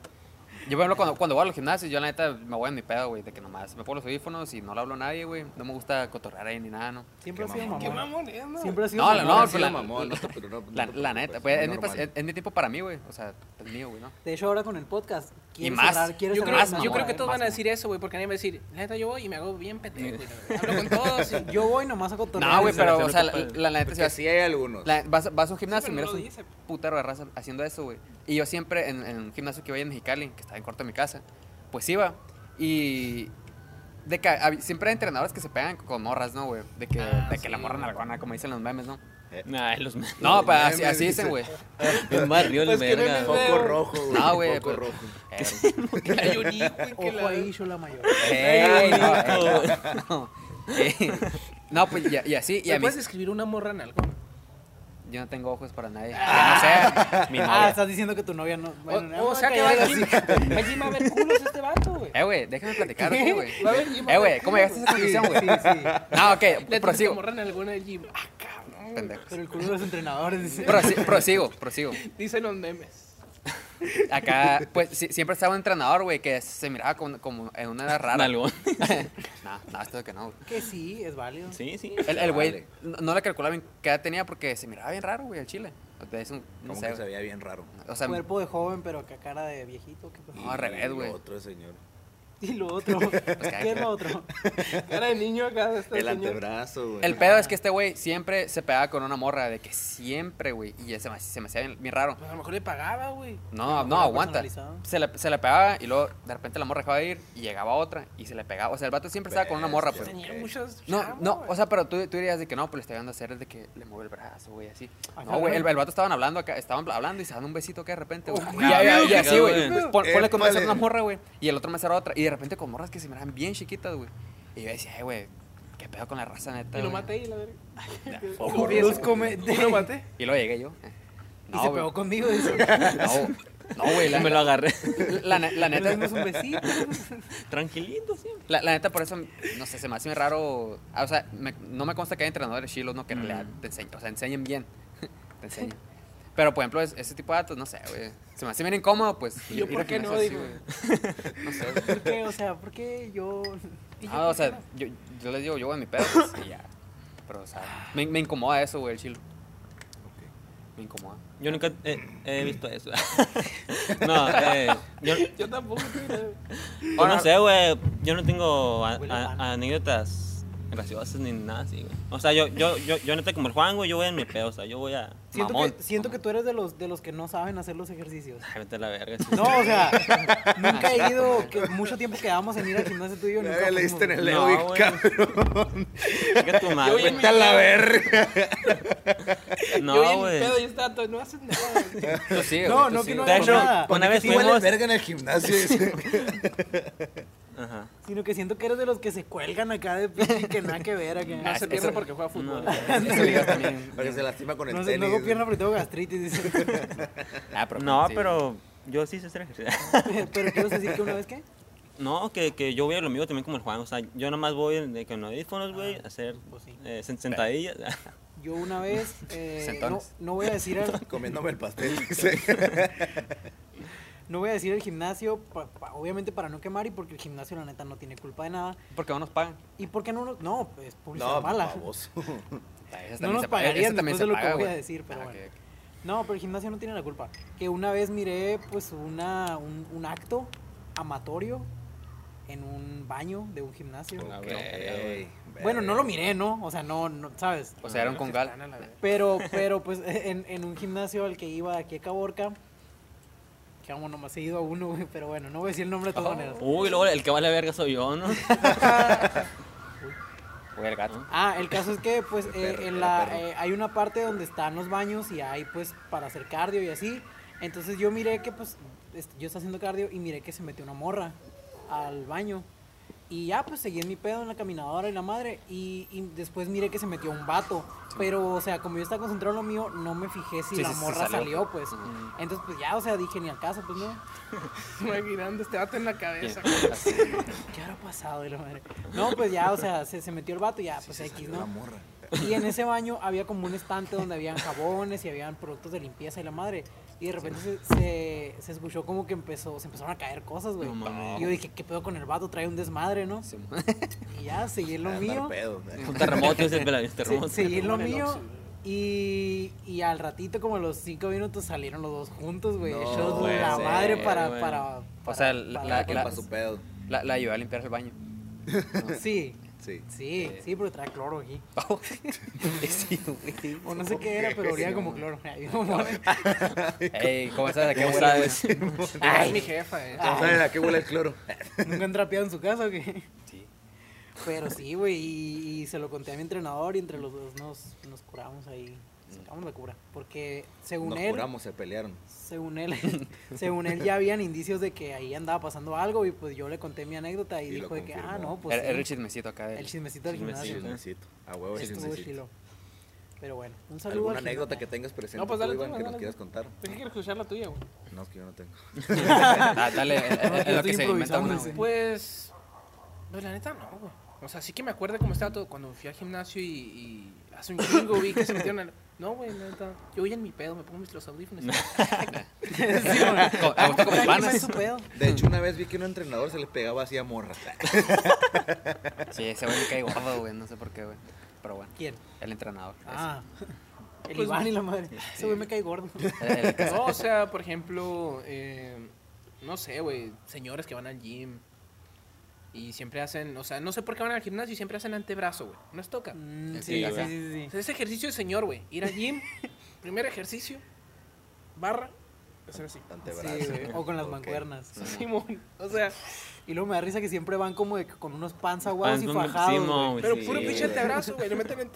[SPEAKER 3] Yo, por ejemplo, cuando, cuando voy a los gimnasios, yo la neta me voy en mi pedo, güey, de que nomás me pongo los audífonos y no le hablo a nadie, güey. No me gusta cotorrear ahí ni nada, ¿no?
[SPEAKER 4] Siempre ha
[SPEAKER 2] Qué
[SPEAKER 4] sido
[SPEAKER 2] mamón.
[SPEAKER 5] ¿Qué
[SPEAKER 4] mamón.
[SPEAKER 5] mamón es, no?
[SPEAKER 4] Siempre ha sido
[SPEAKER 3] No, la-
[SPEAKER 4] mamón.
[SPEAKER 3] no,
[SPEAKER 2] Sí,
[SPEAKER 3] la-
[SPEAKER 2] mamón,
[SPEAKER 3] la-
[SPEAKER 2] no, pero no-
[SPEAKER 3] La,
[SPEAKER 2] no te
[SPEAKER 3] la
[SPEAKER 2] preocupes,
[SPEAKER 3] neta, pues,
[SPEAKER 2] es
[SPEAKER 3] es, mi, pas-
[SPEAKER 2] normal.
[SPEAKER 3] es, es mi tiempo para mí, güey. O sea, es mío, güey, ¿no?
[SPEAKER 4] De hecho, ahora con el podcast.
[SPEAKER 3] Y
[SPEAKER 4] ¿quieres
[SPEAKER 3] más.
[SPEAKER 4] cerrar- quieres
[SPEAKER 3] Yo
[SPEAKER 4] cerrar
[SPEAKER 5] Yo creo,
[SPEAKER 3] más
[SPEAKER 4] esa
[SPEAKER 5] yo
[SPEAKER 3] mamón.
[SPEAKER 5] creo que
[SPEAKER 4] mamada?
[SPEAKER 5] todos
[SPEAKER 3] Más
[SPEAKER 5] van a
[SPEAKER 3] mamón.
[SPEAKER 5] decir eso, güey, porque nadie va a decir, la neta, yo voy y me hago bien pendejo. güey, la verdad. Hablo con todos. y-
[SPEAKER 4] Yo voy nomás a cotorrear.
[SPEAKER 3] No, güey,
[SPEAKER 1] se
[SPEAKER 3] pero,
[SPEAKER 1] me
[SPEAKER 3] o sea, la,
[SPEAKER 1] hace muy
[SPEAKER 3] la- la neta,
[SPEAKER 2] Porque
[SPEAKER 3] sí,
[SPEAKER 2] sí hay algunos.
[SPEAKER 3] La- vas, vas a un gimnasio
[SPEAKER 5] pero
[SPEAKER 3] y miras
[SPEAKER 5] no lo
[SPEAKER 3] un
[SPEAKER 5] dice.
[SPEAKER 3] putero de raza haciendo eso, güey. Y yo siempre en, en un gimnasio que voy en Mexicali, que está en corto de mi casa, pues iba. Y de que hab- siempre hay entrenadores que se pegan con morras, ¿no, güey? De que,
[SPEAKER 5] Ah,
[SPEAKER 3] de que la
[SPEAKER 5] sí.
[SPEAKER 3] morra nalgona, como dicen los memes, ¿no?
[SPEAKER 1] Nah, es los
[SPEAKER 3] No,
[SPEAKER 2] Los
[SPEAKER 3] pues así,
[SPEAKER 2] memes,
[SPEAKER 3] así
[SPEAKER 2] dice.
[SPEAKER 3] dicen, güey.
[SPEAKER 1] Los barrios,
[SPEAKER 5] Pues que no
[SPEAKER 1] verga.
[SPEAKER 5] es
[SPEAKER 1] güey.
[SPEAKER 2] Foco rojo, güey.
[SPEAKER 3] No, güey.
[SPEAKER 2] Foco
[SPEAKER 3] pues,
[SPEAKER 2] rojo.
[SPEAKER 3] eh,
[SPEAKER 5] Que la Yuri, güey, que
[SPEAKER 4] Ojo
[SPEAKER 5] la-
[SPEAKER 4] ahí, yo la mayor.
[SPEAKER 3] ey, no, eh, no. Eh, no, pues y, y así, y
[SPEAKER 5] ¿Me
[SPEAKER 3] a mí.
[SPEAKER 5] puedes escribir una morra en algo?
[SPEAKER 3] Yo no tengo ojos para nadie. Que no sea mi
[SPEAKER 4] Ah,
[SPEAKER 3] novia.
[SPEAKER 4] estás diciendo que tu novia no.
[SPEAKER 5] O-
[SPEAKER 4] Bueno,
[SPEAKER 5] o, sea que va al gym, va al gym a ver culos este vato, güey.
[SPEAKER 3] Eh, güey, déjame platicar,
[SPEAKER 5] ¿Qué?
[SPEAKER 3] güey.
[SPEAKER 5] Va a haber gym, va a
[SPEAKER 3] Eh,
[SPEAKER 5] haber
[SPEAKER 3] güey, ¿cómo llegaste a esa
[SPEAKER 4] Sí,
[SPEAKER 3] conclusión, güey?
[SPEAKER 4] sí, sí.
[SPEAKER 3] No, ok,
[SPEAKER 5] Le tienes que
[SPEAKER 3] prosigo.
[SPEAKER 5] morrar en alguna del gym. Ah, cabrón.
[SPEAKER 3] Pendejos.
[SPEAKER 4] Pero el culo de los entrenadores. dice.
[SPEAKER 3] Prosi- prosigo, prosigo.
[SPEAKER 5] Dicen los memes.
[SPEAKER 3] Acá, pues si- siempre estaba un entrenador, güey, que se miraba como, como en una edad rara. no,
[SPEAKER 1] Nalgón.
[SPEAKER 3] no, esto que no, güey.
[SPEAKER 4] Que sí, es válido.
[SPEAKER 1] Sí, sí.
[SPEAKER 3] El- El güey
[SPEAKER 2] Ah, Vale.
[SPEAKER 3] no, no le calculaba bien qué edad tenía porque se miraba bien raro, güey, el chile. O sea, es un- no
[SPEAKER 2] Como
[SPEAKER 3] sé,
[SPEAKER 2] que se
[SPEAKER 3] güey.
[SPEAKER 2] veía bien raro.
[SPEAKER 3] O sea,
[SPEAKER 4] Cuerpo de joven, pero que cara de viejito. ¿qué pasó?
[SPEAKER 3] No, al revés,
[SPEAKER 2] Y
[SPEAKER 3] güey.
[SPEAKER 2] Otro señor.
[SPEAKER 4] Y lo otro. pues,
[SPEAKER 3] cada
[SPEAKER 4] ¿Qué es
[SPEAKER 3] quien.
[SPEAKER 4] lo otro?
[SPEAKER 5] Cara de niño acá. Está
[SPEAKER 2] El
[SPEAKER 5] señor.
[SPEAKER 2] antebrazo, güey.
[SPEAKER 3] El pedo es que este güey siempre se pegaba con una morra, de que siempre, güey. Y ese se me hacía bien, bien raro.
[SPEAKER 5] Pues a lo mejor le pagaba, güey.
[SPEAKER 3] No, no,
[SPEAKER 4] era
[SPEAKER 3] aguanta.
[SPEAKER 4] personalizado.
[SPEAKER 3] Se le, se le pegaba y luego de repente la morra dejaba de ir y llegaba otra y se le pegaba. O sea, el vato siempre estaba con una morra, pues.
[SPEAKER 2] Bestia.
[SPEAKER 5] Tenía muchas.
[SPEAKER 3] No,
[SPEAKER 5] chavas,
[SPEAKER 3] no,
[SPEAKER 5] güey.
[SPEAKER 3] o sea, pero tú, tú dirías de que no, pues le está dando a hacer de que le mueve el brazo, güey, así.
[SPEAKER 4] Ajá,
[SPEAKER 3] No, güey, el,
[SPEAKER 4] güey.
[SPEAKER 3] el vato estaban hablando acá, estaban hablando y se dan un besito acá de repente, güey.
[SPEAKER 4] Oh,
[SPEAKER 3] y, ya- ya-
[SPEAKER 1] no,
[SPEAKER 3] ya así, güey. pues,
[SPEAKER 1] cabrón.
[SPEAKER 3] Pon- ponle con un mesero
[SPEAKER 2] Épale.
[SPEAKER 3] una morra, güey. Y el otro mesero otra. Y de repente con morras que se miran bien chiquitas, güey. Y yo decía, ay, güey, qué pedo con la raza neta.
[SPEAKER 5] Y lo
[SPEAKER 3] güey".
[SPEAKER 5] maté y la verga.
[SPEAKER 2] Ojo,
[SPEAKER 5] Confieso.
[SPEAKER 4] Los comenté.
[SPEAKER 5] Y lo maté.
[SPEAKER 3] Y luego llegué yo. eh.
[SPEAKER 4] Y
[SPEAKER 3] No,
[SPEAKER 4] se
[SPEAKER 3] güey.
[SPEAKER 4] pegó conmigo. Dice,
[SPEAKER 3] No, no, güey.
[SPEAKER 1] Y
[SPEAKER 3] La,
[SPEAKER 1] me lo agarré.
[SPEAKER 3] la ne- la
[SPEAKER 4] le
[SPEAKER 3] neta.
[SPEAKER 4] dimos Pues, un besito.
[SPEAKER 1] Tranquilito, siempre.
[SPEAKER 3] La, la neta, por eso, no sé, se me hace muy raro. ah, o sea, me- no me consta que hay entrenadores chilos, no, que en
[SPEAKER 1] Mm.
[SPEAKER 3] realidad te enseñen, o sea, enseñen bien. te enseñen. Pero, por ejemplo, es- ese tipo de datos, no sé, güey. Se me hace bien incómodo, pues.
[SPEAKER 5] ¿Y yo
[SPEAKER 3] ir- ir
[SPEAKER 5] por
[SPEAKER 3] al
[SPEAKER 5] qué
[SPEAKER 3] gimnasio
[SPEAKER 5] no?
[SPEAKER 3] así,
[SPEAKER 5] Digo.
[SPEAKER 3] güey. No sé, güey.
[SPEAKER 4] ¿Por qué? O sea, ¿por qué yo.? ¿Y yo
[SPEAKER 3] Ah, o
[SPEAKER 4] por qué
[SPEAKER 3] sea,
[SPEAKER 4] no?
[SPEAKER 3] yo, yo les digo, yo voy a mi pedo, pues, y ya. Pero, o sea, me, me incomoda eso, güey, el chilo. Me incomoda.
[SPEAKER 1] Yo nunca eh, he visto eso. no, eh, yo,
[SPEAKER 5] Yo tampoco. güey.
[SPEAKER 1] yo
[SPEAKER 3] Ahora-
[SPEAKER 1] no sé, güey. Yo no tengo a-
[SPEAKER 4] Huele
[SPEAKER 1] a-
[SPEAKER 4] mal.
[SPEAKER 1] anécdotas graciosas ni nada así, güey. O sea, yo, yo, yo, yo neta como el Juan, güey, yo voy en mi pedo. O sea, yo voy a.
[SPEAKER 4] Siento,
[SPEAKER 1] mamón.
[SPEAKER 4] que, siento que tú eres de los, de los que no saben hacer los ejercicios.
[SPEAKER 1] Ay, vete a la verga. sí.
[SPEAKER 4] No, o sea, nunca he ido, que mucho tiempo quedábamos en ir al gimnasio tú y yo. Nunca
[SPEAKER 2] Le diste en
[SPEAKER 4] fuimos.
[SPEAKER 2] el
[SPEAKER 1] No,
[SPEAKER 2] ego, bien
[SPEAKER 1] güey.
[SPEAKER 2] cabrón.
[SPEAKER 1] Chinga tu madre.
[SPEAKER 5] Yo voy en
[SPEAKER 1] güey.
[SPEAKER 2] Vete a la verga.
[SPEAKER 5] yo
[SPEAKER 1] No,
[SPEAKER 5] bien
[SPEAKER 1] güey.
[SPEAKER 5] pedo y está todo, no haces nada. güey.
[SPEAKER 3] Tú sí,
[SPEAKER 4] No,
[SPEAKER 3] güey, tú
[SPEAKER 4] no,
[SPEAKER 3] sí,
[SPEAKER 4] que no
[SPEAKER 3] güey.
[SPEAKER 1] De
[SPEAKER 4] hagas
[SPEAKER 1] hecho,
[SPEAKER 4] nada.
[SPEAKER 1] una vez
[SPEAKER 2] Sí, vale
[SPEAKER 1] fuimos.
[SPEAKER 2] verga en el gimnasio. dice.
[SPEAKER 1] Ajá.
[SPEAKER 4] Sino que siento que eres de los que se cuelgan acá de pinche que nada Ah, que ver. acá.
[SPEAKER 5] No se
[SPEAKER 3] eso-
[SPEAKER 5] pierde porque juega fútbol.
[SPEAKER 1] No.
[SPEAKER 3] Eso digas también.
[SPEAKER 2] Porque se lastima con el
[SPEAKER 4] No sé,
[SPEAKER 2] tenis.
[SPEAKER 4] luego pierna, pero tengo gastritis. dice.
[SPEAKER 3] Ah, pero-
[SPEAKER 1] No,
[SPEAKER 3] sí.
[SPEAKER 1] pero yo sí sé hacer ejercicio.
[SPEAKER 4] pero quiero decir que una vez que.
[SPEAKER 1] No, que, que yo voy a lo mío también como el Juan. O sea, yo nomás voy de, con los audífonos, güey,
[SPEAKER 3] Ah.
[SPEAKER 1] a hacer
[SPEAKER 4] pues sí.
[SPEAKER 1] eh, sen- sentadillas.
[SPEAKER 4] Yo una vez. eh, no,
[SPEAKER 3] Sentones.
[SPEAKER 4] no voy a decir al,
[SPEAKER 2] Comiéndome el pastel. dice.
[SPEAKER 4] no voy a decir el gimnasio, pa- pa- obviamente para no quemar y porque el gimnasio, la neta, no tiene culpa de nada.
[SPEAKER 3] Porque no nos pagan.
[SPEAKER 4] ¿Y por qué no nos.? No, es publicidad
[SPEAKER 2] No,
[SPEAKER 4] mala.
[SPEAKER 2] baboso.
[SPEAKER 3] Esa
[SPEAKER 4] No
[SPEAKER 3] también
[SPEAKER 4] nos
[SPEAKER 3] se paga,
[SPEAKER 4] pagarían
[SPEAKER 3] esa también
[SPEAKER 4] después
[SPEAKER 3] se
[SPEAKER 4] de lo que
[SPEAKER 3] paga,
[SPEAKER 4] voy a
[SPEAKER 3] güey.
[SPEAKER 4] decir, pero
[SPEAKER 3] Ah,
[SPEAKER 4] bueno.
[SPEAKER 3] ok, ok.
[SPEAKER 4] No, pero el gimnasio no tiene la culpa. Que una vez miré pues una, un, un acto amatorio en un baño de un gimnasio.
[SPEAKER 1] A
[SPEAKER 2] Ok,
[SPEAKER 1] ver.
[SPEAKER 4] Bueno, no lo miré, ¿no? O sea, no, no ¿sabes?
[SPEAKER 3] O sea, era un congal.
[SPEAKER 5] Están a la verga.
[SPEAKER 4] Pero, pero pues en, en un gimnasio al que iba de aquí a Caborca, que vamos, nomás he ido a uno, güey, pero bueno, no voy a decir el nombre de todas maneras.
[SPEAKER 1] Uy, luego el que vale verga soy yo, ¿no?
[SPEAKER 3] Güey, el gato.
[SPEAKER 4] Ah, el caso es que pues
[SPEAKER 2] Era perro,
[SPEAKER 4] eh, en
[SPEAKER 2] era
[SPEAKER 4] la-
[SPEAKER 2] perro.
[SPEAKER 4] eh, hay una parte donde están los baños y hay pues para hacer cardio y así. Entonces yo miré que pues es- yo estaba haciendo cardio y miré que se metió una morra al baño. Y ya pues seguí en mi pedo en la caminadora y la madre y, y después miré que se metió un vato. Pero o sea, como yo estaba concentrado en lo mío, no me fijé si
[SPEAKER 3] Sí,
[SPEAKER 4] la
[SPEAKER 3] sí, sí,
[SPEAKER 4] morra
[SPEAKER 3] salió.
[SPEAKER 4] salió. pues. Entonces pues ya, o sea, dije ni al caso, pues no.
[SPEAKER 5] Imaginando este vato en la cabeza.
[SPEAKER 3] Así.
[SPEAKER 4] ¿Qué habrá pasado? Y la madre. No, pues ya, o sea, se, se metió el vato y ya, pues
[SPEAKER 2] Se
[SPEAKER 4] X,
[SPEAKER 2] salió
[SPEAKER 4] ¿no?
[SPEAKER 2] la morra.
[SPEAKER 4] Y en ese baño había como un estante donde habían jabones y habían productos de limpieza y la madre. Y de repente se, se, se escuchó como que empezó, se empezaron a caer cosas, güey.
[SPEAKER 1] No mames.
[SPEAKER 4] y yo dije, ¿qué pedo con el vato? Trae un desmadre, ¿no?
[SPEAKER 3] Sí.
[SPEAKER 4] Y ya, seguí en lo
[SPEAKER 2] Ah, andar
[SPEAKER 4] mío.
[SPEAKER 2] pedo, ¿no?
[SPEAKER 1] Un terremoto, ese pela- ese
[SPEAKER 4] se-
[SPEAKER 1] terremoto.
[SPEAKER 4] seguí en lo
[SPEAKER 5] en el
[SPEAKER 4] mío.
[SPEAKER 5] Oxxo, güey.
[SPEAKER 4] Y, y al ratito, como a los cinco minutos, salieron los dos juntos, güey.
[SPEAKER 2] No
[SPEAKER 4] Hechos
[SPEAKER 1] puede
[SPEAKER 4] la
[SPEAKER 1] ser,
[SPEAKER 4] madre para,
[SPEAKER 1] güey.
[SPEAKER 4] para, para-
[SPEAKER 3] sea, la-
[SPEAKER 4] para-
[SPEAKER 3] la-
[SPEAKER 2] Con
[SPEAKER 3] la-
[SPEAKER 2] pa' su pedo.
[SPEAKER 3] La, la ayudé a limpiar el baño.
[SPEAKER 4] Sí,
[SPEAKER 2] Sí.
[SPEAKER 4] sí, sí, porque trae cloro aquí.
[SPEAKER 3] sí, güey.
[SPEAKER 4] O no sé qué era, pero olía como cloro. Ay, no mames.
[SPEAKER 3] Ey, ¿cómo sabes? ¿A qué
[SPEAKER 1] ¿Cómo
[SPEAKER 3] huele, güey?
[SPEAKER 1] sabes?
[SPEAKER 5] Ay, mi jefa, eh.
[SPEAKER 2] ¿Cómo saben a qué huele el cloro?
[SPEAKER 4] ¿Nunca han trapeado en su casa o qué?
[SPEAKER 3] Sí.
[SPEAKER 4] Pero sí, güey, y, y se lo conté a mi entrenador y entre los dos nos, nos curamos ahí. Sacamos la cura. Porque según
[SPEAKER 2] Nos
[SPEAKER 4] él,
[SPEAKER 2] curamos, se pelearon.
[SPEAKER 4] según él, según él ya habían indicios de que ahí andaba pasando algo y pues yo le conté mi anécdota y,
[SPEAKER 2] Y lo
[SPEAKER 4] dijo de que, ah,
[SPEAKER 2] confirmó.
[SPEAKER 4] no, pues
[SPEAKER 3] era, era el
[SPEAKER 4] sí,
[SPEAKER 3] chismecito acá.
[SPEAKER 4] el,
[SPEAKER 3] del-
[SPEAKER 4] chismecito del
[SPEAKER 1] chismecito,
[SPEAKER 4] gimnasio. Ah, ¿no?
[SPEAKER 2] Chismecito. A huevo,
[SPEAKER 4] Sí, estuvo
[SPEAKER 2] chismecito.
[SPEAKER 4] chilo. Pero bueno, un saludo.
[SPEAKER 2] ¿Alguna
[SPEAKER 4] al
[SPEAKER 2] anécdota que
[SPEAKER 4] gimnasio.
[SPEAKER 2] tengas presente
[SPEAKER 5] No, pues
[SPEAKER 2] tú,
[SPEAKER 5] dale tú,
[SPEAKER 2] Iván, que
[SPEAKER 5] dale,
[SPEAKER 2] nos
[SPEAKER 5] dale.
[SPEAKER 2] quieras contar?
[SPEAKER 5] Tengo que escuchar la tuya, güey.
[SPEAKER 2] No, es que yo no tengo.
[SPEAKER 3] Ah, dale, es- es- es lo
[SPEAKER 4] estoy
[SPEAKER 3] que se inventa
[SPEAKER 4] improvisando,
[SPEAKER 3] uno,
[SPEAKER 4] sí.
[SPEAKER 3] güey.
[SPEAKER 5] Pues. Pues la neta no, güey. O sea, sí que me acuerdo cómo estaba todo cuando fui al gimnasio y. y hace un chingo vi que se metieron al. No, güey, la neta. Yo voy en mi pedo, me pongo mis los audífonos.
[SPEAKER 3] Co- Me gusta como
[SPEAKER 4] Cada quien sabe
[SPEAKER 3] panas.
[SPEAKER 4] su pedo.
[SPEAKER 2] De hecho, una vez vi que un entrenador se le pegaba así a morra.
[SPEAKER 3] Sí, ese güey me cae gordo, güey. No sé por qué, güey. Pero bueno,
[SPEAKER 4] ¿Quién?
[SPEAKER 3] el entrenador. ese.
[SPEAKER 4] Ah, el
[SPEAKER 5] Pues,
[SPEAKER 4] Iván y la madre. Ese güey me cae gordo.
[SPEAKER 3] El- el que-
[SPEAKER 5] No, o sea, por ejemplo, eh, no sé, güey, señores que van al gym, Y siempre hacen, o sea, no sé por qué van al gimnasio y siempre hacen antebrazo, güey. No es toca.
[SPEAKER 4] Mm,
[SPEAKER 3] Sí,
[SPEAKER 4] sí, sí,
[SPEAKER 1] ¿verdad?
[SPEAKER 4] sí, sí,
[SPEAKER 5] O sea, es ejercicio de señor, güey. Ir al gym, primer ejercicio, barra, hacer así.
[SPEAKER 1] Mm.
[SPEAKER 2] Antebrazo.
[SPEAKER 4] Sí, güey, O con las
[SPEAKER 2] Ok.
[SPEAKER 4] mancuernas.
[SPEAKER 5] Simón. O sea,
[SPEAKER 4] Y luego me da risa que siempre van como de que con unos panza guados y
[SPEAKER 1] Pan con-
[SPEAKER 4] fajados.
[SPEAKER 1] Simón,
[SPEAKER 4] güey.
[SPEAKER 1] güey,
[SPEAKER 5] pero
[SPEAKER 1] Pues sí,
[SPEAKER 5] puro pinche
[SPEAKER 1] güey.
[SPEAKER 5] antebrazo, güey. Le meten en-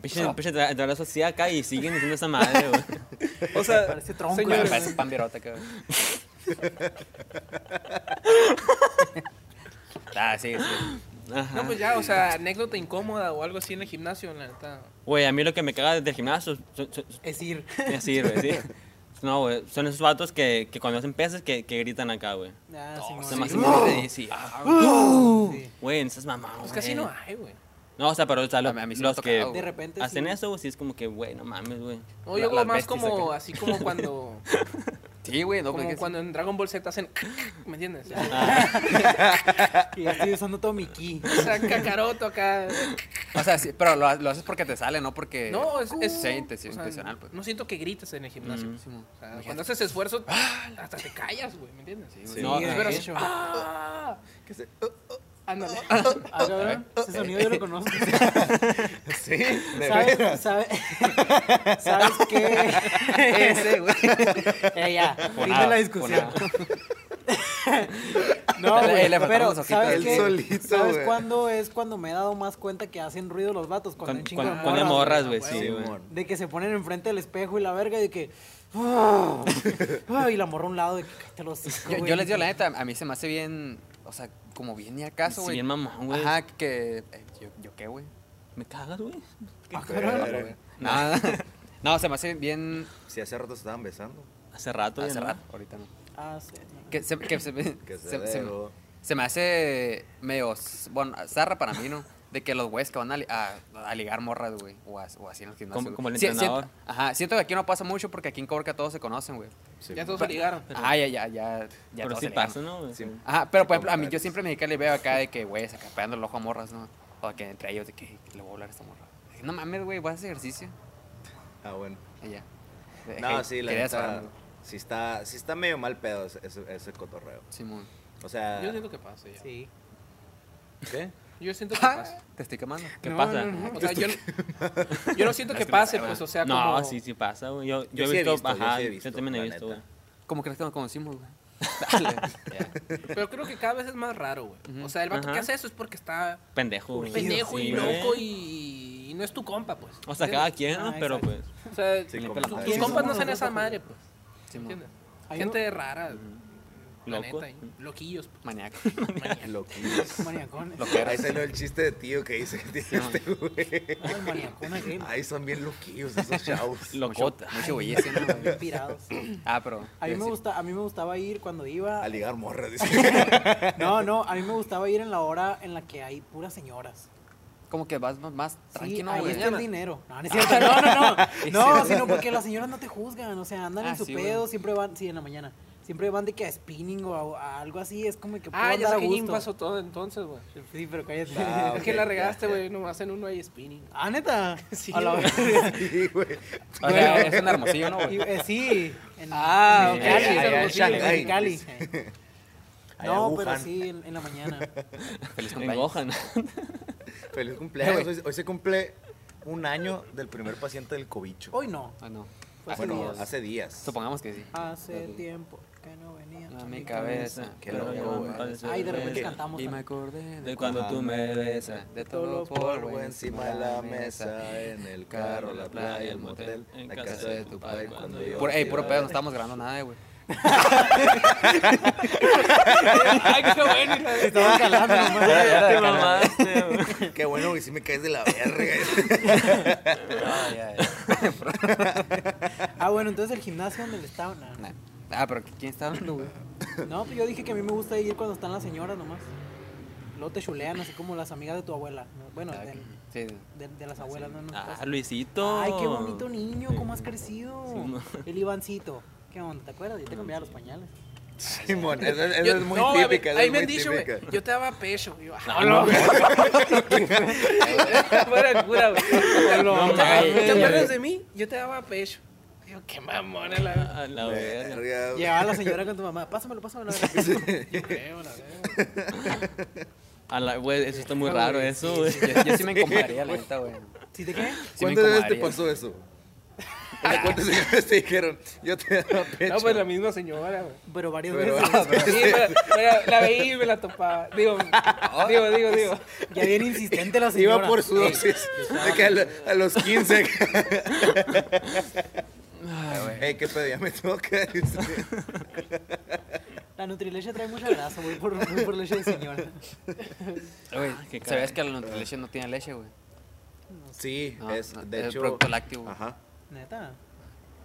[SPEAKER 1] Pinche pinche tra- trabazo así acá y siguen diciendo esa madre, güey.
[SPEAKER 5] O sea,
[SPEAKER 4] Parece tronco,
[SPEAKER 5] señores,
[SPEAKER 4] güey.
[SPEAKER 3] Parece pan virota, cabrón. ah, sí, sí.
[SPEAKER 5] No,
[SPEAKER 1] Ajá.
[SPEAKER 5] pues ya, o sea, anécdota incómoda o algo así en el gimnasio, la neta.
[SPEAKER 1] Güey, a mí lo que me caga desde el gimnasio son- son-
[SPEAKER 4] Es ir.
[SPEAKER 1] son- así, güey, sí. No, güey, son esos vatos que, que cuando hacen peces que, que gritan acá, güey.
[SPEAKER 4] Ah,
[SPEAKER 1] O
[SPEAKER 4] Simón,
[SPEAKER 1] sea,
[SPEAKER 4] sí.
[SPEAKER 1] más importante sí. ah, güey.
[SPEAKER 4] Sí.
[SPEAKER 1] Güey, no estás mamado,
[SPEAKER 5] Pues casi no hay, güey.
[SPEAKER 1] No, o sea, pero o sea, lo-
[SPEAKER 3] A mí- a mí sí me
[SPEAKER 1] los
[SPEAKER 3] ha
[SPEAKER 1] que
[SPEAKER 3] tocado,
[SPEAKER 4] De repente.
[SPEAKER 1] hacen
[SPEAKER 4] sí.
[SPEAKER 1] eso, güey, sí es como que, güey, no mames, güey.
[SPEAKER 5] No,
[SPEAKER 3] La-
[SPEAKER 5] yo
[SPEAKER 3] las
[SPEAKER 5] como más
[SPEAKER 3] bestias
[SPEAKER 5] como,
[SPEAKER 3] acá.
[SPEAKER 5] así como cuando,
[SPEAKER 3] Sí, güey, no,
[SPEAKER 5] como
[SPEAKER 3] porque-
[SPEAKER 5] cuando en Dragon Ball Z hacen, ¿me entiendes? O
[SPEAKER 1] Ah.
[SPEAKER 4] Y ya estoy usando todo mi ki.
[SPEAKER 5] sea, cacaroto acá.
[SPEAKER 3] O sea, sí, pero lo, lo haces porque te sale, no porque.
[SPEAKER 5] No, es, es
[SPEAKER 3] Sí, inte-
[SPEAKER 5] o sea,
[SPEAKER 3] intencional, pues.
[SPEAKER 5] No siento que gritas en el gimnasio.
[SPEAKER 1] Mm.
[SPEAKER 5] O sea, cuando haces esfuerzo, hasta te callas, güey, ¿me entiendes?
[SPEAKER 3] Sí,
[SPEAKER 1] No,
[SPEAKER 3] no,
[SPEAKER 4] Sí,
[SPEAKER 1] ajá.
[SPEAKER 4] de
[SPEAKER 5] pero-
[SPEAKER 4] hecho.
[SPEAKER 5] ¡Ah!
[SPEAKER 2] Que se-
[SPEAKER 5] Ándale.
[SPEAKER 4] Ah, cabrón, Ese sonido yo lo conozco.
[SPEAKER 2] Sí, de
[SPEAKER 4] ¿Sabes?
[SPEAKER 2] veras.
[SPEAKER 4] ¿Sabes? ¿Sabes qué? Ese, güey. Eh, ya, fin de la discusión. No,
[SPEAKER 3] Le-
[SPEAKER 4] güey,
[SPEAKER 3] le faltaron
[SPEAKER 4] pero
[SPEAKER 3] los ojitos.
[SPEAKER 4] ¿sabes
[SPEAKER 2] Él
[SPEAKER 4] qué?
[SPEAKER 2] solito,
[SPEAKER 4] ¿Sabes
[SPEAKER 2] güey.
[SPEAKER 4] cuándo es cuando me he dado más cuenta que hacen ruido los vatos? Cuando
[SPEAKER 1] Con,
[SPEAKER 4] un chingo de
[SPEAKER 1] con, con de
[SPEAKER 4] morras,
[SPEAKER 1] morras,
[SPEAKER 4] güey.
[SPEAKER 1] güey, sí, güey.
[SPEAKER 2] Simón.
[SPEAKER 4] De que se ponen enfrente del espejo y la verga y de que... "Ah", ah, y la morra a un lado de que te los...
[SPEAKER 3] Yo, yo les digo la neta, a mí se me hace bien. O sea, como bien ni acaso,
[SPEAKER 1] Sí,
[SPEAKER 3] güey.
[SPEAKER 1] bien mamón, güey.
[SPEAKER 3] Ajá, que. eh, yo, yo qué, güey.
[SPEAKER 1] ¿Me cagas, güey?
[SPEAKER 2] Pero,
[SPEAKER 3] No, no, se me hace bien.
[SPEAKER 2] Si hace rato se estaban besando.
[SPEAKER 1] Hace rato, ya,
[SPEAKER 3] Hace
[SPEAKER 1] ¿no?
[SPEAKER 3] rato, ahorita no.
[SPEAKER 4] Ah, sí.
[SPEAKER 3] Que se, que se, me-
[SPEAKER 2] Que se,
[SPEAKER 3] se- se-
[SPEAKER 2] dejó.
[SPEAKER 3] se me hace medio. s- Bueno, zarra para mí, ¿no? De que los güeyes que van a, li- a- a ligar morras, güey. O, as- o así en los gimnasios.
[SPEAKER 1] Como-
[SPEAKER 3] güey.
[SPEAKER 1] como el
[SPEAKER 3] Sí, sí,
[SPEAKER 1] entrenador.
[SPEAKER 3] ajá, siento que aquí no pasa mucho porque aquí en Coborca todos se conocen, güey.
[SPEAKER 2] Sí,
[SPEAKER 5] Ya
[SPEAKER 2] güey.
[SPEAKER 5] todos se ligaron.
[SPEAKER 3] Ah, ya, ya, ya. ya
[SPEAKER 1] pero
[SPEAKER 3] todos
[SPEAKER 1] sí
[SPEAKER 3] se ligan.
[SPEAKER 1] pasa, ¿no? güey?
[SPEAKER 2] Sí.
[SPEAKER 3] Ajá, pero por ejemplo, a mí yo
[SPEAKER 2] Compadres.
[SPEAKER 3] siempre en Mexicali veo acá de que, güey, saca pegando el ojo a morras, ¿no? O que entre ellos de que le voy a hablar a esta morra. Dije, No mames, güey, vas a hacer ejercicio.
[SPEAKER 2] Ah, bueno.
[SPEAKER 3] Y ya. Dejé-
[SPEAKER 2] No, sí, la
[SPEAKER 3] quería
[SPEAKER 2] neta.
[SPEAKER 3] desahogarme.
[SPEAKER 2] Sí está, sí está medio mal pedo ese, ese- ese cotorreo.
[SPEAKER 3] Simón.
[SPEAKER 2] O
[SPEAKER 1] Ah.
[SPEAKER 2] sea,
[SPEAKER 5] Yo siento que pasa ya.
[SPEAKER 4] Sí.
[SPEAKER 2] ¿qué?
[SPEAKER 5] Yo siento que
[SPEAKER 3] Ah,
[SPEAKER 5] pasa.
[SPEAKER 3] Te estoy quemando.
[SPEAKER 1] ¿Qué
[SPEAKER 4] No,
[SPEAKER 1] pasa?
[SPEAKER 4] no,
[SPEAKER 5] O sea, yo no, yo no siento que pase, pues, o sea,
[SPEAKER 1] no,
[SPEAKER 5] como...
[SPEAKER 1] sí, sí pasa, güey. Yo, yo,
[SPEAKER 2] Yo
[SPEAKER 1] he
[SPEAKER 2] sí he
[SPEAKER 1] visto,
[SPEAKER 2] visto, yo
[SPEAKER 1] ajá,
[SPEAKER 2] sí he
[SPEAKER 1] yo,
[SPEAKER 2] visto,
[SPEAKER 1] también he
[SPEAKER 2] la
[SPEAKER 1] visto,
[SPEAKER 2] neta.
[SPEAKER 1] güey.
[SPEAKER 3] ¿Cómo crees que nos conocimos, güey? Dale. Ya.
[SPEAKER 5] Pero creo que cada vez es más raro, güey. O sea, el vato
[SPEAKER 1] Ajá.
[SPEAKER 5] que hace eso es porque está
[SPEAKER 1] Pendejo, güey.
[SPEAKER 5] pendejo
[SPEAKER 1] Sí,
[SPEAKER 5] y
[SPEAKER 1] güey.
[SPEAKER 5] loco y, y no es tu compa, pues.
[SPEAKER 1] O sea,
[SPEAKER 5] ¿Entiendes?
[SPEAKER 1] cada quien, ¿no?
[SPEAKER 4] Ah,
[SPEAKER 1] pero
[SPEAKER 4] exacto.
[SPEAKER 1] pues.
[SPEAKER 5] O sea,
[SPEAKER 2] Sí,
[SPEAKER 5] tus-
[SPEAKER 2] como
[SPEAKER 5] tus,
[SPEAKER 2] tal.
[SPEAKER 5] compas no
[SPEAKER 4] Sí,
[SPEAKER 5] son
[SPEAKER 4] sí,
[SPEAKER 5] esa
[SPEAKER 4] sí.
[SPEAKER 5] madre, pues. ¿Entiendes?
[SPEAKER 4] Hay
[SPEAKER 5] Gente rara, la
[SPEAKER 1] Mm, Loco.
[SPEAKER 5] neta, y loquillos. pues.
[SPEAKER 3] Maníaco.
[SPEAKER 2] Loquillos.
[SPEAKER 4] Maniacones.
[SPEAKER 2] Ahí salió el chiste de tío que dice que tiene este güey.
[SPEAKER 4] Ah, el maniacón aquel.
[SPEAKER 2] Ay, son bien loquillos esos chavos.
[SPEAKER 1] Locota.
[SPEAKER 3] Mucho, mucho belleza, ¿no, güey?
[SPEAKER 4] Bien pirados.
[SPEAKER 3] Ah, pero.
[SPEAKER 4] A mí,
[SPEAKER 3] iba
[SPEAKER 4] me
[SPEAKER 3] a decir,
[SPEAKER 4] gusta, a mí me gustaba ir cuando iba.
[SPEAKER 2] A ligar morras, dice.
[SPEAKER 4] No, no, a mí me gustaba ir en la hora en la que hay puras señoras.
[SPEAKER 3] Como que vas más, más
[SPEAKER 4] Sí,
[SPEAKER 3] tranquilo,
[SPEAKER 4] ahí
[SPEAKER 3] güey. Ah,
[SPEAKER 4] está el dinero. No, no es cierto, no, no, no. No, sino porque las señoras no te juzgan, o sea, andan
[SPEAKER 3] Ah,
[SPEAKER 4] en su
[SPEAKER 3] sí, güey.
[SPEAKER 4] pedo, siempre van, sí, en la mañana. Siempre van de que a spinning o a, a algo así, es como que puedo
[SPEAKER 5] Ah, ya
[SPEAKER 4] andar a
[SPEAKER 5] sé que Jim
[SPEAKER 4] gusto.
[SPEAKER 5] pasó todo entonces, güey.
[SPEAKER 4] Sí, pero cállate.
[SPEAKER 2] Ah,
[SPEAKER 5] Es que la
[SPEAKER 2] ok,
[SPEAKER 5] regaste,
[SPEAKER 2] ya, ya.
[SPEAKER 5] güey. No, hacen uno ahí spinning.
[SPEAKER 4] Ah, neta.
[SPEAKER 5] Sí,
[SPEAKER 4] A la
[SPEAKER 5] güey.
[SPEAKER 4] verga.
[SPEAKER 2] Sí, güey.
[SPEAKER 3] O sea, es un hermosillo, ¿no,
[SPEAKER 4] Y-
[SPEAKER 3] güey?
[SPEAKER 4] eh, sí. En,
[SPEAKER 3] Ah,
[SPEAKER 4] en
[SPEAKER 3] ok.
[SPEAKER 4] Cali,
[SPEAKER 2] Ahí, ahí,
[SPEAKER 4] en
[SPEAKER 2] en Shanghái.
[SPEAKER 4] Cali, en Cali.
[SPEAKER 2] Ahí a
[SPEAKER 4] No, pero
[SPEAKER 2] Wuhan.
[SPEAKER 4] sí, en, en la mañana.
[SPEAKER 3] Feliz
[SPEAKER 1] En
[SPEAKER 3] cumpleaños.
[SPEAKER 1] Gohan.
[SPEAKER 2] Feliz cumpleaños. Hoy, hoy se cumple un año del primer paciente del cobicho.
[SPEAKER 4] Hoy no.
[SPEAKER 3] Ah, no.
[SPEAKER 4] Pues
[SPEAKER 2] bueno,
[SPEAKER 4] hace días.
[SPEAKER 2] hace días.
[SPEAKER 3] Supongamos que sí.
[SPEAKER 4] Hace tiempo que no venía.
[SPEAKER 3] A mi cabeza.
[SPEAKER 2] Qué
[SPEAKER 3] pero
[SPEAKER 2] loco,
[SPEAKER 3] yo me
[SPEAKER 2] güey.
[SPEAKER 3] parece
[SPEAKER 4] Ay, de repente
[SPEAKER 2] Porque-
[SPEAKER 4] cantamos.
[SPEAKER 3] Y me
[SPEAKER 4] también.
[SPEAKER 3] acordé
[SPEAKER 1] pues, De cuando tú me besas.
[SPEAKER 3] De
[SPEAKER 4] todo
[SPEAKER 3] todo lo
[SPEAKER 4] lo
[SPEAKER 3] polvo encima de la mesa.
[SPEAKER 2] en el
[SPEAKER 3] carro, la playa, el motel,
[SPEAKER 1] en casa de tu padre cuando yo
[SPEAKER 3] Puro, ey, puro
[SPEAKER 2] quiera.
[SPEAKER 3] pedo, no estamos grabando nada, güey.
[SPEAKER 5] Ay, Ah, qué bueno. hija de-
[SPEAKER 4] Estaban calando nomás.
[SPEAKER 1] Te mamaste, güey.
[SPEAKER 2] Qué bueno, güey, si me caes de la verga.
[SPEAKER 3] Ah, ya, ya.
[SPEAKER 4] Ah, bueno, entonces el gimnasio donde le estaban. nah,
[SPEAKER 3] Nah. Ah, pero ¿quién está hablando, güey?
[SPEAKER 4] No, pues yo dije que a mí me gusta ir cuando están las señoras nomás. Luego te chulean, así como las amigas de tu abuela. ¿no? Bueno,
[SPEAKER 3] Ah,
[SPEAKER 4] del-
[SPEAKER 3] Sí.
[SPEAKER 4] de, de las abuelas, no nos
[SPEAKER 1] Ah,
[SPEAKER 4] pasa.
[SPEAKER 1] Luisito.
[SPEAKER 4] Ay, qué bonito niño, cómo has crecido.
[SPEAKER 1] Sí, no.
[SPEAKER 4] El Ivancito. ¿Qué onda? ¿Te acuerdas? Yo te cambiaba los pañales.
[SPEAKER 2] Simón, esa, esa
[SPEAKER 5] Yo-
[SPEAKER 2] es muy
[SPEAKER 5] no, a ver,
[SPEAKER 2] típica. esa
[SPEAKER 5] Ahí
[SPEAKER 2] es
[SPEAKER 5] me han
[SPEAKER 2] muy
[SPEAKER 5] dicho, güey.
[SPEAKER 2] típica.
[SPEAKER 5] Yo te daba pecho. Y Yo, ah,
[SPEAKER 1] No, no, güey.
[SPEAKER 5] fuera de cura, güey.
[SPEAKER 1] No
[SPEAKER 5] ¿Te-
[SPEAKER 1] mames,
[SPEAKER 5] ¿Te acuerdas
[SPEAKER 1] güey.
[SPEAKER 5] de mí? Yo te daba pecho. Digo, qué mamona la verga.
[SPEAKER 1] A la verga.
[SPEAKER 2] Verga, güey.
[SPEAKER 4] Llegaba la señora con tu mamá, pásamelo, pásamelo.
[SPEAKER 5] Yo creo, la verga.
[SPEAKER 1] A la, güey, eso está muy raro, eso, güey.
[SPEAKER 3] Yo, yo sí me encomparía, la neta, güey.
[SPEAKER 4] ¿Sí te qué?
[SPEAKER 3] Sí me
[SPEAKER 2] ¿Cuántas veces te
[SPEAKER 3] incomodaría.
[SPEAKER 2] pasó eso? O sea, ¿Cuántas veces te dijeron? Yo te daba pecho.
[SPEAKER 5] No, pues la misma señora, güey.
[SPEAKER 4] Pero varias
[SPEAKER 2] Pero-
[SPEAKER 4] veces.
[SPEAKER 2] ah,
[SPEAKER 5] Sí, pero- pero la veía y me la topaba. Digo, digo, digo, digo.
[SPEAKER 4] Ya bien insistente la señora.
[SPEAKER 2] Iba por su dosis. De que a, lo- a los 15. Ey, qué pedo, ya me toca. dice.
[SPEAKER 4] La Nutrileche trae mucha grasa, voy por, voy por leche de señora.
[SPEAKER 3] Güey,
[SPEAKER 1] Ah, qué caray.
[SPEAKER 3] ¿sabías que la Nutrileche no tiene leche, güey?
[SPEAKER 2] Sí,
[SPEAKER 3] No,
[SPEAKER 2] es,
[SPEAKER 3] no,
[SPEAKER 2] de
[SPEAKER 3] es
[SPEAKER 2] hecho. ah.
[SPEAKER 3] producto lácteo, güey.
[SPEAKER 2] Ajá.
[SPEAKER 4] Neta.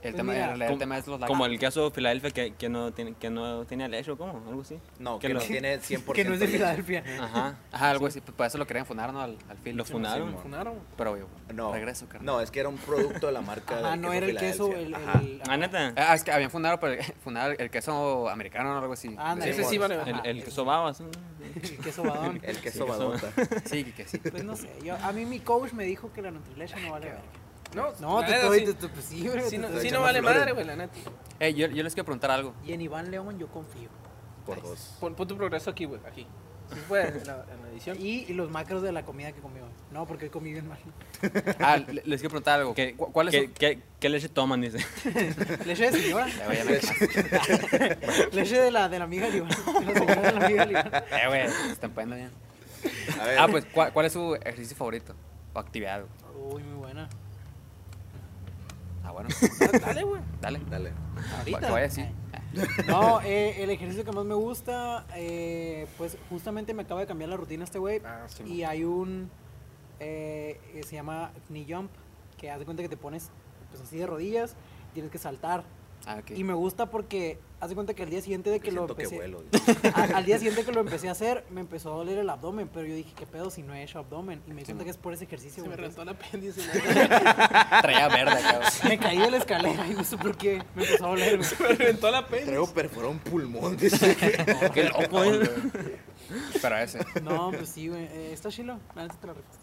[SPEAKER 3] El,
[SPEAKER 4] Pues
[SPEAKER 3] tema,
[SPEAKER 4] mira,
[SPEAKER 3] en realidad, el
[SPEAKER 1] Como-
[SPEAKER 3] tema es los
[SPEAKER 1] Como
[SPEAKER 3] lácteos.
[SPEAKER 1] el caso de Filadelfia que, que no tiene que no tenía leche o cómo, algo así.
[SPEAKER 2] No, que,
[SPEAKER 1] lo,
[SPEAKER 2] no tiene 100%.
[SPEAKER 4] Que no es de
[SPEAKER 2] leche.
[SPEAKER 4] Filadelfia.
[SPEAKER 5] Ah,
[SPEAKER 1] Ajá.
[SPEAKER 3] Ajá, algo así. Pues, por eso lo querían funar, ¿no? Al, al Phil.
[SPEAKER 1] Lo funaron.
[SPEAKER 5] Funaron.
[SPEAKER 3] Pero, güey,
[SPEAKER 2] No.
[SPEAKER 3] regreso, carnal.
[SPEAKER 2] No, es que era un producto de la marca.
[SPEAKER 4] Ajá,
[SPEAKER 2] del
[SPEAKER 4] no era el queso, el.
[SPEAKER 2] Filadelfia. Ajá.
[SPEAKER 4] el-
[SPEAKER 1] Ah, neta.
[SPEAKER 3] Ah, es que habían funado, pero funado el queso americano o algo así.
[SPEAKER 1] Ah.
[SPEAKER 4] Ándale,
[SPEAKER 5] Ese sí
[SPEAKER 4] pues,
[SPEAKER 5] vale.
[SPEAKER 4] ajá,
[SPEAKER 1] El, el
[SPEAKER 4] el-
[SPEAKER 1] que sobaba. así.
[SPEAKER 4] el queso badón.
[SPEAKER 2] El
[SPEAKER 1] Sí,
[SPEAKER 2] queso
[SPEAKER 1] queso.
[SPEAKER 2] badota.
[SPEAKER 3] Sí, que- que sí.
[SPEAKER 4] Pues no sé, yo, a mí mi coach me dijo que la Nutrileche no vale verga.
[SPEAKER 5] No,
[SPEAKER 4] No,
[SPEAKER 5] la
[SPEAKER 4] te
[SPEAKER 5] neta,
[SPEAKER 4] estoy,
[SPEAKER 5] sí.
[SPEAKER 4] te- te- pues sí, bro,
[SPEAKER 5] Sí,
[SPEAKER 4] te estoy
[SPEAKER 5] no, sí no
[SPEAKER 4] echando
[SPEAKER 5] vale
[SPEAKER 4] flores.
[SPEAKER 5] madre, güey, la neta.
[SPEAKER 3] Eh, yo, yo les quiero preguntar algo.
[SPEAKER 4] Y en Iván León yo confío.
[SPEAKER 2] Por dos.
[SPEAKER 5] Pon, pon tu progreso aquí, güey, aquí. Si puedes, Pues, en la, en la edición.
[SPEAKER 4] Y, y los macros de la comida que comió. No, porque hoy comí bien mal.
[SPEAKER 3] Ah, le- les quiero preguntar algo.
[SPEAKER 1] ¿Qué-
[SPEAKER 3] ¿Cu- ¿Cuál es
[SPEAKER 1] ¿Qué,
[SPEAKER 3] su-
[SPEAKER 1] qué, qué leche toman? Dice.
[SPEAKER 4] Leche de señora.
[SPEAKER 3] Eh, güey, ya
[SPEAKER 2] Pues,
[SPEAKER 3] me-
[SPEAKER 4] Leche de la, de la amiga de Iván. De la señora de la amiga de Iván.
[SPEAKER 3] Eh, güey, se están poniendo bien.
[SPEAKER 2] A ver.
[SPEAKER 3] Ah, pues, ¿cuál, cuál es su ejercicio favorito? O actividad, güey.
[SPEAKER 4] Uy, muy buena.
[SPEAKER 3] Ah, bueno.
[SPEAKER 5] Dale, güey.
[SPEAKER 3] Dale.
[SPEAKER 2] Dale.
[SPEAKER 3] Cu-
[SPEAKER 4] Ahorita.
[SPEAKER 3] que
[SPEAKER 2] pues,
[SPEAKER 3] vaya así.
[SPEAKER 4] No, eh, el ejercicio que más me gusta, eh, pues justamente me acaba de cambiar la rutina este güey.
[SPEAKER 5] Ah, sí,
[SPEAKER 4] y hay un. eh, que se llama knee jump, que hace cuenta que te pones pues así de rodillas, tienes que saltar.
[SPEAKER 3] Ah, ok.
[SPEAKER 4] Y me gusta porque hace cuenta que al día siguiente de que lo
[SPEAKER 2] Siento que
[SPEAKER 4] empecé.
[SPEAKER 2] vuelo.
[SPEAKER 4] a- al día siguiente que lo empecé a hacer, me empezó a doler el abdomen, pero yo dije, ¿qué pedo si no he hecho abdomen? Y me di
[SPEAKER 3] Sí, mo-
[SPEAKER 4] cuenta que es por ese ejercicio.
[SPEAKER 5] Se me
[SPEAKER 4] güey,
[SPEAKER 5] rentó
[SPEAKER 4] entonces,
[SPEAKER 5] el apéndice.
[SPEAKER 3] Ah, Traía verde acá, güey.
[SPEAKER 4] me caí de la escalera y no supe por qué. Me empezó a doler. güey.
[SPEAKER 5] Se me rentó el apéndice.
[SPEAKER 2] Traigo perforado un pulmón. dice.
[SPEAKER 1] Qué loco, eh.
[SPEAKER 3] Pero ese.
[SPEAKER 4] No, pues sí, güey. Eh, está chilo. La neta te la rifaste.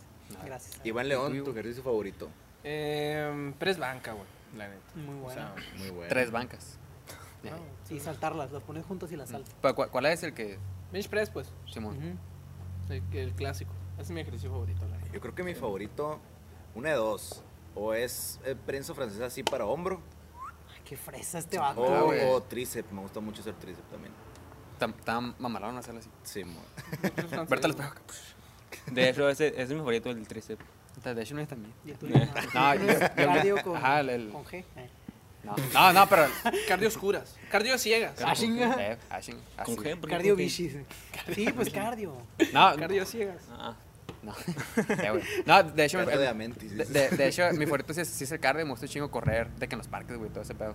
[SPEAKER 4] Gracias.
[SPEAKER 2] Iván León, tu ejercicio favorito.
[SPEAKER 5] Eh, pres banca, güey, la neta.
[SPEAKER 4] Muy
[SPEAKER 3] Ah,
[SPEAKER 5] O
[SPEAKER 4] buena.
[SPEAKER 5] sea,
[SPEAKER 2] Muy bueno.
[SPEAKER 3] Tres bancas. Eh,
[SPEAKER 5] no.
[SPEAKER 4] Sí, saltarlas. Las pones juntas y las saltas.
[SPEAKER 3] pero ¿cuál, cuál es el que,
[SPEAKER 5] Bench press, pues,
[SPEAKER 3] Simón?
[SPEAKER 4] Ujú.
[SPEAKER 5] el, el clásico. Ese es mi ejercicio favorito, la neta.
[SPEAKER 2] Yo creo que mi favorito, una de dos. O es eh, prensa francesa así para hombro.
[SPEAKER 4] Ay, qué fresa este vato.
[SPEAKER 2] O,
[SPEAKER 3] güey.
[SPEAKER 2] o tríceps. Me gusta mucho hacer tríceps también.
[SPEAKER 3] Tan, tan mamalón hacerlo así.
[SPEAKER 2] Sí, mo-
[SPEAKER 3] Verte al espejo.
[SPEAKER 1] De hecho, ese, ese es mi favorito, el tríceps.
[SPEAKER 3] Te- De hecho, no es también.
[SPEAKER 4] Y tú,
[SPEAKER 1] Eh.
[SPEAKER 4] Iván,
[SPEAKER 3] No,
[SPEAKER 4] ¿tú
[SPEAKER 3] yo-
[SPEAKER 4] tienes
[SPEAKER 3] yo-
[SPEAKER 4] cardio con,
[SPEAKER 3] ajá, el- el-
[SPEAKER 4] con G. Eh.
[SPEAKER 3] No, no, no, pero.
[SPEAKER 5] Cardio oscuras. Cardio ciegas.
[SPEAKER 4] Ah, chinga.
[SPEAKER 3] Eh, ah, chinga, ah,
[SPEAKER 1] ¿Con
[SPEAKER 3] sí.
[SPEAKER 1] qué? ¿Por qué
[SPEAKER 4] Cardio
[SPEAKER 1] con qué?
[SPEAKER 4] bichis. Sí, pues cardio.
[SPEAKER 3] No,
[SPEAKER 5] Cardio ciegas.
[SPEAKER 1] Ah,
[SPEAKER 3] No, Eh, güey. no de hecho,
[SPEAKER 2] Cardio
[SPEAKER 3] el-
[SPEAKER 2] de Amentis,
[SPEAKER 3] de,
[SPEAKER 2] dices.
[SPEAKER 3] de- de hecho, mi favorito sí es, sí es el cardio, me gusta un chingo correr, de que en los parques, güey, todo ese pedo.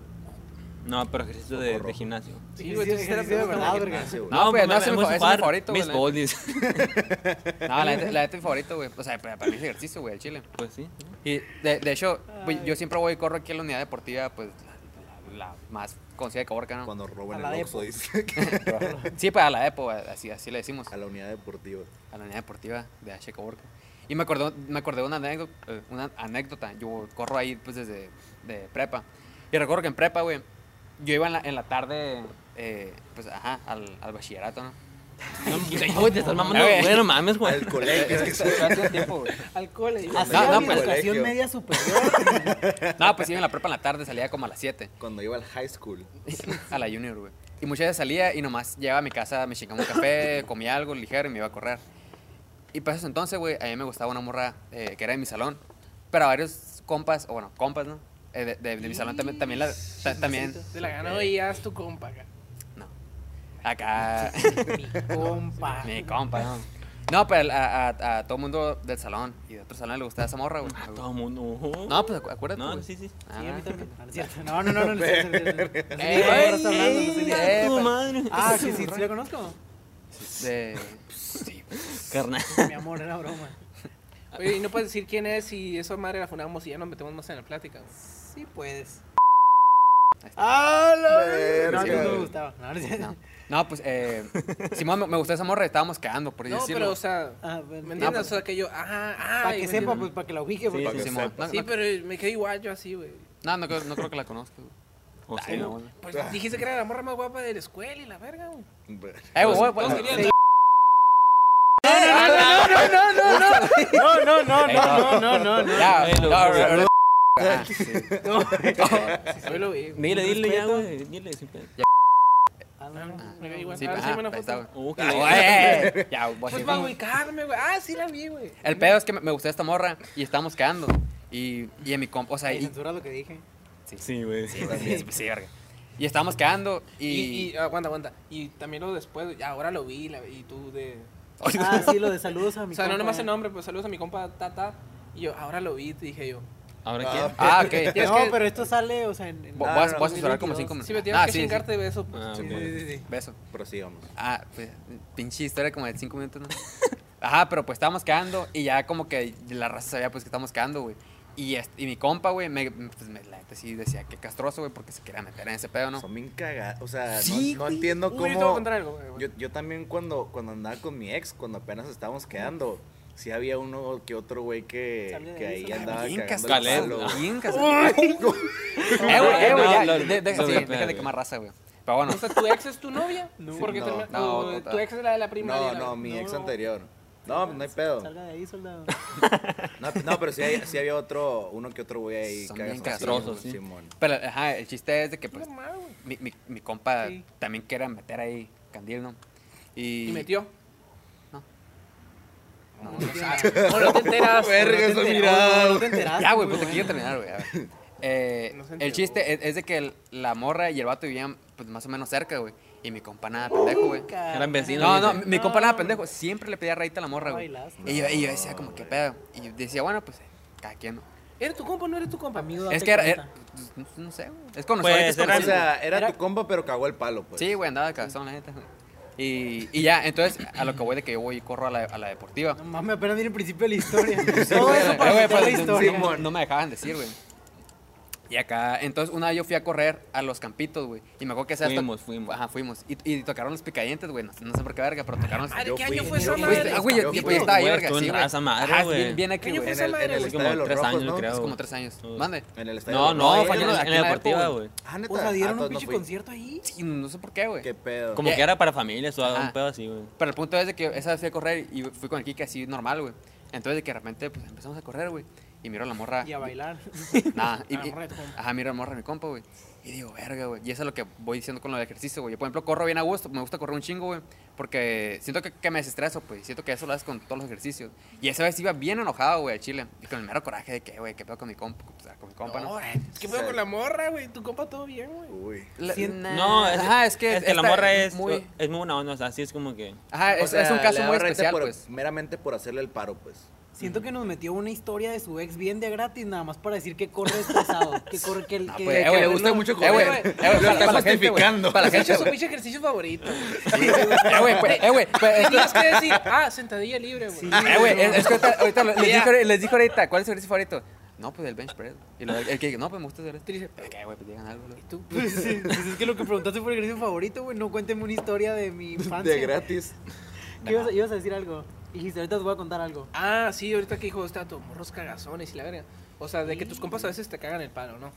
[SPEAKER 1] no, pero ejercicio de,
[SPEAKER 2] Socorro.
[SPEAKER 1] de gimnasio.
[SPEAKER 5] Sí, güey,
[SPEAKER 4] ejercicio
[SPEAKER 5] entonces era
[SPEAKER 4] de verdad,
[SPEAKER 5] primero
[SPEAKER 4] verga.
[SPEAKER 2] Gimnasio, güey.
[SPEAKER 3] No, pues,
[SPEAKER 1] me-
[SPEAKER 3] no, ese
[SPEAKER 1] me
[SPEAKER 3] es mi
[SPEAKER 1] gusta
[SPEAKER 3] fa- ese es mi
[SPEAKER 1] jugar
[SPEAKER 3] favorito, güey, la
[SPEAKER 1] Béisbol, dice.
[SPEAKER 3] No, la neta, la neta, mi favorito, güey, o sea, para, para mí es ejercicio, güey, el chile.
[SPEAKER 1] Pues sí.
[SPEAKER 3] Y de, de hecho, güey,
[SPEAKER 4] Ay.
[SPEAKER 3] yo siempre voy y corro aquí en la unidad deportiva, pues, la, la- la más conocida de Caborca, ¿no?
[SPEAKER 2] Cuando roban
[SPEAKER 4] A la
[SPEAKER 2] el Oxxo,
[SPEAKER 4] Depo.
[SPEAKER 2] dice.
[SPEAKER 3] Sí, pues a la EPO, güey, así, así le decimos,
[SPEAKER 2] A la unidad deportiva.
[SPEAKER 3] a la unidad deportiva de H. Caborca. Y me acordé, me acordé de una anécdota, eh, una anécdota, yo corro ahí, pues, desde de prepa. Y recuerdo que en prepa, güey, yo iba en la, en la tarde, eh, pues, ajá, al, al bachillerato, ¿no?
[SPEAKER 1] No, pues, güey, te estás mamando,
[SPEAKER 3] Eh, güey.
[SPEAKER 1] güey, no mames, güey.
[SPEAKER 2] Al
[SPEAKER 5] eh,
[SPEAKER 2] colegio.
[SPEAKER 3] Es que hace tiempo, güey.
[SPEAKER 4] Alcohol. Así
[SPEAKER 2] no,
[SPEAKER 4] era
[SPEAKER 3] no,
[SPEAKER 4] mi
[SPEAKER 3] pues-
[SPEAKER 4] educación
[SPEAKER 2] colegio.
[SPEAKER 4] media superior.
[SPEAKER 3] No, pues iba en la prepa en la tarde, salía como a las 7
[SPEAKER 2] Cuando iba al high school.
[SPEAKER 3] a la junior, güey. Y muchas veces salía y nomás llegaba a mi casa, me chingaba un café, comía algo ligero y me iba a correr. Y para eso entonces, güey, a mí me gustaba una morra eh, que era de mi salón. Pero a varios compas, o bueno, compas, ¿no? Eh, de, de- de mi salón también, también la... ta- también...
[SPEAKER 5] Te la ganó y haz tu compa acá.
[SPEAKER 3] No. Acá...
[SPEAKER 4] Mi compa.
[SPEAKER 3] mi compa, ¿no? No, pero a, a, a todo mundo del salón y de otro salón le gustaba esa morra, güey.
[SPEAKER 1] A Ah, todo mundo. uh-huh.
[SPEAKER 3] No, pues acu- acuérdate,
[SPEAKER 1] No,
[SPEAKER 3] güey.
[SPEAKER 1] sí, sí.
[SPEAKER 3] Ah,
[SPEAKER 4] Sí, a mí también. Ah, no es cierto. No, no, no, no, no es cierto, no es cierto. No sé
[SPEAKER 3] Ey,
[SPEAKER 4] ni de qué estás
[SPEAKER 3] ey,
[SPEAKER 4] hablando, no sé ni de-
[SPEAKER 3] ey.
[SPEAKER 1] Ah, tu madre.
[SPEAKER 4] Ah, que sí, sí la conozco.
[SPEAKER 3] de- pues, sí,
[SPEAKER 1] Carnal.
[SPEAKER 4] Mi amor, era broma.
[SPEAKER 5] Oye, y no puedes decir quién es y esa madre la funamos y ya nos metemos más en la plática, güey.
[SPEAKER 4] Sí puedes.
[SPEAKER 5] ¡Ah,
[SPEAKER 4] No, a mí
[SPEAKER 2] Verga,
[SPEAKER 4] no me
[SPEAKER 2] güey.
[SPEAKER 4] gustaba. No, no es cierto.
[SPEAKER 3] No, no pues, eh, Simón, me, me gustó esa morra, estábamos quedando, por
[SPEAKER 5] No,
[SPEAKER 3] decirlo.
[SPEAKER 5] pero, o sea,
[SPEAKER 4] Ah, bueno,
[SPEAKER 5] ¿me
[SPEAKER 4] no,
[SPEAKER 5] entiendes?
[SPEAKER 4] pues,
[SPEAKER 5] o sea, que yo, ajá, ah,
[SPEAKER 4] Para que sepa, pues, para que la ubique.
[SPEAKER 1] Sí,
[SPEAKER 4] porque-
[SPEAKER 2] que
[SPEAKER 3] Simón.
[SPEAKER 2] sepas.
[SPEAKER 3] No,
[SPEAKER 5] Sí,
[SPEAKER 3] no,
[SPEAKER 5] pero me quedé igual yo así, güey.
[SPEAKER 3] No, no creo, no creo que la conozca, güey. Eh,
[SPEAKER 1] O
[SPEAKER 3] Ay,
[SPEAKER 1] sí.
[SPEAKER 3] no, güey.
[SPEAKER 5] Pues dijiste que era la morra más guapa de la escuela y la verga, güey.
[SPEAKER 3] Eh, güey,
[SPEAKER 1] Todos
[SPEAKER 3] güey, güey.
[SPEAKER 1] querían-
[SPEAKER 5] No, no, no,
[SPEAKER 3] Ahí
[SPEAKER 5] no,
[SPEAKER 3] va.
[SPEAKER 5] no, no, no. Ah,
[SPEAKER 3] Ya,
[SPEAKER 1] Ay, lo-
[SPEAKER 3] ya, Ah,
[SPEAKER 1] lo-
[SPEAKER 3] güey,
[SPEAKER 1] lo-
[SPEAKER 3] güey.
[SPEAKER 5] Yo lo vi.
[SPEAKER 1] Dile, dile ya,
[SPEAKER 4] Respeto.
[SPEAKER 1] güey. Dile, sin pedo.
[SPEAKER 4] Ah, no, no.
[SPEAKER 5] Me veo igual.
[SPEAKER 3] Sí,
[SPEAKER 5] A ver,
[SPEAKER 3] ajá,
[SPEAKER 5] sígueme una
[SPEAKER 3] ahí está,
[SPEAKER 5] foto.
[SPEAKER 3] güey.
[SPEAKER 1] Oh, que
[SPEAKER 3] Ah,
[SPEAKER 1] le-
[SPEAKER 3] güey, eh, eh, Ya, güey,
[SPEAKER 5] Pues
[SPEAKER 3] así
[SPEAKER 5] para
[SPEAKER 3] como-
[SPEAKER 5] ubicarme, güey. Ah, sí la vi, güey.
[SPEAKER 3] El pedo es que me, me gustó esta morra y estábamos quedando. Y, y en mi compa, o sea,
[SPEAKER 4] Ahí
[SPEAKER 3] y,
[SPEAKER 4] censura lo que dije.
[SPEAKER 1] Sí, güey.
[SPEAKER 3] y estábamos quedando y.
[SPEAKER 5] Y, y aguanta, aguanta. Y también lo después, ya, ahora lo vi, la- y tú de...
[SPEAKER 3] Oye,
[SPEAKER 4] Ah, sí, lo de saludos a mi
[SPEAKER 5] O sea, no
[SPEAKER 4] compa.
[SPEAKER 5] nomás el nombre, pues saludos a mi compa Tata. Y yo, ahora lo vi, te dije yo.
[SPEAKER 1] Ahora quién.
[SPEAKER 3] Ah, ok.
[SPEAKER 5] Y es
[SPEAKER 4] no,
[SPEAKER 5] que-
[SPEAKER 4] pero esto sale, o sea, en, en-
[SPEAKER 3] Vo-
[SPEAKER 2] Ah,
[SPEAKER 3] vas,
[SPEAKER 2] no,
[SPEAKER 3] vas a durar como
[SPEAKER 4] 2022.
[SPEAKER 3] cinco minutos.
[SPEAKER 5] Sí, me tienes
[SPEAKER 3] Ah,
[SPEAKER 5] que
[SPEAKER 3] sí, sí.
[SPEAKER 5] chingarte de beso. Pues,
[SPEAKER 1] Ah,
[SPEAKER 5] sí,
[SPEAKER 1] bueno.
[SPEAKER 5] sí, sí, sí.
[SPEAKER 3] Beso.
[SPEAKER 2] Prosigamos.
[SPEAKER 3] Ah, pues, pinche historia como de cinco minutos, ¿no? Ajá, pero pues estábamos quedando y ya como que la raza sabía pues que estábamos quedando, güey. Y, este- y mi compa, güey, me, pues, me, la neta sí decía que castroso, güey, porque se quería meter en ese pedo, ¿no?
[SPEAKER 2] Son bien cagados. O sea, no-
[SPEAKER 3] Sí,
[SPEAKER 2] no,
[SPEAKER 3] güey.
[SPEAKER 2] entiendo
[SPEAKER 5] Uy, yo te voy a
[SPEAKER 2] cómo.
[SPEAKER 5] contar algo, güey, güey.
[SPEAKER 2] Yo, yo también cuando, cuando andaba con mi ex, cuando apenas estábamos quedando, sí había uno que otro güey
[SPEAKER 4] Sale
[SPEAKER 2] que,
[SPEAKER 4] de
[SPEAKER 2] que
[SPEAKER 4] ahí,
[SPEAKER 2] ahí
[SPEAKER 4] sale
[SPEAKER 2] andaba
[SPEAKER 3] Bien
[SPEAKER 2] cagando el
[SPEAKER 3] castroso,
[SPEAKER 1] Calero.
[SPEAKER 2] palo.
[SPEAKER 3] bien castroso. Eh, güey, eh, güey,
[SPEAKER 1] No,
[SPEAKER 3] ya,
[SPEAKER 1] no,
[SPEAKER 3] de- de- deja-
[SPEAKER 1] no,
[SPEAKER 3] sí,
[SPEAKER 1] no,
[SPEAKER 3] deja
[SPEAKER 1] no,
[SPEAKER 3] de quemar raza, güey. Pero bueno,
[SPEAKER 5] O sea, ¿tu ex es tu novia? No. Porque
[SPEAKER 2] No.
[SPEAKER 5] termina-
[SPEAKER 3] No,
[SPEAKER 5] o
[SPEAKER 3] no, no.
[SPEAKER 5] tu ex es la de la primaria.
[SPEAKER 2] No, no, mi
[SPEAKER 4] No,
[SPEAKER 2] ex
[SPEAKER 4] no.
[SPEAKER 2] anterior. No, no hay pedo.
[SPEAKER 4] Salga de ahí, soldado.
[SPEAKER 2] No, no, pero sí, hay- sí había otro, uno que otro güey ahí
[SPEAKER 3] Son
[SPEAKER 2] cagazoncillo,
[SPEAKER 3] bien castrosos,
[SPEAKER 2] güey,
[SPEAKER 1] sí.
[SPEAKER 2] Simón.
[SPEAKER 3] pero ajá, el chiste es de que
[SPEAKER 5] No,
[SPEAKER 3] pues
[SPEAKER 5] mames, güey.
[SPEAKER 3] mi, mi, mi compa
[SPEAKER 5] Sí.
[SPEAKER 3] también quería meter ahí candil, ¿no? Y,
[SPEAKER 5] Y metió.
[SPEAKER 3] No, no
[SPEAKER 5] No,
[SPEAKER 3] sé.
[SPEAKER 5] no te enteras.
[SPEAKER 2] Verga,
[SPEAKER 5] no
[SPEAKER 2] esa
[SPEAKER 5] te enteras.
[SPEAKER 2] mirada,
[SPEAKER 4] No, no
[SPEAKER 2] güey.
[SPEAKER 4] te enteraste.
[SPEAKER 3] Ya, güey, pues
[SPEAKER 4] muy
[SPEAKER 3] te quiero
[SPEAKER 4] bueno.
[SPEAKER 3] terminar, güey. a ver. Eh,
[SPEAKER 5] No se
[SPEAKER 3] el
[SPEAKER 5] enteró.
[SPEAKER 3] chiste es, es de que el- la morra y el vato vivían pues, más o menos cerca, güey. Y mi compa nada, pendejo, güey.
[SPEAKER 1] Eran vecinos.
[SPEAKER 3] No, no,
[SPEAKER 1] dice.
[SPEAKER 3] mi compa nada, pendejo. Siempre le pedía raíz a la morra, güey.
[SPEAKER 4] Bailaste.
[SPEAKER 3] Y yo, y yo decía,
[SPEAKER 2] No,
[SPEAKER 3] como, ¿qué
[SPEAKER 2] güey.
[SPEAKER 3] pedo? Y yo decía, bueno, pues, cada quien. ¿no?
[SPEAKER 5] ¿Eres tu compa o no eres tu compa?
[SPEAKER 4] Amigo,
[SPEAKER 3] Es
[SPEAKER 4] date
[SPEAKER 3] que era,
[SPEAKER 4] cuenta.
[SPEAKER 3] era- no- no sé, güey. Es conocido.
[SPEAKER 1] Pues,
[SPEAKER 3] ahorita es
[SPEAKER 1] era-
[SPEAKER 2] O
[SPEAKER 3] conocido.
[SPEAKER 2] sea, era,
[SPEAKER 4] Era-
[SPEAKER 2] tu compa, pero cagó el palo, pues.
[SPEAKER 3] Sí, güey, andaba de cabezón, la neta. güey. Y, y ya, entonces, a lo que voy de que yo voy y corro a la, a la deportiva.
[SPEAKER 4] No mames, apenas viene el principio de la historia.
[SPEAKER 3] Eh,
[SPEAKER 4] Todo
[SPEAKER 3] güey,
[SPEAKER 4] eso para
[SPEAKER 3] eh, güey,
[SPEAKER 4] contar la
[SPEAKER 3] pues,
[SPEAKER 4] historia.
[SPEAKER 3] no- No me dejaban decir, güey. Y acá, entonces una vez yo fui a correr a los campitos, güey. Y me acuerdo que hacía hasta-
[SPEAKER 1] Fuimos, fuimos.
[SPEAKER 3] Ajá, fuimos. Y, y tocaron los picadientes, güey. No, sé- no sé por qué verga, pero tocaron los.
[SPEAKER 5] Madre,
[SPEAKER 2] Yo
[SPEAKER 5] ¿qué
[SPEAKER 2] fui,
[SPEAKER 5] año fue
[SPEAKER 2] yo
[SPEAKER 5] esa
[SPEAKER 2] fui.
[SPEAKER 5] madre?
[SPEAKER 3] Ah, güey, yo, yo
[SPEAKER 2] Yo
[SPEAKER 3] pues,
[SPEAKER 2] fui,
[SPEAKER 3] estaba
[SPEAKER 1] güey,
[SPEAKER 3] verga,
[SPEAKER 1] estuve
[SPEAKER 3] sí,
[SPEAKER 1] en
[SPEAKER 3] güey.
[SPEAKER 1] raza madre,
[SPEAKER 3] Ajá,
[SPEAKER 1] güey.
[SPEAKER 3] bien, bien aquí,
[SPEAKER 5] ¿Qué año
[SPEAKER 3] güey.
[SPEAKER 5] fue
[SPEAKER 2] En el,
[SPEAKER 5] esa
[SPEAKER 2] en
[SPEAKER 5] madre,
[SPEAKER 2] el
[SPEAKER 5] güey?
[SPEAKER 2] estadio de
[SPEAKER 1] como
[SPEAKER 2] los
[SPEAKER 1] tres
[SPEAKER 2] Rojos,
[SPEAKER 1] años,
[SPEAKER 2] ¿no?
[SPEAKER 1] creo.
[SPEAKER 3] Es como tres años.
[SPEAKER 1] Todos.
[SPEAKER 3] Mande.
[SPEAKER 2] En el estadio
[SPEAKER 1] No,
[SPEAKER 2] de los Rojos.
[SPEAKER 1] no,
[SPEAKER 3] No,
[SPEAKER 1] fue en
[SPEAKER 3] yo no,
[SPEAKER 1] la-
[SPEAKER 3] aquí
[SPEAKER 1] en la
[SPEAKER 3] no me
[SPEAKER 1] deportiva,
[SPEAKER 3] dejo,
[SPEAKER 1] güey.
[SPEAKER 2] Ah,
[SPEAKER 4] O sea,
[SPEAKER 2] Ah,
[SPEAKER 4] dieron un
[SPEAKER 2] entonces no
[SPEAKER 4] pinche
[SPEAKER 2] fui.
[SPEAKER 4] concierto ahí.
[SPEAKER 3] Sí, no sé por qué, güey.
[SPEAKER 2] Qué pedo.
[SPEAKER 1] Como
[SPEAKER 3] Ya.
[SPEAKER 1] que era para familias o algo,
[SPEAKER 3] Ajá.
[SPEAKER 1] un pedo así, güey.
[SPEAKER 3] Pero el punto es de que esa vez fui a correr y fui con el Kike así normal, güey. Entonces de que de repente pues empezamos a correr, güey. Y miro a la morra.
[SPEAKER 4] Y a bailar.
[SPEAKER 3] Nah, y,
[SPEAKER 5] A la
[SPEAKER 3] y-
[SPEAKER 5] morra de tu compa.
[SPEAKER 3] ajá, miro a la morra de mi compa, güey. Y digo, verga, güey. Y eso es lo que voy diciendo con lo del ejercicio, güey. Yo, por ejemplo, corro bien a gusto. Me gusta correr un chingo, güey. Porque siento que, que me desestreso, pues. Siento que eso lo haces con todos los ejercicios. Y esa vez iba bien enojado, güey, a Chile. Y con el mero coraje de que, güey, qué pedo con mi compa. O sea, con mi compa, ¿no?
[SPEAKER 5] No, eh, ¿Qué pedo con la morra, güey? Tu compa todo bien, güey.
[SPEAKER 2] Uy.
[SPEAKER 3] La-
[SPEAKER 4] Sien-
[SPEAKER 3] nah,
[SPEAKER 1] No, es,
[SPEAKER 3] ajá, es que.
[SPEAKER 1] la
[SPEAKER 3] esta
[SPEAKER 1] morra es
[SPEAKER 3] muy-
[SPEAKER 1] muy, es muy buena onda, o sea, así es como que.
[SPEAKER 3] Ajá,
[SPEAKER 2] O
[SPEAKER 3] es,
[SPEAKER 2] sea,
[SPEAKER 3] es un
[SPEAKER 2] le
[SPEAKER 3] caso
[SPEAKER 2] daba
[SPEAKER 3] muy
[SPEAKER 2] rete
[SPEAKER 3] especial,
[SPEAKER 2] por-
[SPEAKER 3] pues.
[SPEAKER 2] Meramente por hacerle el paro, pues.
[SPEAKER 4] Siento que nos metió una historia de su ex bien de gratis, nada más para decir que corre estresado. Que corre, que,
[SPEAKER 3] No,
[SPEAKER 4] que-
[SPEAKER 3] pues, eh,
[SPEAKER 2] que
[SPEAKER 3] güey,
[SPEAKER 2] le gusta
[SPEAKER 3] no,
[SPEAKER 2] mucho
[SPEAKER 3] eh,
[SPEAKER 2] correr.
[SPEAKER 3] güey, eh, güey, para-
[SPEAKER 2] Lo está
[SPEAKER 3] para la gente, güey,
[SPEAKER 2] justificando.
[SPEAKER 3] Para la
[SPEAKER 5] Ese
[SPEAKER 3] gente,
[SPEAKER 5] es su
[SPEAKER 3] güey.
[SPEAKER 5] pinche ejercicio favorito, güey.
[SPEAKER 3] Eh, güey, pues, eh, güey, pues, es que-
[SPEAKER 5] Tenías que decir, ah, sentadilla libre, güey.
[SPEAKER 4] Sí.
[SPEAKER 3] Eh, güey, es, es que ahorita, ahorita les,
[SPEAKER 5] Ya.
[SPEAKER 3] dije, les dije ahorita, ¿cuál es su ejercicio favorito? No, pues el bench press. Y lo, el que no, pues me gusta hacer esto.
[SPEAKER 5] Tríceps.
[SPEAKER 3] Ok, güey, pues digan algo. lo-
[SPEAKER 5] Tú,
[SPEAKER 4] Pues, sí, pues es que lo que preguntaste fue el ejercicio favorito, güey. No cuénteme una historia de mi infancia.
[SPEAKER 2] De gratis.
[SPEAKER 4] ¿Qué ibas, a- ibas a decir algo? Dijiste, ahorita os voy a contar algo.
[SPEAKER 5] Ah, sí, ahorita que dijo está tu morros cagazones y la verga. O sea, de que tus compas a veces te cagan el palo, ¿no?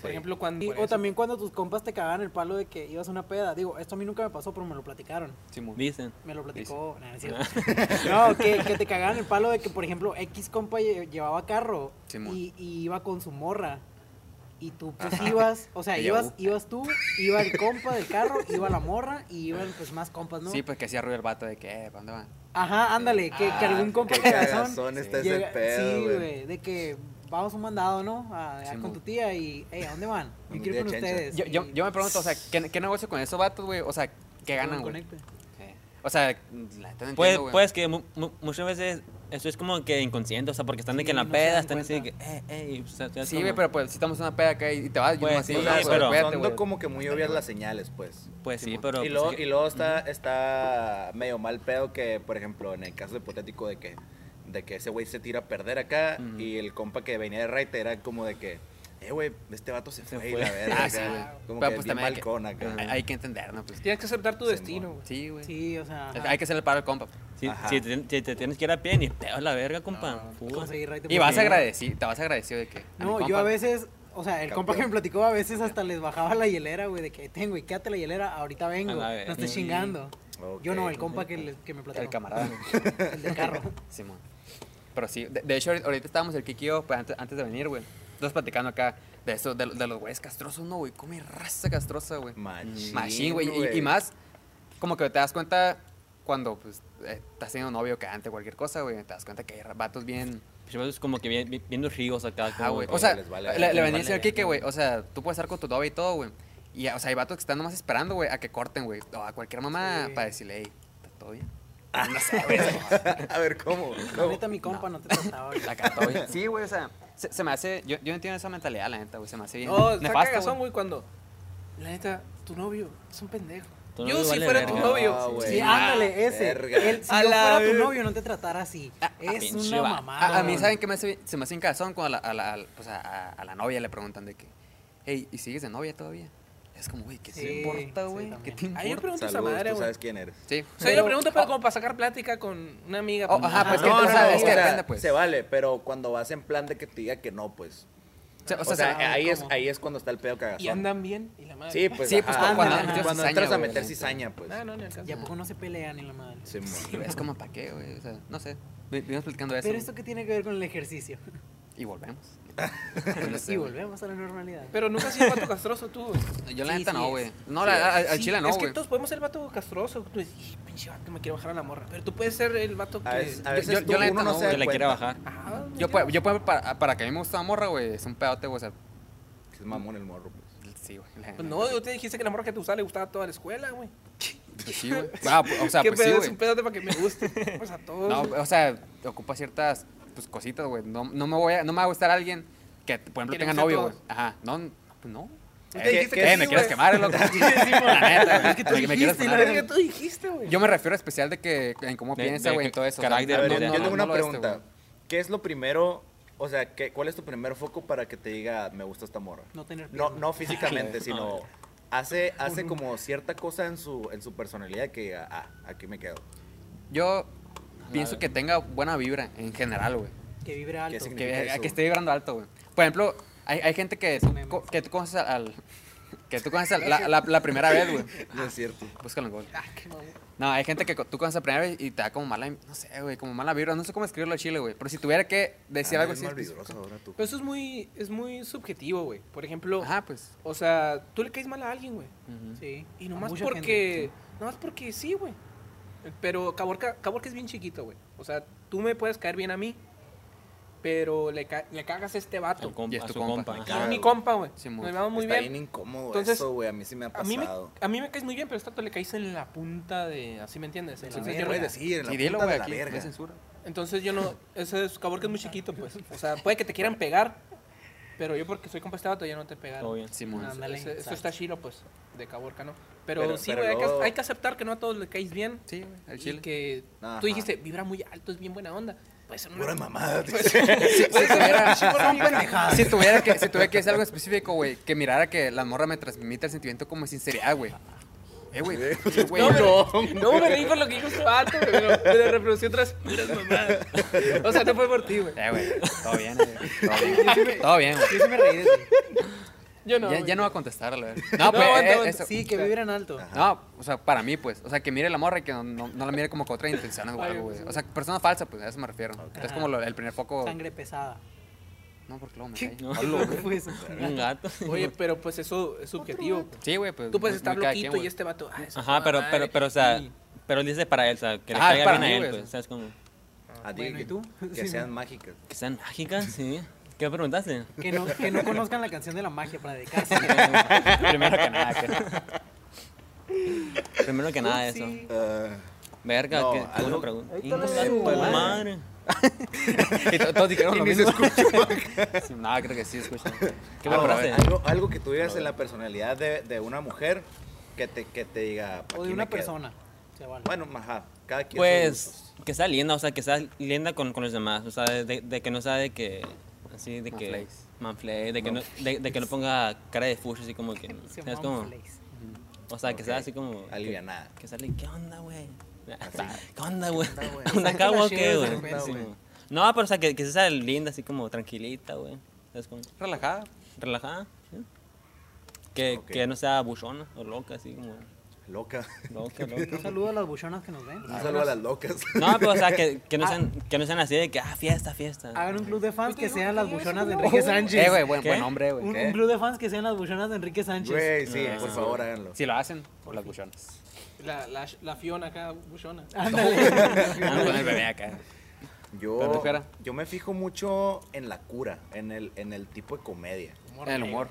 [SPEAKER 5] Por ejemplo, cuando.
[SPEAKER 4] Y-
[SPEAKER 5] por
[SPEAKER 4] o
[SPEAKER 5] Pues eso-
[SPEAKER 4] también cuando tus compas te cagaban el palo de que ibas a una peda. Digo, esto a mí nunca me pasó, pero me lo platicaron.
[SPEAKER 3] Simón.
[SPEAKER 1] Dicen.
[SPEAKER 4] Me lo platicó. Nah, no, es cierto. No, que, que te cagaban el palo de que, por ejemplo, X compa lle- llevaba carro
[SPEAKER 3] Simón.
[SPEAKER 4] y, y iba con su morra. Y tú pues ibas, o sea,
[SPEAKER 3] Ella
[SPEAKER 4] ibas,
[SPEAKER 3] u.
[SPEAKER 4] ibas tú, iba el compa del carro, iba la morra y iban pues más compas, ¿no?
[SPEAKER 3] Sí, pues que hacía ruido el vato de que, eh, ¿para dónde van?
[SPEAKER 4] Ajá, ándale, que,
[SPEAKER 3] Ah,
[SPEAKER 4] que algún compa
[SPEAKER 2] Ah, Qué
[SPEAKER 4] cagazón
[SPEAKER 2] cagazón está ese
[SPEAKER 4] llega-
[SPEAKER 2] pedo,
[SPEAKER 4] sí,
[SPEAKER 2] güey.
[SPEAKER 4] güey, de que vamos un mandado, ¿no? A, a-
[SPEAKER 3] Simón.
[SPEAKER 4] con tu tía y, hey, ¿a dónde van? Yo
[SPEAKER 2] Con
[SPEAKER 4] quiero ir
[SPEAKER 2] tu
[SPEAKER 4] con
[SPEAKER 2] tía Chencha.
[SPEAKER 4] ustedes.
[SPEAKER 3] Yo, yo,
[SPEAKER 4] Y-
[SPEAKER 3] yo me pregunto, o sea, ¿qué, qué negocio con esos vatos, güey? O sea, ¿qué
[SPEAKER 4] Todo
[SPEAKER 3] ganan, güey?
[SPEAKER 4] conecta.
[SPEAKER 3] Sí. O sea, la neta no
[SPEAKER 1] Pues,
[SPEAKER 3] entiendo, güey.
[SPEAKER 1] pues que mu- mu- muchas veces eso es como que inconsciente, o sea, porque están de
[SPEAKER 4] Sí,
[SPEAKER 1] que en la
[SPEAKER 4] no se
[SPEAKER 1] peda,
[SPEAKER 4] dan
[SPEAKER 1] están así de que,
[SPEAKER 4] cuenta.
[SPEAKER 1] eh, eh, y, o sea, ya es
[SPEAKER 3] Sí, güey,
[SPEAKER 1] como-
[SPEAKER 3] pero pues si estamos en una peda acá y y te vas, yo
[SPEAKER 1] Pues,
[SPEAKER 3] nomás
[SPEAKER 1] sí,
[SPEAKER 3] digo,
[SPEAKER 2] O
[SPEAKER 3] no,
[SPEAKER 2] sea,
[SPEAKER 1] sí,
[SPEAKER 3] güey,
[SPEAKER 1] pero-
[SPEAKER 3] cuídate,
[SPEAKER 2] Son
[SPEAKER 3] güey.
[SPEAKER 2] como que muy obvias las señales, pues.
[SPEAKER 1] Pues sí,
[SPEAKER 3] Simón.
[SPEAKER 1] pero.
[SPEAKER 2] Y
[SPEAKER 1] pues,
[SPEAKER 2] luego,
[SPEAKER 1] es que-
[SPEAKER 2] y luego está, está medio mal pedo que, por ejemplo, en el caso hipotético de que, de que ese güey se tira a perder acá
[SPEAKER 1] Ujú.
[SPEAKER 2] y el compa que venía de right era como de que, eh, güey, este vato se,
[SPEAKER 1] Se
[SPEAKER 2] fue, y
[SPEAKER 1] fue.
[SPEAKER 2] la verga.
[SPEAKER 3] Ah,
[SPEAKER 2] acá,
[SPEAKER 3] sí, güey.
[SPEAKER 2] Como
[SPEAKER 3] Pero,
[SPEAKER 2] que
[SPEAKER 3] pues,
[SPEAKER 2] bien
[SPEAKER 3] también hay que-
[SPEAKER 2] balcón acá.
[SPEAKER 3] Hay- Hay que entender, ¿no? Pues,
[SPEAKER 5] Tienes que aceptar tu
[SPEAKER 2] Simón.
[SPEAKER 5] destino, güey.
[SPEAKER 3] sí, güey.
[SPEAKER 4] Sí, o sea,
[SPEAKER 3] Hay que hacerle el paro al compa.
[SPEAKER 1] Si,
[SPEAKER 2] Ajá.
[SPEAKER 1] si te, si te tienes que ir a pie, ni pedo la verga, compa.
[SPEAKER 5] No,
[SPEAKER 1] Fuga.
[SPEAKER 4] conseguir right
[SPEAKER 3] Y vas
[SPEAKER 4] porque-
[SPEAKER 3] agradecido, te vas agradecido de que. a mi
[SPEAKER 4] No, yo
[SPEAKER 3] compa-
[SPEAKER 4] a veces O sea, el
[SPEAKER 2] Campeón.
[SPEAKER 4] compa que me platicó a veces hasta les bajaba la hielera, güey, de que ten, güey, quédate la hielera, ahorita vengo,
[SPEAKER 1] A la
[SPEAKER 4] no
[SPEAKER 1] verga.
[SPEAKER 4] estés chingando.
[SPEAKER 2] Ok.
[SPEAKER 4] Yo no, el compa que, le- que me platicó.
[SPEAKER 3] El camarada.
[SPEAKER 4] El del carro.
[SPEAKER 3] Simón. Pero sí, de, de hecho, ahorita, ahorita estábamos el Kiki y yo, pues antes, antes de venir, güey. Estamos platicando acá de eso, de, lo- de los güeyes castrosos, no, güey. Come raza castrosa, güey.
[SPEAKER 2] Machín,
[SPEAKER 3] Machín, güey. Y- Y, más, como que te das cuenta cuando pues, eh, estás teniendo novio que antes cualquier cosa, güey. Te das cuenta que hay vatos bien.
[SPEAKER 1] Pero es como que bien, bien- viendo ríos acá.
[SPEAKER 3] Ah,
[SPEAKER 1] como
[SPEAKER 3] güey.
[SPEAKER 1] que-
[SPEAKER 3] O sea,
[SPEAKER 2] les vale
[SPEAKER 3] le,
[SPEAKER 2] verga,
[SPEAKER 3] le
[SPEAKER 2] les
[SPEAKER 3] venía a decir
[SPEAKER 2] vale
[SPEAKER 3] al Kike,
[SPEAKER 2] verga.
[SPEAKER 3] güey. O sea, tú puedes estar con tu novia y todo, güey. Y, o sea, hay vatos que están nomás esperando, güey, a que corten, güey. O a cualquier mamá
[SPEAKER 4] Sí.
[SPEAKER 3] para decirle, hey, ¿está todo bien?
[SPEAKER 2] a ver, ¿cómo?
[SPEAKER 4] La
[SPEAKER 2] ¿Cómo?
[SPEAKER 4] neta, mi compa no, te trataba. güey.
[SPEAKER 3] La cantó, güey. Sí, güey, o sea, se, se me hace. Yo, yo entiendo esa mentalidad, la neta, güey. Se me hace bien.
[SPEAKER 5] No, está
[SPEAKER 3] nefasto,
[SPEAKER 5] cagazón,
[SPEAKER 3] güey.
[SPEAKER 5] güey, cuando. La neta, tu novio es un pendejo.
[SPEAKER 1] Tu
[SPEAKER 5] Yo
[SPEAKER 1] novio
[SPEAKER 5] si
[SPEAKER 1] vale
[SPEAKER 5] fuera tu
[SPEAKER 1] verga.
[SPEAKER 5] novio.
[SPEAKER 2] Ah, güey.
[SPEAKER 4] Sí, ándale,
[SPEAKER 2] Ah,
[SPEAKER 4] ese.
[SPEAKER 2] verga.
[SPEAKER 4] Él, si
[SPEAKER 5] A
[SPEAKER 4] yo
[SPEAKER 5] la
[SPEAKER 4] fuera tu
[SPEAKER 5] vez.
[SPEAKER 4] novio, no te tratara así. es
[SPEAKER 1] pinche
[SPEAKER 4] una
[SPEAKER 1] va-
[SPEAKER 4] mamada.
[SPEAKER 3] A, a mí,
[SPEAKER 4] güey.
[SPEAKER 3] ¿saben qué me hace? bien? Se me hace incazón cuando a la, a la- al- pues, a, a- a la novia le preguntan de que, hey, ¿y sigues de novia todavía? Es como, güey, ¿qué
[SPEAKER 4] Sí,
[SPEAKER 3] te importa,
[SPEAKER 4] sí,
[SPEAKER 3] güey? ¿Qué
[SPEAKER 4] también.
[SPEAKER 3] te importa?
[SPEAKER 5] Ahí yo pregunto esa
[SPEAKER 2] Saludos,
[SPEAKER 5] madre,
[SPEAKER 2] tú
[SPEAKER 5] güey.
[SPEAKER 2] sabes quién eres.
[SPEAKER 3] Sí.
[SPEAKER 5] O sea, yo le
[SPEAKER 4] Pero-
[SPEAKER 5] pregunto para, como para sacar plática con una amiga.
[SPEAKER 3] Oh,
[SPEAKER 5] pues,
[SPEAKER 3] ajá, pues
[SPEAKER 5] ah,
[SPEAKER 3] que-
[SPEAKER 2] no,
[SPEAKER 3] o
[SPEAKER 2] no,
[SPEAKER 3] sea,
[SPEAKER 2] no,
[SPEAKER 3] es que
[SPEAKER 2] o sea,
[SPEAKER 3] depende, pues.
[SPEAKER 2] se vale, pero cuando vas en plan de que te diga que no, pues.
[SPEAKER 3] O sea,
[SPEAKER 2] O sea, ahí, es,
[SPEAKER 4] ¿cómo?
[SPEAKER 2] ahí es cuando está el pedo cagazón.
[SPEAKER 5] Y andan bien. Y la madre. Ah,
[SPEAKER 2] Sí, pues,
[SPEAKER 3] Sí, pues,
[SPEAKER 2] ajá,
[SPEAKER 4] cuando-
[SPEAKER 2] ajá.
[SPEAKER 4] cuando
[SPEAKER 2] cuando
[SPEAKER 3] cizaña,
[SPEAKER 2] entras a
[SPEAKER 3] güey,
[SPEAKER 2] meter
[SPEAKER 3] la neta.
[SPEAKER 2] cizaña, pues.
[SPEAKER 5] No, no, ni al caso.
[SPEAKER 4] ¿Y a poco no se pelean en la madre?
[SPEAKER 2] Sí, mo-
[SPEAKER 3] es como, ¿para qué, güey? O sea, no sé. Vi- Vivimos platicando de eso.
[SPEAKER 4] Pero esto que tiene que ver con el ejercicio.
[SPEAKER 3] Y volvemos. No sé,
[SPEAKER 4] y
[SPEAKER 3] güey.
[SPEAKER 4] volvemos a la normalidad.
[SPEAKER 5] Pero nunca has sido vato castroso tú, güey.
[SPEAKER 3] Yo la
[SPEAKER 4] Sí,
[SPEAKER 3] neta
[SPEAKER 4] sí
[SPEAKER 3] no,
[SPEAKER 4] es.
[SPEAKER 3] güey. No, la- a- al
[SPEAKER 5] Sí,
[SPEAKER 3] chile no,
[SPEAKER 5] Es que
[SPEAKER 3] güey.
[SPEAKER 5] todos podemos ser vato castroso. Tú dices, "Ih, pinche vato, me quiero bajar a la morra. Pero tú puedes ser el vato que.
[SPEAKER 2] A veces, a
[SPEAKER 3] yo-
[SPEAKER 2] veces
[SPEAKER 3] yo- yo
[SPEAKER 2] tú-
[SPEAKER 3] la
[SPEAKER 2] uno
[SPEAKER 3] neta
[SPEAKER 2] no
[SPEAKER 3] no,
[SPEAKER 2] se
[SPEAKER 1] Que
[SPEAKER 2] da
[SPEAKER 1] le
[SPEAKER 5] pues,
[SPEAKER 1] quiere
[SPEAKER 2] cuenta.
[SPEAKER 1] bajar.
[SPEAKER 5] Ajá, me
[SPEAKER 3] Yo,
[SPEAKER 5] quiero-
[SPEAKER 3] puedo- yo puedo- para, para que a mí me gusta una morra, güey, es un pedote, güey. O sea,
[SPEAKER 2] Es mamón el morro, pues.
[SPEAKER 3] sí, güey. la
[SPEAKER 5] Pues
[SPEAKER 3] neta.
[SPEAKER 5] no, tú dijiste que la morra que te gustaba le gustaba a toda la escuela, güey.
[SPEAKER 3] Pues sí, güey. Ah, pues, o sea,
[SPEAKER 5] ¿Qué
[SPEAKER 3] pues
[SPEAKER 5] pedo?
[SPEAKER 3] sí,
[SPEAKER 5] es
[SPEAKER 3] güey.
[SPEAKER 5] un pedote para que me guste. Pues a todos.
[SPEAKER 3] No,
[SPEAKER 5] güey.
[SPEAKER 3] o sea, ocupa ciertas pues, cositas, güey. No, no me voy a, no me va a gustar alguien que, por ejemplo,
[SPEAKER 5] Que le
[SPEAKER 3] tenga
[SPEAKER 5] guste a
[SPEAKER 3] novio,
[SPEAKER 5] todos.
[SPEAKER 3] güey. Ajá, no, no, pues no.
[SPEAKER 5] Tú
[SPEAKER 3] Eh,
[SPEAKER 5] te dijiste
[SPEAKER 3] eh,
[SPEAKER 5] que
[SPEAKER 3] me
[SPEAKER 5] sí,
[SPEAKER 3] quieres
[SPEAKER 5] güey.
[SPEAKER 3] quemar, loco. La neta, güey.
[SPEAKER 5] Es que tú
[SPEAKER 3] Me- me quieres
[SPEAKER 5] dijiste, la
[SPEAKER 3] funar.
[SPEAKER 5] verdad que tú dijiste, güey.
[SPEAKER 3] Yo me refiero especial de que en cómo
[SPEAKER 1] De-
[SPEAKER 3] piensa,
[SPEAKER 1] de
[SPEAKER 3] güey, en todo eso. o sea,
[SPEAKER 1] carácter,
[SPEAKER 2] A ver,
[SPEAKER 1] no,
[SPEAKER 2] yo
[SPEAKER 1] no,
[SPEAKER 2] tengo
[SPEAKER 1] no,
[SPEAKER 2] una
[SPEAKER 3] lo este,
[SPEAKER 2] pregunta.
[SPEAKER 3] güey.
[SPEAKER 2] ¿Qué es lo primero? O sea, ¿qué, ¿cuál es tu primer foco para que te diga me gusta esta morra?
[SPEAKER 4] No tener
[SPEAKER 2] No,
[SPEAKER 4] piernas.
[SPEAKER 2] no físicamente, sino hace, hace como cierta cosa en su, en su personalidad que ah, ah, aquí me quedo.
[SPEAKER 3] Yo pienso que tenga buena vibra en general, güey.
[SPEAKER 4] Que vibre alto.
[SPEAKER 2] significa?
[SPEAKER 3] Que,
[SPEAKER 2] eso,
[SPEAKER 3] que
[SPEAKER 2] güey.
[SPEAKER 3] esté vibrando alto, güey. Por ejemplo, hay, hay gente que,
[SPEAKER 4] Esos memes.
[SPEAKER 3] co- que tú conoces al... Que tú conoces al- la, la- la primera vez, güey.
[SPEAKER 2] No es cierto.
[SPEAKER 3] Búscalo en Google.
[SPEAKER 5] Ah, qué mamón.
[SPEAKER 3] No, hay gente que co- tú conoces la primera vez y te da como mala, no sé, güey, como mala vibra. No sé cómo escribirlo al chile, güey. Pero si tuviera que decir
[SPEAKER 2] Ah,
[SPEAKER 3] algo
[SPEAKER 2] es
[SPEAKER 3] así. pues,
[SPEAKER 2] más
[SPEAKER 3] específico.
[SPEAKER 2] vigoroso ahora tú.
[SPEAKER 5] Pero eso es muy, es muy subjetivo, güey. Por ejemplo,
[SPEAKER 3] Ajá, pues.
[SPEAKER 5] o sea, tú le caes mal a alguien, güey.
[SPEAKER 4] Sí.
[SPEAKER 5] Y
[SPEAKER 4] A
[SPEAKER 5] nomás
[SPEAKER 4] mucha
[SPEAKER 5] porque.
[SPEAKER 4] gente.
[SPEAKER 5] Nomás porque sí, güey. Pero Caborca, Caborca es bien chiquito, güey. O sea, tú me puedes caer bien a mí, pero le, ca- le cagas a este vato.
[SPEAKER 1] Al compa,
[SPEAKER 3] Y es
[SPEAKER 1] a
[SPEAKER 3] tu
[SPEAKER 1] su
[SPEAKER 3] compa.
[SPEAKER 1] compa.
[SPEAKER 5] No,
[SPEAKER 1] ajá.
[SPEAKER 2] Claro,
[SPEAKER 5] mi
[SPEAKER 2] güey.
[SPEAKER 5] compa, güey.
[SPEAKER 3] Sí,
[SPEAKER 5] Nos
[SPEAKER 3] muy-
[SPEAKER 5] llevamos muy
[SPEAKER 2] Está
[SPEAKER 5] bien.
[SPEAKER 2] bien incómodo
[SPEAKER 5] Entonces,
[SPEAKER 2] eso, güey. A mí sí me ha
[SPEAKER 5] A mí, me,
[SPEAKER 2] pasado.
[SPEAKER 5] a mí me caes muy bien, pero este vato le caíste en la punta de. Así me entiendes.
[SPEAKER 4] la
[SPEAKER 5] Entonces
[SPEAKER 4] verga.
[SPEAKER 5] yo,
[SPEAKER 2] Puedes
[SPEAKER 5] no,
[SPEAKER 2] decir, en la
[SPEAKER 3] Y dilo,
[SPEAKER 2] punta
[SPEAKER 3] güey,
[SPEAKER 2] de la
[SPEAKER 3] aquí. No hay
[SPEAKER 2] verga.
[SPEAKER 3] censura.
[SPEAKER 5] entonces yo no. Ese es Caborca es muy chiquito, pues. O sea, puede que te quieran pegar, pero yo porque soy compa de este vato ya no te pegaron.
[SPEAKER 1] Todo bien.
[SPEAKER 3] Simón.
[SPEAKER 4] Ah, Ándale,
[SPEAKER 5] Ese- eso
[SPEAKER 4] exacto.
[SPEAKER 5] está chilo, pues, de Caborca, ¿no? Pero,
[SPEAKER 2] Pero-
[SPEAKER 5] sí,
[SPEAKER 2] pero
[SPEAKER 5] güey, hay, que-
[SPEAKER 2] luego-
[SPEAKER 5] hay que aceptar que no a todos le caes bien.
[SPEAKER 3] Sí, güey, al
[SPEAKER 5] y
[SPEAKER 3] chile.
[SPEAKER 5] que
[SPEAKER 2] Ajá.
[SPEAKER 5] tú dijiste, vibra muy alto, es bien buena onda. Pues no. pues,
[SPEAKER 2] Pura mamada.
[SPEAKER 3] Si, si tuviera,
[SPEAKER 5] Son
[SPEAKER 4] pendejadas.
[SPEAKER 3] si tuviera que, si tuviera que decir algo específico, güey, que mirara que la morra me transmite el sentimiento como de sinceridad, güey. Eh, güey. Sí, güey.
[SPEAKER 5] No, pero, no, me leí por lo que dijo este vato, güey, pero me lo reproducí otras puras mamadas. O sea, no fue por ti, güey.
[SPEAKER 3] Eh, güey. Todo bien, eh, güey. Todo bien. Todo bien, güey.
[SPEAKER 4] Yo sí me reí de ti.
[SPEAKER 5] Yo no.
[SPEAKER 3] Ya,
[SPEAKER 5] güey.
[SPEAKER 3] ya no va a contestar, la verdad. No, pues,
[SPEAKER 5] aguanta,
[SPEAKER 3] eh,
[SPEAKER 5] aguanta.
[SPEAKER 3] eso-
[SPEAKER 4] Sí, que vibran alto.
[SPEAKER 3] No, o sea, para mí, pues. O sea, que mire la morra y que no, no, no la mire como con otra intención o
[SPEAKER 5] Ay,
[SPEAKER 3] algo, güey.
[SPEAKER 5] güey.
[SPEAKER 3] O sea, persona falsa, pues, a eso me refiero. Es como lo- el primer foco.
[SPEAKER 4] Sangre pesada.
[SPEAKER 3] No, porque luego me
[SPEAKER 4] ¿Qué?
[SPEAKER 3] cae.
[SPEAKER 1] No.
[SPEAKER 4] Lo que fue eso.
[SPEAKER 1] Un gato.
[SPEAKER 5] Oye, pero pues eso es subjetivo.
[SPEAKER 3] Sí, güey, pues.
[SPEAKER 5] Tú puedes
[SPEAKER 3] muy-
[SPEAKER 5] estar
[SPEAKER 3] muy cada
[SPEAKER 5] loquito
[SPEAKER 3] quien,
[SPEAKER 5] y
[SPEAKER 3] güey.
[SPEAKER 5] este vato. ah, es
[SPEAKER 1] Ajá,
[SPEAKER 5] una
[SPEAKER 1] pero,
[SPEAKER 5] madre.
[SPEAKER 1] pero, pero, o sea,
[SPEAKER 5] Y-
[SPEAKER 1] pero él dice para él, o sea, que le
[SPEAKER 3] Ah, es
[SPEAKER 1] caiga
[SPEAKER 3] para
[SPEAKER 1] bien a
[SPEAKER 3] mí,
[SPEAKER 1] él,
[SPEAKER 3] güey,
[SPEAKER 1] pues,
[SPEAKER 3] o
[SPEAKER 1] ¿sabes cómo?
[SPEAKER 2] A ti,
[SPEAKER 4] Bueno, ¿y
[SPEAKER 2] que-
[SPEAKER 4] tú?
[SPEAKER 2] Que
[SPEAKER 4] Sí,
[SPEAKER 2] sean mágicas.
[SPEAKER 1] Que sean mágicas, sí. ¿Qué me preguntaste?
[SPEAKER 4] Que no, que no conozcan la canción de la magia para dedicarse.
[SPEAKER 3] Primero que nada, que
[SPEAKER 1] Primero que nada eso.
[SPEAKER 4] Sí.
[SPEAKER 2] Ah,
[SPEAKER 1] Verga,
[SPEAKER 2] No,
[SPEAKER 1] que que
[SPEAKER 2] algo-
[SPEAKER 1] buena pregunta.
[SPEAKER 4] Ahí está la
[SPEAKER 1] Inga
[SPEAKER 4] de
[SPEAKER 1] tu
[SPEAKER 4] tu madre.
[SPEAKER 1] madre.
[SPEAKER 3] Y to- todos dijeron lo
[SPEAKER 2] Ni se
[SPEAKER 3] mismo. Sí, no, creo que sí, escucha. Ah,
[SPEAKER 1] ¿Qué me
[SPEAKER 2] ahora,
[SPEAKER 1] preguntaste?
[SPEAKER 2] algo, algo que tú digas en la personalidad de, de una mujer que te, que te diga. "Pa'
[SPEAKER 4] O de
[SPEAKER 2] aquí
[SPEAKER 4] una
[SPEAKER 2] me quedo".
[SPEAKER 4] persona. Se vale.
[SPEAKER 2] Bueno, ajá, cada quien. sus
[SPEAKER 1] Pues
[SPEAKER 2] gustos.
[SPEAKER 1] que sea linda, o sea, que sea linda con, con los demás, o sea, de, de que no sea de que así de que
[SPEAKER 3] Manflays.
[SPEAKER 1] manflay, de que no de, de que no ponga cara de fucho así como que
[SPEAKER 4] Se
[SPEAKER 1] ¿sabes
[SPEAKER 4] llama
[SPEAKER 1] cómo?
[SPEAKER 4] Place.
[SPEAKER 1] O sea, que sea
[SPEAKER 2] Ok.
[SPEAKER 1] así como que-
[SPEAKER 2] Alivianada.
[SPEAKER 1] Que sale, ¿qué onda, güey? ¿Qué onda, güey?
[SPEAKER 2] güey?
[SPEAKER 1] ¿Una cagua o qué,
[SPEAKER 4] Flasheos de
[SPEAKER 1] güey?
[SPEAKER 4] repente,
[SPEAKER 1] Sí,
[SPEAKER 2] güey.
[SPEAKER 1] mo. No, pero o sea, que, que sea linda, así como tranquilita, güey. ¿Sabes cómo?
[SPEAKER 3] Relajada.
[SPEAKER 1] relajada. ¿sí? Que,
[SPEAKER 2] Ok.
[SPEAKER 1] que no sea buchona o loca, así como
[SPEAKER 2] Loca.
[SPEAKER 1] loca,
[SPEAKER 4] Un
[SPEAKER 1] loca.
[SPEAKER 4] saludo a las buchonas que nos ven.
[SPEAKER 2] Un saludo a las locas.
[SPEAKER 1] No, pero o sea, que, que, no sean, que no sean así de que, ah, fiesta, fiesta.
[SPEAKER 4] Hagan un club de fans
[SPEAKER 5] Yo te
[SPEAKER 4] que
[SPEAKER 5] digo
[SPEAKER 4] sean
[SPEAKER 5] que
[SPEAKER 4] las
[SPEAKER 5] yo
[SPEAKER 4] buchonas de
[SPEAKER 5] soy-
[SPEAKER 4] Enrique
[SPEAKER 5] Oh,
[SPEAKER 4] Sánchez.
[SPEAKER 3] Eh, güey, buen,
[SPEAKER 1] ¿Qué?
[SPEAKER 3] buen hombre, güey.
[SPEAKER 4] un,
[SPEAKER 2] ¿qué?
[SPEAKER 4] un club de fans que sean las buchonas de Enrique Sánchez.
[SPEAKER 2] Güey, sí,
[SPEAKER 1] Ah,
[SPEAKER 2] por
[SPEAKER 1] sí.
[SPEAKER 2] favor, háganlo.
[SPEAKER 3] Si lo hacen, por las buchonas.
[SPEAKER 5] La, la, la Fiona acá, buchona.
[SPEAKER 4] Ándale.
[SPEAKER 3] Ah, con el bebé acá. Pero
[SPEAKER 2] Yo,
[SPEAKER 3] espera.
[SPEAKER 2] yo me fijo mucho en la cura, en el, en el tipo de comedia.
[SPEAKER 3] En el humor.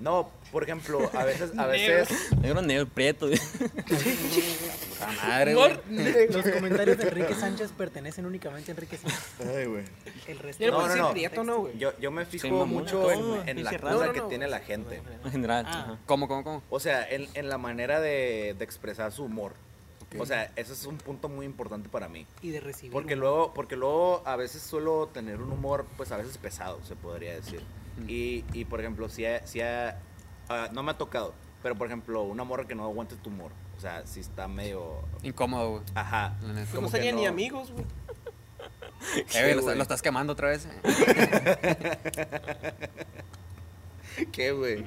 [SPEAKER 2] No, por ejemplo, a veces, a
[SPEAKER 5] Negro.
[SPEAKER 2] veces,
[SPEAKER 1] Negro, negro, prieto.
[SPEAKER 3] Puta madre, güey.
[SPEAKER 5] Humor.
[SPEAKER 4] Los comentarios de Enrique Sánchez pertenecen únicamente a Enrique Sánchez.
[SPEAKER 2] ay, güey.
[SPEAKER 4] El resto
[SPEAKER 5] Yo le
[SPEAKER 2] No,
[SPEAKER 5] puse
[SPEAKER 2] no, no.
[SPEAKER 5] prieto, ¿no, güey?
[SPEAKER 2] Yo, yo me
[SPEAKER 1] Sí,
[SPEAKER 2] fijo
[SPEAKER 1] mamón,
[SPEAKER 2] mucho
[SPEAKER 1] todo,
[SPEAKER 2] en, en la
[SPEAKER 1] pinche
[SPEAKER 2] cosa
[SPEAKER 1] raza.
[SPEAKER 5] No, no,
[SPEAKER 2] que
[SPEAKER 5] no.
[SPEAKER 2] tiene la gente.
[SPEAKER 1] En general.
[SPEAKER 4] Ah.
[SPEAKER 1] ajá.
[SPEAKER 3] ¿Cómo, cómo, cómo?
[SPEAKER 2] O sea, en, en la manera de, de expresar su humor. O sea, ese es un punto muy importante para mí.
[SPEAKER 4] Y de recibir.
[SPEAKER 2] Porque
[SPEAKER 4] un-
[SPEAKER 2] luego, porque luego a veces suelo tener un humor, pues a veces pesado, se podría decir. Y, y, por ejemplo, si, ha- si ha- ah, no me ha tocado, pero por ejemplo, una morra que no aguante tu humor. O sea, si está medio.
[SPEAKER 3] Incómodo, güey.
[SPEAKER 2] Ajá.
[SPEAKER 3] La neta.
[SPEAKER 5] Pues
[SPEAKER 2] como
[SPEAKER 5] no
[SPEAKER 2] que
[SPEAKER 5] serían ni
[SPEAKER 2] no.
[SPEAKER 5] amigos, güey.
[SPEAKER 3] Eh, güey, lo, está- lo estás quemando otra vez. Eh,
[SPEAKER 2] ¿Qué, güey?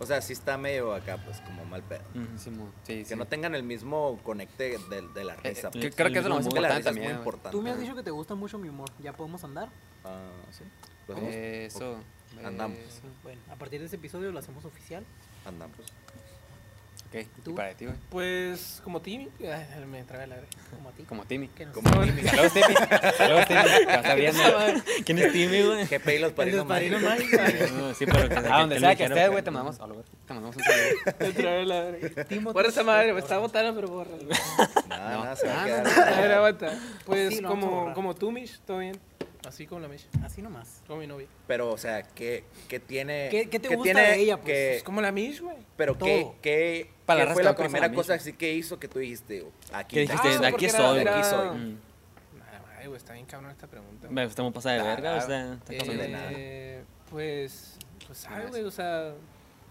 [SPEAKER 2] O sea, si está medio acá, pues como mal pedo.
[SPEAKER 1] Ujú.
[SPEAKER 3] Sí, mo- sí, sí.
[SPEAKER 2] Que no tengan el mismo conecte de, de la
[SPEAKER 3] Eh,
[SPEAKER 2] risa.
[SPEAKER 3] que-
[SPEAKER 2] pues.
[SPEAKER 3] creo que es lo más
[SPEAKER 2] Es que la risa es
[SPEAKER 3] importante
[SPEAKER 2] muy
[SPEAKER 3] también. güey.
[SPEAKER 2] importante.
[SPEAKER 4] Tú me has dicho que te gusta mucho mi humor. ¿Ya podemos andar?
[SPEAKER 2] Ah, sí. Lo hacemos.
[SPEAKER 3] Eh, Eso.
[SPEAKER 2] Andamos.
[SPEAKER 3] eso.
[SPEAKER 4] Bueno, a partir de este episodio lo hacemos oficial.
[SPEAKER 2] Andamos.
[SPEAKER 3] Ok, ¿y
[SPEAKER 4] ¿Tú?
[SPEAKER 3] para ti, güey?
[SPEAKER 5] Pues, como Timmy. Ay, me traga la verga.
[SPEAKER 4] Como a ti.
[SPEAKER 3] Como Timmy.
[SPEAKER 4] Que nos-
[SPEAKER 2] Como
[SPEAKER 3] Saludos, Timmy. Saludos, Timmy. Te vas abriendo.
[SPEAKER 1] ¿Quién es Timmy, güey?
[SPEAKER 2] GP y los padrinos
[SPEAKER 4] padrinos
[SPEAKER 2] mágicos.
[SPEAKER 1] No, sí, pero que-
[SPEAKER 3] A donde
[SPEAKER 1] que
[SPEAKER 3] sea
[SPEAKER 1] le
[SPEAKER 3] que
[SPEAKER 1] dijeron
[SPEAKER 3] estés, güey, te mandamos. a la verga, Te mandamos un saludo.
[SPEAKER 5] Me traga la verga.
[SPEAKER 4] Timothy.
[SPEAKER 5] Borra esa madre, güey. Está botada, pero borra.
[SPEAKER 2] Nada,
[SPEAKER 3] No.
[SPEAKER 2] nada, se va a
[SPEAKER 3] Ah,
[SPEAKER 5] A
[SPEAKER 2] quedar.
[SPEAKER 5] ver, aguanta.
[SPEAKER 4] Sí,
[SPEAKER 5] Pues,
[SPEAKER 4] lo vamos a
[SPEAKER 5] como,
[SPEAKER 4] borrar.
[SPEAKER 5] como tú, Mish, todo bien. Así como la Mish.
[SPEAKER 4] Así nomás.
[SPEAKER 5] Como mi novia.
[SPEAKER 2] Pero, o sea, ¿qué, qué tiene.
[SPEAKER 4] ¿Qué- qué te gusta
[SPEAKER 2] tiene
[SPEAKER 4] de ella, pues?
[SPEAKER 2] que-
[SPEAKER 5] Es como la Mish, güey.
[SPEAKER 2] pero, ¿qué,
[SPEAKER 4] todo.
[SPEAKER 2] qué,
[SPEAKER 3] Para
[SPEAKER 2] qué
[SPEAKER 3] la
[SPEAKER 2] fue la
[SPEAKER 3] resta no conoce
[SPEAKER 2] primera
[SPEAKER 3] la
[SPEAKER 2] cosa
[SPEAKER 3] misma.
[SPEAKER 2] así que hizo que tú dijiste? "Oh, Aquí.
[SPEAKER 1] ¿Qué dijiste?
[SPEAKER 5] Ah,
[SPEAKER 1] De
[SPEAKER 5] porque
[SPEAKER 1] aquí
[SPEAKER 5] era-
[SPEAKER 1] soy,
[SPEAKER 5] era-
[SPEAKER 1] güey. Mm.
[SPEAKER 5] Nada, madre, güey. Está bien cabrón esta pregunta. güey.
[SPEAKER 1] Me estamos pasando de
[SPEAKER 2] Ah,
[SPEAKER 1] verga, o sea, está
[SPEAKER 2] eh,
[SPEAKER 1] cabrón.
[SPEAKER 2] de nada.
[SPEAKER 5] Eh, Pues, pues, ¿sabes,
[SPEAKER 3] Gracias.
[SPEAKER 5] güey? O sea,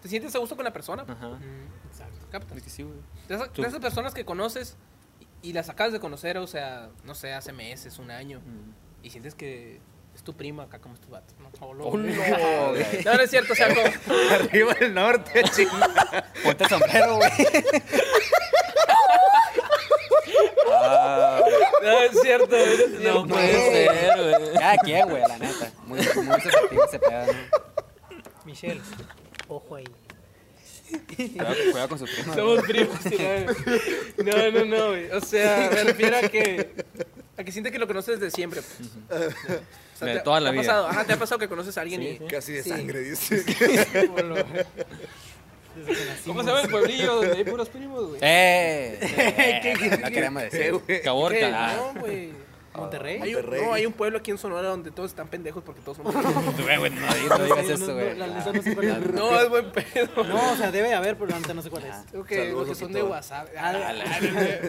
[SPEAKER 5] ¿te sientes a gusto con la persona?
[SPEAKER 1] Ajá. Pues,
[SPEAKER 4] Mm, Exacto.
[SPEAKER 5] Captas.
[SPEAKER 3] Es que sí, güey.
[SPEAKER 5] De esas,
[SPEAKER 1] Tú.
[SPEAKER 5] de esas personas que conoces y, y las acabas de conocer, o sea, no sé, hace meses, un año, y sientes que es tu prima acá como es tu vato. No, Oh, lo-
[SPEAKER 3] güey.
[SPEAKER 5] no, no es cierto, o sea, como-
[SPEAKER 2] Arriba el norte, chingada.
[SPEAKER 3] Ponte el sombrero, güey. Ah,
[SPEAKER 5] no es cierto, no es cierto.
[SPEAKER 1] No puede ser, güey.
[SPEAKER 3] cada quien, güey, la neta. Muy, muy susceptible ese pedo, ¿no?
[SPEAKER 4] Michelle, ojo ahí.
[SPEAKER 3] Cuidado, cuidado con su prima. güey.
[SPEAKER 5] Somos primos, y la- No, no, no, güey. O sea, me refiero a que. A que sientes que lo conoces desde siempre. pues. O sea,
[SPEAKER 1] De
[SPEAKER 5] te-
[SPEAKER 1] toda
[SPEAKER 5] te
[SPEAKER 1] la
[SPEAKER 5] ha
[SPEAKER 1] vida.
[SPEAKER 5] pasado- ajá, te ha pasado que conoces a alguien
[SPEAKER 1] Sí,
[SPEAKER 5] y.
[SPEAKER 1] sí.
[SPEAKER 2] Casi de
[SPEAKER 5] Sí.
[SPEAKER 2] sangre, dice.
[SPEAKER 4] Desde que nací.
[SPEAKER 5] ¿Cómo se llama el pueblillo donde hay puros primos, güey?
[SPEAKER 3] ¡Eh! eh, No queremos
[SPEAKER 2] Sí,
[SPEAKER 3] decir.
[SPEAKER 2] güey.
[SPEAKER 1] Caborca.
[SPEAKER 5] ¿Qué?
[SPEAKER 1] Ah,
[SPEAKER 5] No, güey.
[SPEAKER 4] Monterrey.
[SPEAKER 5] Hay un,
[SPEAKER 2] Monterrey.
[SPEAKER 5] no, hay un pueblo aquí en Sonora donde todos están pendejos porque todos son primos.
[SPEAKER 3] Güey, güey, no, digas- no digas eso, güey.
[SPEAKER 4] La neta no sé cuál es.
[SPEAKER 5] No, es buen pedo.
[SPEAKER 4] No, o sea, debe de haber, pero la neta no sé cuál es.
[SPEAKER 5] Creo que
[SPEAKER 2] Saludos,
[SPEAKER 5] los que son de Ah,
[SPEAKER 2] locutor.
[SPEAKER 5] WhatsApp.
[SPEAKER 3] Dale.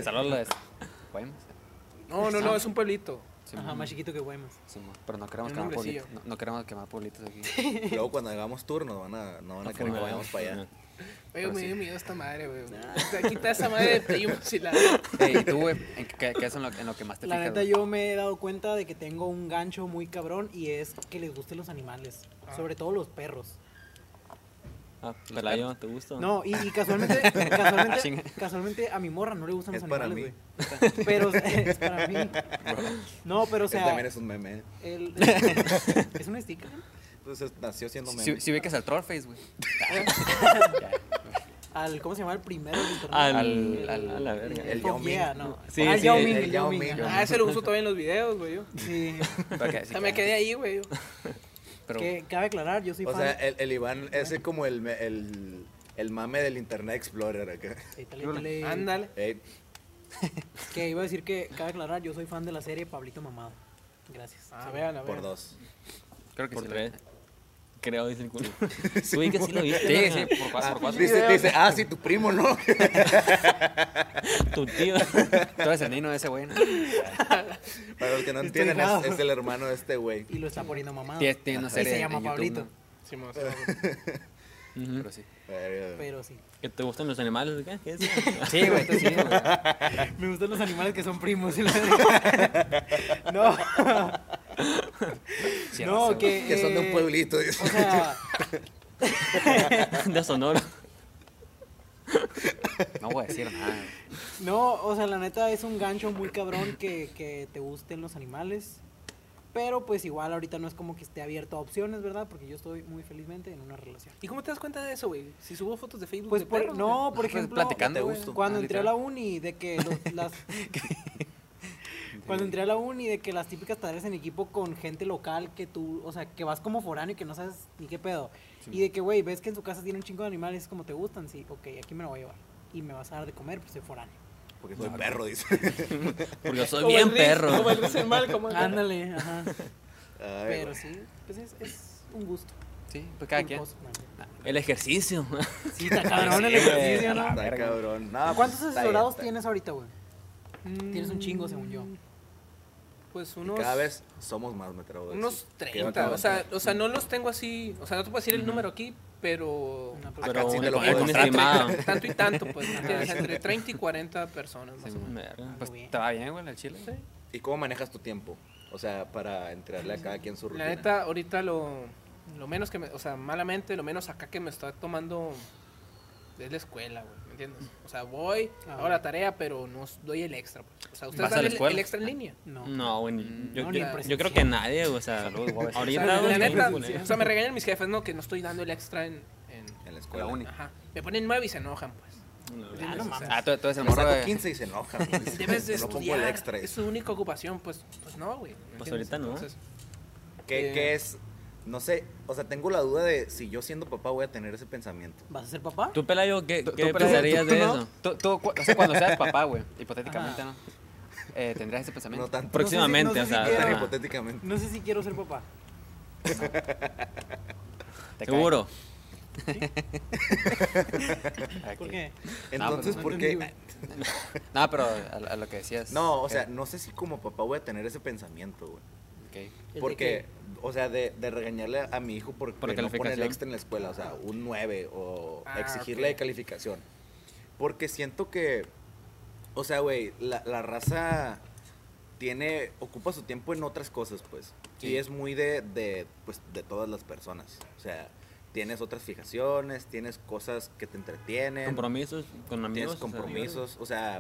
[SPEAKER 3] Saludos a los Güey,
[SPEAKER 5] No, no, no, es un pueblito.
[SPEAKER 3] sí,
[SPEAKER 4] Ajá, más chiquito que Guaymas.
[SPEAKER 3] sí, mo- Pero no queremos
[SPEAKER 5] Un
[SPEAKER 3] quemar
[SPEAKER 5] nombrecillo.
[SPEAKER 3] pueblitos. No, no queremos quemar pueblitos aquí.
[SPEAKER 2] Luego cuando hagamos tour nos van a, no van a querer que
[SPEAKER 1] fumar.
[SPEAKER 2] vayamos para allá.
[SPEAKER 5] Oye,
[SPEAKER 3] Pero
[SPEAKER 5] me
[SPEAKER 3] sí.
[SPEAKER 5] dio miedo esta madre, güey. O sea, quita esa madre de primos y la.
[SPEAKER 3] Ey, ¿Y tú, güey? ¿En qué, qué es en lo, en lo que más te
[SPEAKER 4] La
[SPEAKER 3] fijas?
[SPEAKER 4] neta,
[SPEAKER 3] güey?
[SPEAKER 4] yo me he dado cuenta de que tengo un gancho muy cabrón y es que les gusten los animales,
[SPEAKER 5] Ah.
[SPEAKER 4] sobre todo los perros.
[SPEAKER 1] Ah, Pelayo, ¿te gusta?
[SPEAKER 4] No, y, y casualmente,
[SPEAKER 3] Ah,
[SPEAKER 4] casualmente,
[SPEAKER 3] chinga.
[SPEAKER 4] casualmente a mi morra no le gustan
[SPEAKER 2] Es
[SPEAKER 4] los
[SPEAKER 2] para
[SPEAKER 4] animales,
[SPEAKER 2] mí.
[SPEAKER 4] güey. Pero es para mí. No, pero o
[SPEAKER 2] Él
[SPEAKER 4] sea,
[SPEAKER 2] también es un meme.
[SPEAKER 4] el- es un sticker. ¿no?
[SPEAKER 2] Entonces nació siendo meme.
[SPEAKER 3] Si, si ubicas al Trollface, güey.
[SPEAKER 4] Al ¿cómo se llama el primero del torneo?
[SPEAKER 1] Al,
[SPEAKER 3] Al-
[SPEAKER 1] al,
[SPEAKER 3] al-
[SPEAKER 1] a la verga.
[SPEAKER 4] El,
[SPEAKER 2] el
[SPEAKER 4] Pop
[SPEAKER 2] Yao Ming.
[SPEAKER 4] Yeah, no.
[SPEAKER 1] Sí,
[SPEAKER 4] Ah, el
[SPEAKER 1] sí,
[SPEAKER 4] Yao
[SPEAKER 1] el-
[SPEAKER 4] Ming,
[SPEAKER 2] el
[SPEAKER 4] el
[SPEAKER 2] Yao
[SPEAKER 4] Yao Ming,
[SPEAKER 2] Ming.
[SPEAKER 4] ajá.
[SPEAKER 5] Ah, ese lo uso todavía en los videos, güey. yo. O
[SPEAKER 4] Sí.
[SPEAKER 3] Okay,
[SPEAKER 5] sea, me quedé ahí, güey. yo.
[SPEAKER 3] Pero,
[SPEAKER 4] Que cabe aclarar, yo soy
[SPEAKER 2] O
[SPEAKER 4] fan.
[SPEAKER 2] sea, el, el Iván ese como el, me- el, el mame del Internet Explorer acá.
[SPEAKER 4] Eh, tale, tale.
[SPEAKER 5] Ándale.
[SPEAKER 2] Ey,
[SPEAKER 4] Que iba a decir que cabe aclarar, yo soy fan de la serie Pablito Mamado. Gracias.
[SPEAKER 5] Ah,
[SPEAKER 4] Se ve.
[SPEAKER 5] vean, a
[SPEAKER 2] por
[SPEAKER 5] ver.
[SPEAKER 2] dos.
[SPEAKER 3] creo que
[SPEAKER 1] Por
[SPEAKER 3] sí.
[SPEAKER 1] tres. Creo, dice el culo. Uy, que sí lo viste.
[SPEAKER 3] Sí, sí,
[SPEAKER 1] ¿verdad?
[SPEAKER 3] por cuatro,
[SPEAKER 2] Ah,
[SPEAKER 3] por cuatro.
[SPEAKER 2] dice, dice, ah, sí, tu primo, ¿no?
[SPEAKER 1] Tu tío.
[SPEAKER 3] Tú eres el niño de ese güey, ¿no?
[SPEAKER 2] Para los que no
[SPEAKER 4] Estoy
[SPEAKER 2] entienden, es,
[SPEAKER 4] enojado.
[SPEAKER 2] es el hermano de este güey.
[SPEAKER 4] Y lo está poniendo mamado.
[SPEAKER 3] Tiene, tiene una
[SPEAKER 4] Y
[SPEAKER 3] serie
[SPEAKER 4] se llama
[SPEAKER 3] en YouTube,
[SPEAKER 4] Pablito.
[SPEAKER 3] ¿no?
[SPEAKER 5] Sí, me gusta.
[SPEAKER 1] Ujú.
[SPEAKER 3] Pero sí.
[SPEAKER 2] Verga.
[SPEAKER 4] Pero sí.
[SPEAKER 1] ¿Que te gustan los animales? o ¿Qué? ¿Qué es?
[SPEAKER 3] Sí, güey, tú sí, güey.
[SPEAKER 4] Me gustan los animales que son primos. y la- no.
[SPEAKER 3] Cierra ese, güey.
[SPEAKER 4] que.
[SPEAKER 2] Que son de un
[SPEAKER 4] eh,
[SPEAKER 2] pueblito. dice.
[SPEAKER 4] O sea,
[SPEAKER 1] De Sonora.
[SPEAKER 3] No voy a decir nada. güey.
[SPEAKER 4] no, o sea, la neta es un gancho muy cabrón que, que te gusten los animales. Pero pues igual ahorita no es como que esté abierto a opciones, ¿verdad? Porque yo estoy muy felizmente en una relación.
[SPEAKER 5] ¿Y cómo te das cuenta de eso, güey? Si subo fotos de Facebook
[SPEAKER 4] Pues
[SPEAKER 5] de
[SPEAKER 4] por-
[SPEAKER 5] perros,
[SPEAKER 4] no, por
[SPEAKER 3] Pues,
[SPEAKER 4] ejemplo,
[SPEAKER 3] platicando,
[SPEAKER 2] te
[SPEAKER 3] güey.
[SPEAKER 2] gusto.
[SPEAKER 4] cuando
[SPEAKER 3] Ah,
[SPEAKER 4] entré a
[SPEAKER 3] literal.
[SPEAKER 4] la uni de que los- las cuando entré a la uni de que las típicas tareas en equipo con gente local que tú, o sea, que vas como foráneo y que no sabes ni qué pedo. Y de que, güey, ves que en su casa tiene un chingo de animales, es como te gustan, sí, ok, aquí me lo voy a llevar. Y me vas a dar de comer, pues soy foráneo.
[SPEAKER 2] Porque soy perro, dice.
[SPEAKER 1] Porque soy
[SPEAKER 5] Como
[SPEAKER 1] bien
[SPEAKER 5] el Riz,
[SPEAKER 1] perro.
[SPEAKER 5] Como el Riz en mal, como el-
[SPEAKER 4] Ándale, ajá.
[SPEAKER 2] Ay,
[SPEAKER 4] Pero
[SPEAKER 2] güey.
[SPEAKER 4] sí, pues es, es un gusto.
[SPEAKER 3] Sí, pues cada
[SPEAKER 4] Un
[SPEAKER 3] quien.
[SPEAKER 4] costo, ¿no?
[SPEAKER 1] El ejercicio.
[SPEAKER 4] Sí, está cabrón el
[SPEAKER 3] Sí, güey.
[SPEAKER 4] ejercicio, ¿no?
[SPEAKER 2] Está cabrón. No, pues,
[SPEAKER 4] Ah, ¿Cuántos
[SPEAKER 2] está bien,
[SPEAKER 4] asesorados
[SPEAKER 2] está-
[SPEAKER 4] tienes ahorita, güey? Tienes un chingo, según yo.
[SPEAKER 5] Mm. Pues
[SPEAKER 2] y
[SPEAKER 5] unos.
[SPEAKER 2] Cada vez somos más, me atrevo a decir.
[SPEAKER 5] Unos
[SPEAKER 2] Que
[SPEAKER 5] 30.
[SPEAKER 2] no-
[SPEAKER 5] O sea, o sea, no los tengo así. O sea, no te puedo decir el número aquí, pero.
[SPEAKER 4] Una persona.
[SPEAKER 1] Pero
[SPEAKER 2] sí te
[SPEAKER 1] un,
[SPEAKER 2] lo
[SPEAKER 1] un
[SPEAKER 2] puedo demostrar.
[SPEAKER 1] estimado.
[SPEAKER 5] Tanto y tanto, pues. ¿me entiendes? Entre 30 y 40 personas, más
[SPEAKER 3] Sí,
[SPEAKER 5] o menos.
[SPEAKER 1] Verga.
[SPEAKER 3] Pues
[SPEAKER 4] bien.
[SPEAKER 3] te va bien, güey, el chile.
[SPEAKER 2] ¿Y cómo manejas tu tiempo? O sea, para entrarle a cada quien su rutina.
[SPEAKER 5] La neta, ahorita lo, lo menos que me. O sea, malamente, lo menos acá que me está tomando. Es la escuela, güey, ¿me entiendes? O sea, voy,
[SPEAKER 4] Ah,
[SPEAKER 5] hago la tarea, pero no s- doy el extra. pues. O sea, ustedes
[SPEAKER 3] ¿Vas a la
[SPEAKER 5] dan el,
[SPEAKER 3] escuela?
[SPEAKER 5] el extra en línea.
[SPEAKER 4] No.
[SPEAKER 1] No, güey.
[SPEAKER 3] Mm,
[SPEAKER 1] Yo,
[SPEAKER 4] no, ni
[SPEAKER 1] yo,
[SPEAKER 4] en
[SPEAKER 1] yo creo que
[SPEAKER 4] presencial.
[SPEAKER 1] nadie, o sea,
[SPEAKER 3] Salud, güey.
[SPEAKER 5] O
[SPEAKER 1] ahorita,
[SPEAKER 5] sea,
[SPEAKER 1] güey,
[SPEAKER 5] la neta,
[SPEAKER 1] ningún, güey.
[SPEAKER 5] o sea, me regañan mis jefes, ¿no? Que no estoy dando el extra en. en-
[SPEAKER 2] En la escuela.
[SPEAKER 3] La uni.
[SPEAKER 5] ajá. Me ponen 9 y se enojan, pues.
[SPEAKER 1] No, güey.
[SPEAKER 4] Ah, no mames.
[SPEAKER 3] Ah, tú, tú eres el
[SPEAKER 2] Me
[SPEAKER 3] morro
[SPEAKER 2] saco
[SPEAKER 3] de.
[SPEAKER 2] 15 y se enoja. güey. Dice,
[SPEAKER 5] Debes de
[SPEAKER 2] no
[SPEAKER 5] estudiar.
[SPEAKER 2] pongo el extra.
[SPEAKER 5] Es
[SPEAKER 2] dice.
[SPEAKER 5] su única ocupación, pues, pues no, güey. ¿me
[SPEAKER 1] Pues
[SPEAKER 5] entiendes?
[SPEAKER 1] ahorita no.
[SPEAKER 2] ¿Qué,
[SPEAKER 5] Eh.
[SPEAKER 2] qué es? No sé. O sea, tengo la duda de si yo siendo papá voy a tener ese pensamiento.
[SPEAKER 4] ¿Vas a ser papá?
[SPEAKER 1] ¿Tú, Pelayo, qué,
[SPEAKER 3] ¿Tú-
[SPEAKER 1] qué
[SPEAKER 3] tú, pero-
[SPEAKER 1] pensarías
[SPEAKER 3] tú-
[SPEAKER 1] de
[SPEAKER 3] tú no?
[SPEAKER 1] eso?
[SPEAKER 3] Tú, tú, cu- o sea, cuando seas papá, güey, hipotéticamente, ¿no? Eh, ¿Tendrías ese pensamiento?
[SPEAKER 2] No tanto.
[SPEAKER 4] Porque-
[SPEAKER 1] Próximamente,
[SPEAKER 4] no sé
[SPEAKER 1] o
[SPEAKER 4] si
[SPEAKER 1] sea.
[SPEAKER 2] no tan
[SPEAKER 1] ajá.
[SPEAKER 4] quiero-
[SPEAKER 2] hipotéticamente.
[SPEAKER 4] No sé si quiero ser papá.
[SPEAKER 3] ¿Te cae?
[SPEAKER 1] Seguro.
[SPEAKER 3] Aquí.
[SPEAKER 4] ¿Por qué?
[SPEAKER 2] Entonces,
[SPEAKER 3] no
[SPEAKER 2] ¿por
[SPEAKER 4] entendí,
[SPEAKER 2] qué?
[SPEAKER 3] Ah, No, pero a, a lo que decías.
[SPEAKER 2] No, o
[SPEAKER 3] eh,
[SPEAKER 2] sea, no sé si como papá voy a tener ese pensamiento, güey.
[SPEAKER 3] ok.
[SPEAKER 4] de
[SPEAKER 2] Porque,
[SPEAKER 4] qué?
[SPEAKER 2] o sea, de, de regañarle a mi hijo porque
[SPEAKER 1] Por
[SPEAKER 2] no pone el
[SPEAKER 1] calificación.
[SPEAKER 2] extra en la escuela, o sea, un 9 o
[SPEAKER 5] Ah,
[SPEAKER 2] exigirle
[SPEAKER 5] ok.
[SPEAKER 2] de calificación. Porque siento que, o sea, güey, la, la raza tiene, ocupa su tiempo en otras cosas, pues.
[SPEAKER 3] Sí.
[SPEAKER 2] Y es muy de, de, pues, de todas las personas. O sea, tienes otras fijaciones, tienes cosas que te entretienen.
[SPEAKER 1] Compromisos con amigos.
[SPEAKER 2] Tienes compromisos, o sea,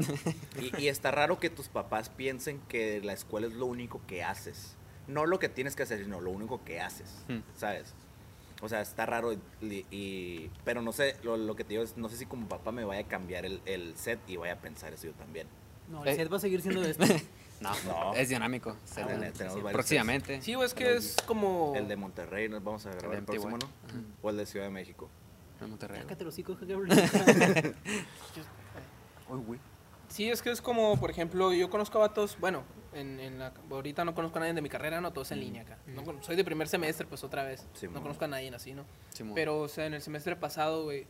[SPEAKER 2] y, y está raro que tus papás piensen que la escuela es lo único que haces. No lo que tienes que hacer, sino lo único que haces,
[SPEAKER 3] Hmm.
[SPEAKER 2] ¿sabes? O sea, está raro y... y- pero no sé, lo, lo que te digo es, no sé si como papá me vaya a cambiar el, el set y vaya a pensar eso yo también.
[SPEAKER 4] No, el
[SPEAKER 3] Eh.
[SPEAKER 4] set va a seguir siendo de este. esto.
[SPEAKER 3] No,
[SPEAKER 2] No.
[SPEAKER 3] es dinámico. se
[SPEAKER 2] Ah, bueno,
[SPEAKER 3] dinámico.
[SPEAKER 2] tenemos varios
[SPEAKER 3] Próximamente.
[SPEAKER 5] Sí, güey, es que es como.
[SPEAKER 2] El de Monterrey, nos vamos a grabar
[SPEAKER 3] de
[SPEAKER 2] el, próximo, ¿no?
[SPEAKER 3] MTY.
[SPEAKER 2] O el de Ciudad de México.
[SPEAKER 3] En Monterrey.
[SPEAKER 4] Sácate los hijos, Gabriel.
[SPEAKER 3] Uy, güey.
[SPEAKER 5] Sí, es que es como, por ejemplo, yo conozco a vatos, bueno, en, en la, ahorita no conozco a nadie de mi carrera, no, todos en línea acá. No con- soy de primer semestre, pues otra vez.
[SPEAKER 2] Mm. Sí,
[SPEAKER 5] no
[SPEAKER 2] mon.
[SPEAKER 5] conozco a nadie así, ¿no?
[SPEAKER 3] Simón.
[SPEAKER 5] Pero, o sea, en el semestre pasado, güey,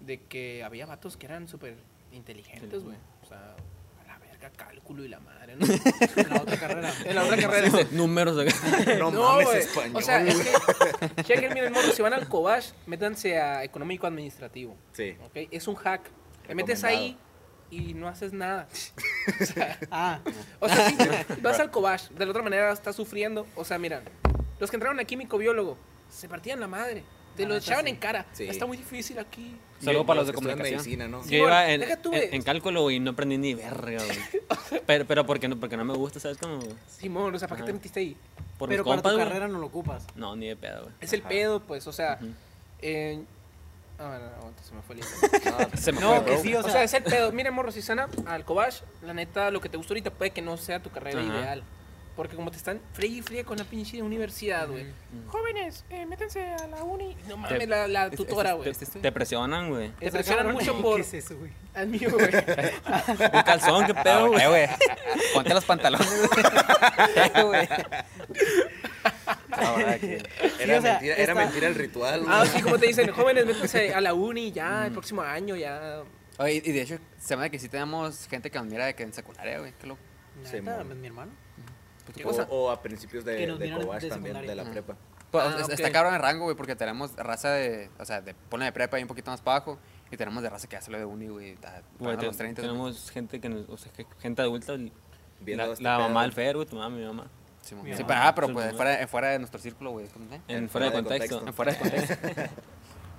[SPEAKER 5] de que había vatos que eran súper inteligentes, güey. O sea, a la verga, cálculo y la madre, ¿no? en la otra carrera. En la otra carrera.
[SPEAKER 1] Números acá.
[SPEAKER 2] No, mames,
[SPEAKER 5] güey.
[SPEAKER 2] español.
[SPEAKER 5] O sea, es que, chequen, miren, morro, si van al Cobach, métanse a económico administrativo,
[SPEAKER 2] Sí.
[SPEAKER 5] ¿ok? Es un hack. Te metes ahí y no haces nada. O sea,
[SPEAKER 4] ah,
[SPEAKER 5] o sea, sí, vas al Cobach, de la otra manera estás sufriendo. O sea, mira, los que entraron a químico biólogo se partían la madre. Te
[SPEAKER 4] La
[SPEAKER 5] lo
[SPEAKER 4] neta,
[SPEAKER 5] echaban
[SPEAKER 4] sí.
[SPEAKER 5] en cara.
[SPEAKER 2] Sí.
[SPEAKER 5] Está muy difícil aquí.
[SPEAKER 3] Saludo para los de
[SPEAKER 2] que estudian
[SPEAKER 3] comunicación.
[SPEAKER 2] medicina, ¿no?
[SPEAKER 5] Sí.
[SPEAKER 1] Yo iba
[SPEAKER 5] bueno,
[SPEAKER 1] en,
[SPEAKER 5] deja tú,
[SPEAKER 1] en-
[SPEAKER 5] güey.
[SPEAKER 1] en cálculo y no aprendí ni verga, güey. Pero, pero porque, no, porque no me gusta, ¿sabes cómo? güey?
[SPEAKER 5] Simón, o sea, ¿para qué te
[SPEAKER 1] Ajá.
[SPEAKER 5] metiste ahí?
[SPEAKER 1] Por
[SPEAKER 4] pero
[SPEAKER 1] mis
[SPEAKER 4] para
[SPEAKER 1] compas,
[SPEAKER 4] tu
[SPEAKER 1] güey.
[SPEAKER 4] carrera no lo ocupas.
[SPEAKER 1] No, ni de pedo, güey.
[SPEAKER 5] Es el
[SPEAKER 2] Ajá.
[SPEAKER 5] pedo, pues, o sea.
[SPEAKER 1] Ujú.
[SPEAKER 5] eh, ah, no, aguanta, se me fue el hilo.
[SPEAKER 2] No,
[SPEAKER 3] Se me
[SPEAKER 5] No,
[SPEAKER 3] fue,
[SPEAKER 5] que
[SPEAKER 3] bro.
[SPEAKER 5] sí, o sea, es el pedo. Mira, morro, si sana al Cobach, la neta, lo que te gusta ahorita puede que no sea tu carrera
[SPEAKER 1] Ajá.
[SPEAKER 5] ideal. Porque como te están fría y fría con la pinche universidad, güey. Jóvenes, eh, métanse a la uni. No mames, la, la tutora, güey.
[SPEAKER 3] ¿Este, este,
[SPEAKER 1] Te presionan, güey.
[SPEAKER 5] Te presionan mucho por...
[SPEAKER 4] ¿Qué es eso, güey?
[SPEAKER 5] Al mío, güey.
[SPEAKER 1] Un calzón, qué
[SPEAKER 3] Ah,
[SPEAKER 1] pedo,
[SPEAKER 3] güey,
[SPEAKER 1] güey.
[SPEAKER 3] eh, güey. Ponte los pantalones, güey. Eh, güey. Ahora aquí.
[SPEAKER 2] Era,
[SPEAKER 4] o sea,
[SPEAKER 2] mentira, era
[SPEAKER 4] está-
[SPEAKER 2] mentira el ritual.
[SPEAKER 5] Ah,
[SPEAKER 2] güey.
[SPEAKER 5] sí, como te dicen, jóvenes, métanse a la uni ya, el próximo año ya.
[SPEAKER 3] Oye, y de hecho, se me hace que sí tenemos gente que nos mira de que en secundaria, güey. Qué pues, loco.
[SPEAKER 4] La
[SPEAKER 2] Se
[SPEAKER 4] neta,
[SPEAKER 2] mo-
[SPEAKER 4] mi hermano.
[SPEAKER 3] Pues, tú-
[SPEAKER 2] O, o a principios de,
[SPEAKER 4] Que nos
[SPEAKER 2] de
[SPEAKER 4] vieron
[SPEAKER 2] Cobach
[SPEAKER 4] de
[SPEAKER 2] también, de la
[SPEAKER 4] secundaria.
[SPEAKER 2] prepa.
[SPEAKER 3] Pues,
[SPEAKER 5] Ah,
[SPEAKER 3] es-
[SPEAKER 5] ok.
[SPEAKER 3] Está cabrón el rango, güey, porque tenemos raza de. O sea, de ponle de prepa y un poquito más para abajo. Y tenemos de raza que hace lo de uni, güey. está-
[SPEAKER 1] Güey,
[SPEAKER 3] pagando
[SPEAKER 1] te-
[SPEAKER 3] los 30. güey.
[SPEAKER 1] tenemos gente que nos, o sea, que- gente adulta, la,
[SPEAKER 2] viendo este
[SPEAKER 1] la
[SPEAKER 2] pedo.
[SPEAKER 1] mamá del Fer, güey, tu mamá, mi mamá.
[SPEAKER 3] Simón.
[SPEAKER 4] Mi
[SPEAKER 3] Sí,
[SPEAKER 4] mamá.
[SPEAKER 3] pero, ah, pero
[SPEAKER 1] Sí,
[SPEAKER 3] pues
[SPEAKER 1] pues,
[SPEAKER 3] fuera, fuera de nuestro círculo, güey. es como, ¿eh?
[SPEAKER 1] En fuera de contexto.
[SPEAKER 3] En Fuera de contexto.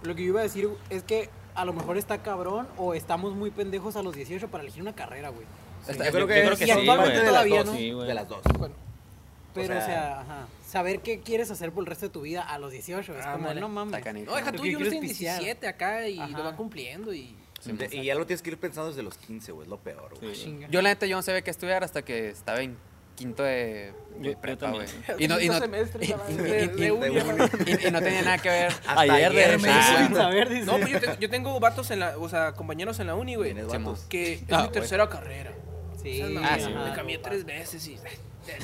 [SPEAKER 4] Lo que yo iba a decir es que a lo mejor está cabrón o estamos muy pendejos a los 18 para elegir una carrera, güey.
[SPEAKER 3] Está-
[SPEAKER 2] Yo creo que,
[SPEAKER 1] yo creo que
[SPEAKER 2] es
[SPEAKER 1] sí,
[SPEAKER 2] parte
[SPEAKER 1] güey.
[SPEAKER 2] de las
[SPEAKER 4] Todavía,
[SPEAKER 2] dos,
[SPEAKER 4] ¿no?
[SPEAKER 1] Sí, güey.
[SPEAKER 2] de las dos.
[SPEAKER 4] Pero, o sea,
[SPEAKER 2] sea-
[SPEAKER 4] ajá, saber qué quieres hacer por el resto de tu vida a los 18 es como,
[SPEAKER 5] Ándale.
[SPEAKER 4] no
[SPEAKER 3] Está
[SPEAKER 4] mames.
[SPEAKER 3] canijo.
[SPEAKER 5] No, deja
[SPEAKER 4] Lo
[SPEAKER 5] tú,
[SPEAKER 4] que
[SPEAKER 5] yo
[SPEAKER 4] quiero
[SPEAKER 5] estoy en
[SPEAKER 4] es pistear.
[SPEAKER 5] 17 acá y
[SPEAKER 4] Ajá.
[SPEAKER 5] lo van cumpliendo y...
[SPEAKER 2] De- y ya lo tienes que ir pensando desde los 15, güey, es lo peor, güey.
[SPEAKER 1] Sí.
[SPEAKER 4] Chinga.
[SPEAKER 3] Yo, la neta, yo no sabía qué estudiar hasta que estaba en quinto de, de
[SPEAKER 1] Yo- yo
[SPEAKER 3] prepa, güey.
[SPEAKER 1] también.
[SPEAKER 3] Y no, y, no,
[SPEAKER 5] Quinto semestre, cabrón,
[SPEAKER 3] y-
[SPEAKER 5] de-
[SPEAKER 3] y-
[SPEAKER 5] de
[SPEAKER 3] y-
[SPEAKER 5] uni,
[SPEAKER 2] de
[SPEAKER 5] aparte.
[SPEAKER 3] y- y no tenía nada que ver.
[SPEAKER 2] Hasta
[SPEAKER 1] Ayer, de
[SPEAKER 2] me
[SPEAKER 1] hecho.
[SPEAKER 3] Ah,
[SPEAKER 2] decían,
[SPEAKER 4] Sin saber, dice.
[SPEAKER 5] No, pues yo, te- yo tengo vatos en la... O sea, compañeros en la uni, güey.
[SPEAKER 2] Tienes
[SPEAKER 3] Simón.
[SPEAKER 2] vatos.
[SPEAKER 5] Que es
[SPEAKER 3] Ah,
[SPEAKER 5] mi
[SPEAKER 3] güey.
[SPEAKER 5] tercera carrera.
[SPEAKER 4] Sí,
[SPEAKER 3] Ah, sí,
[SPEAKER 4] ajá.
[SPEAKER 5] me cambié tres veces y...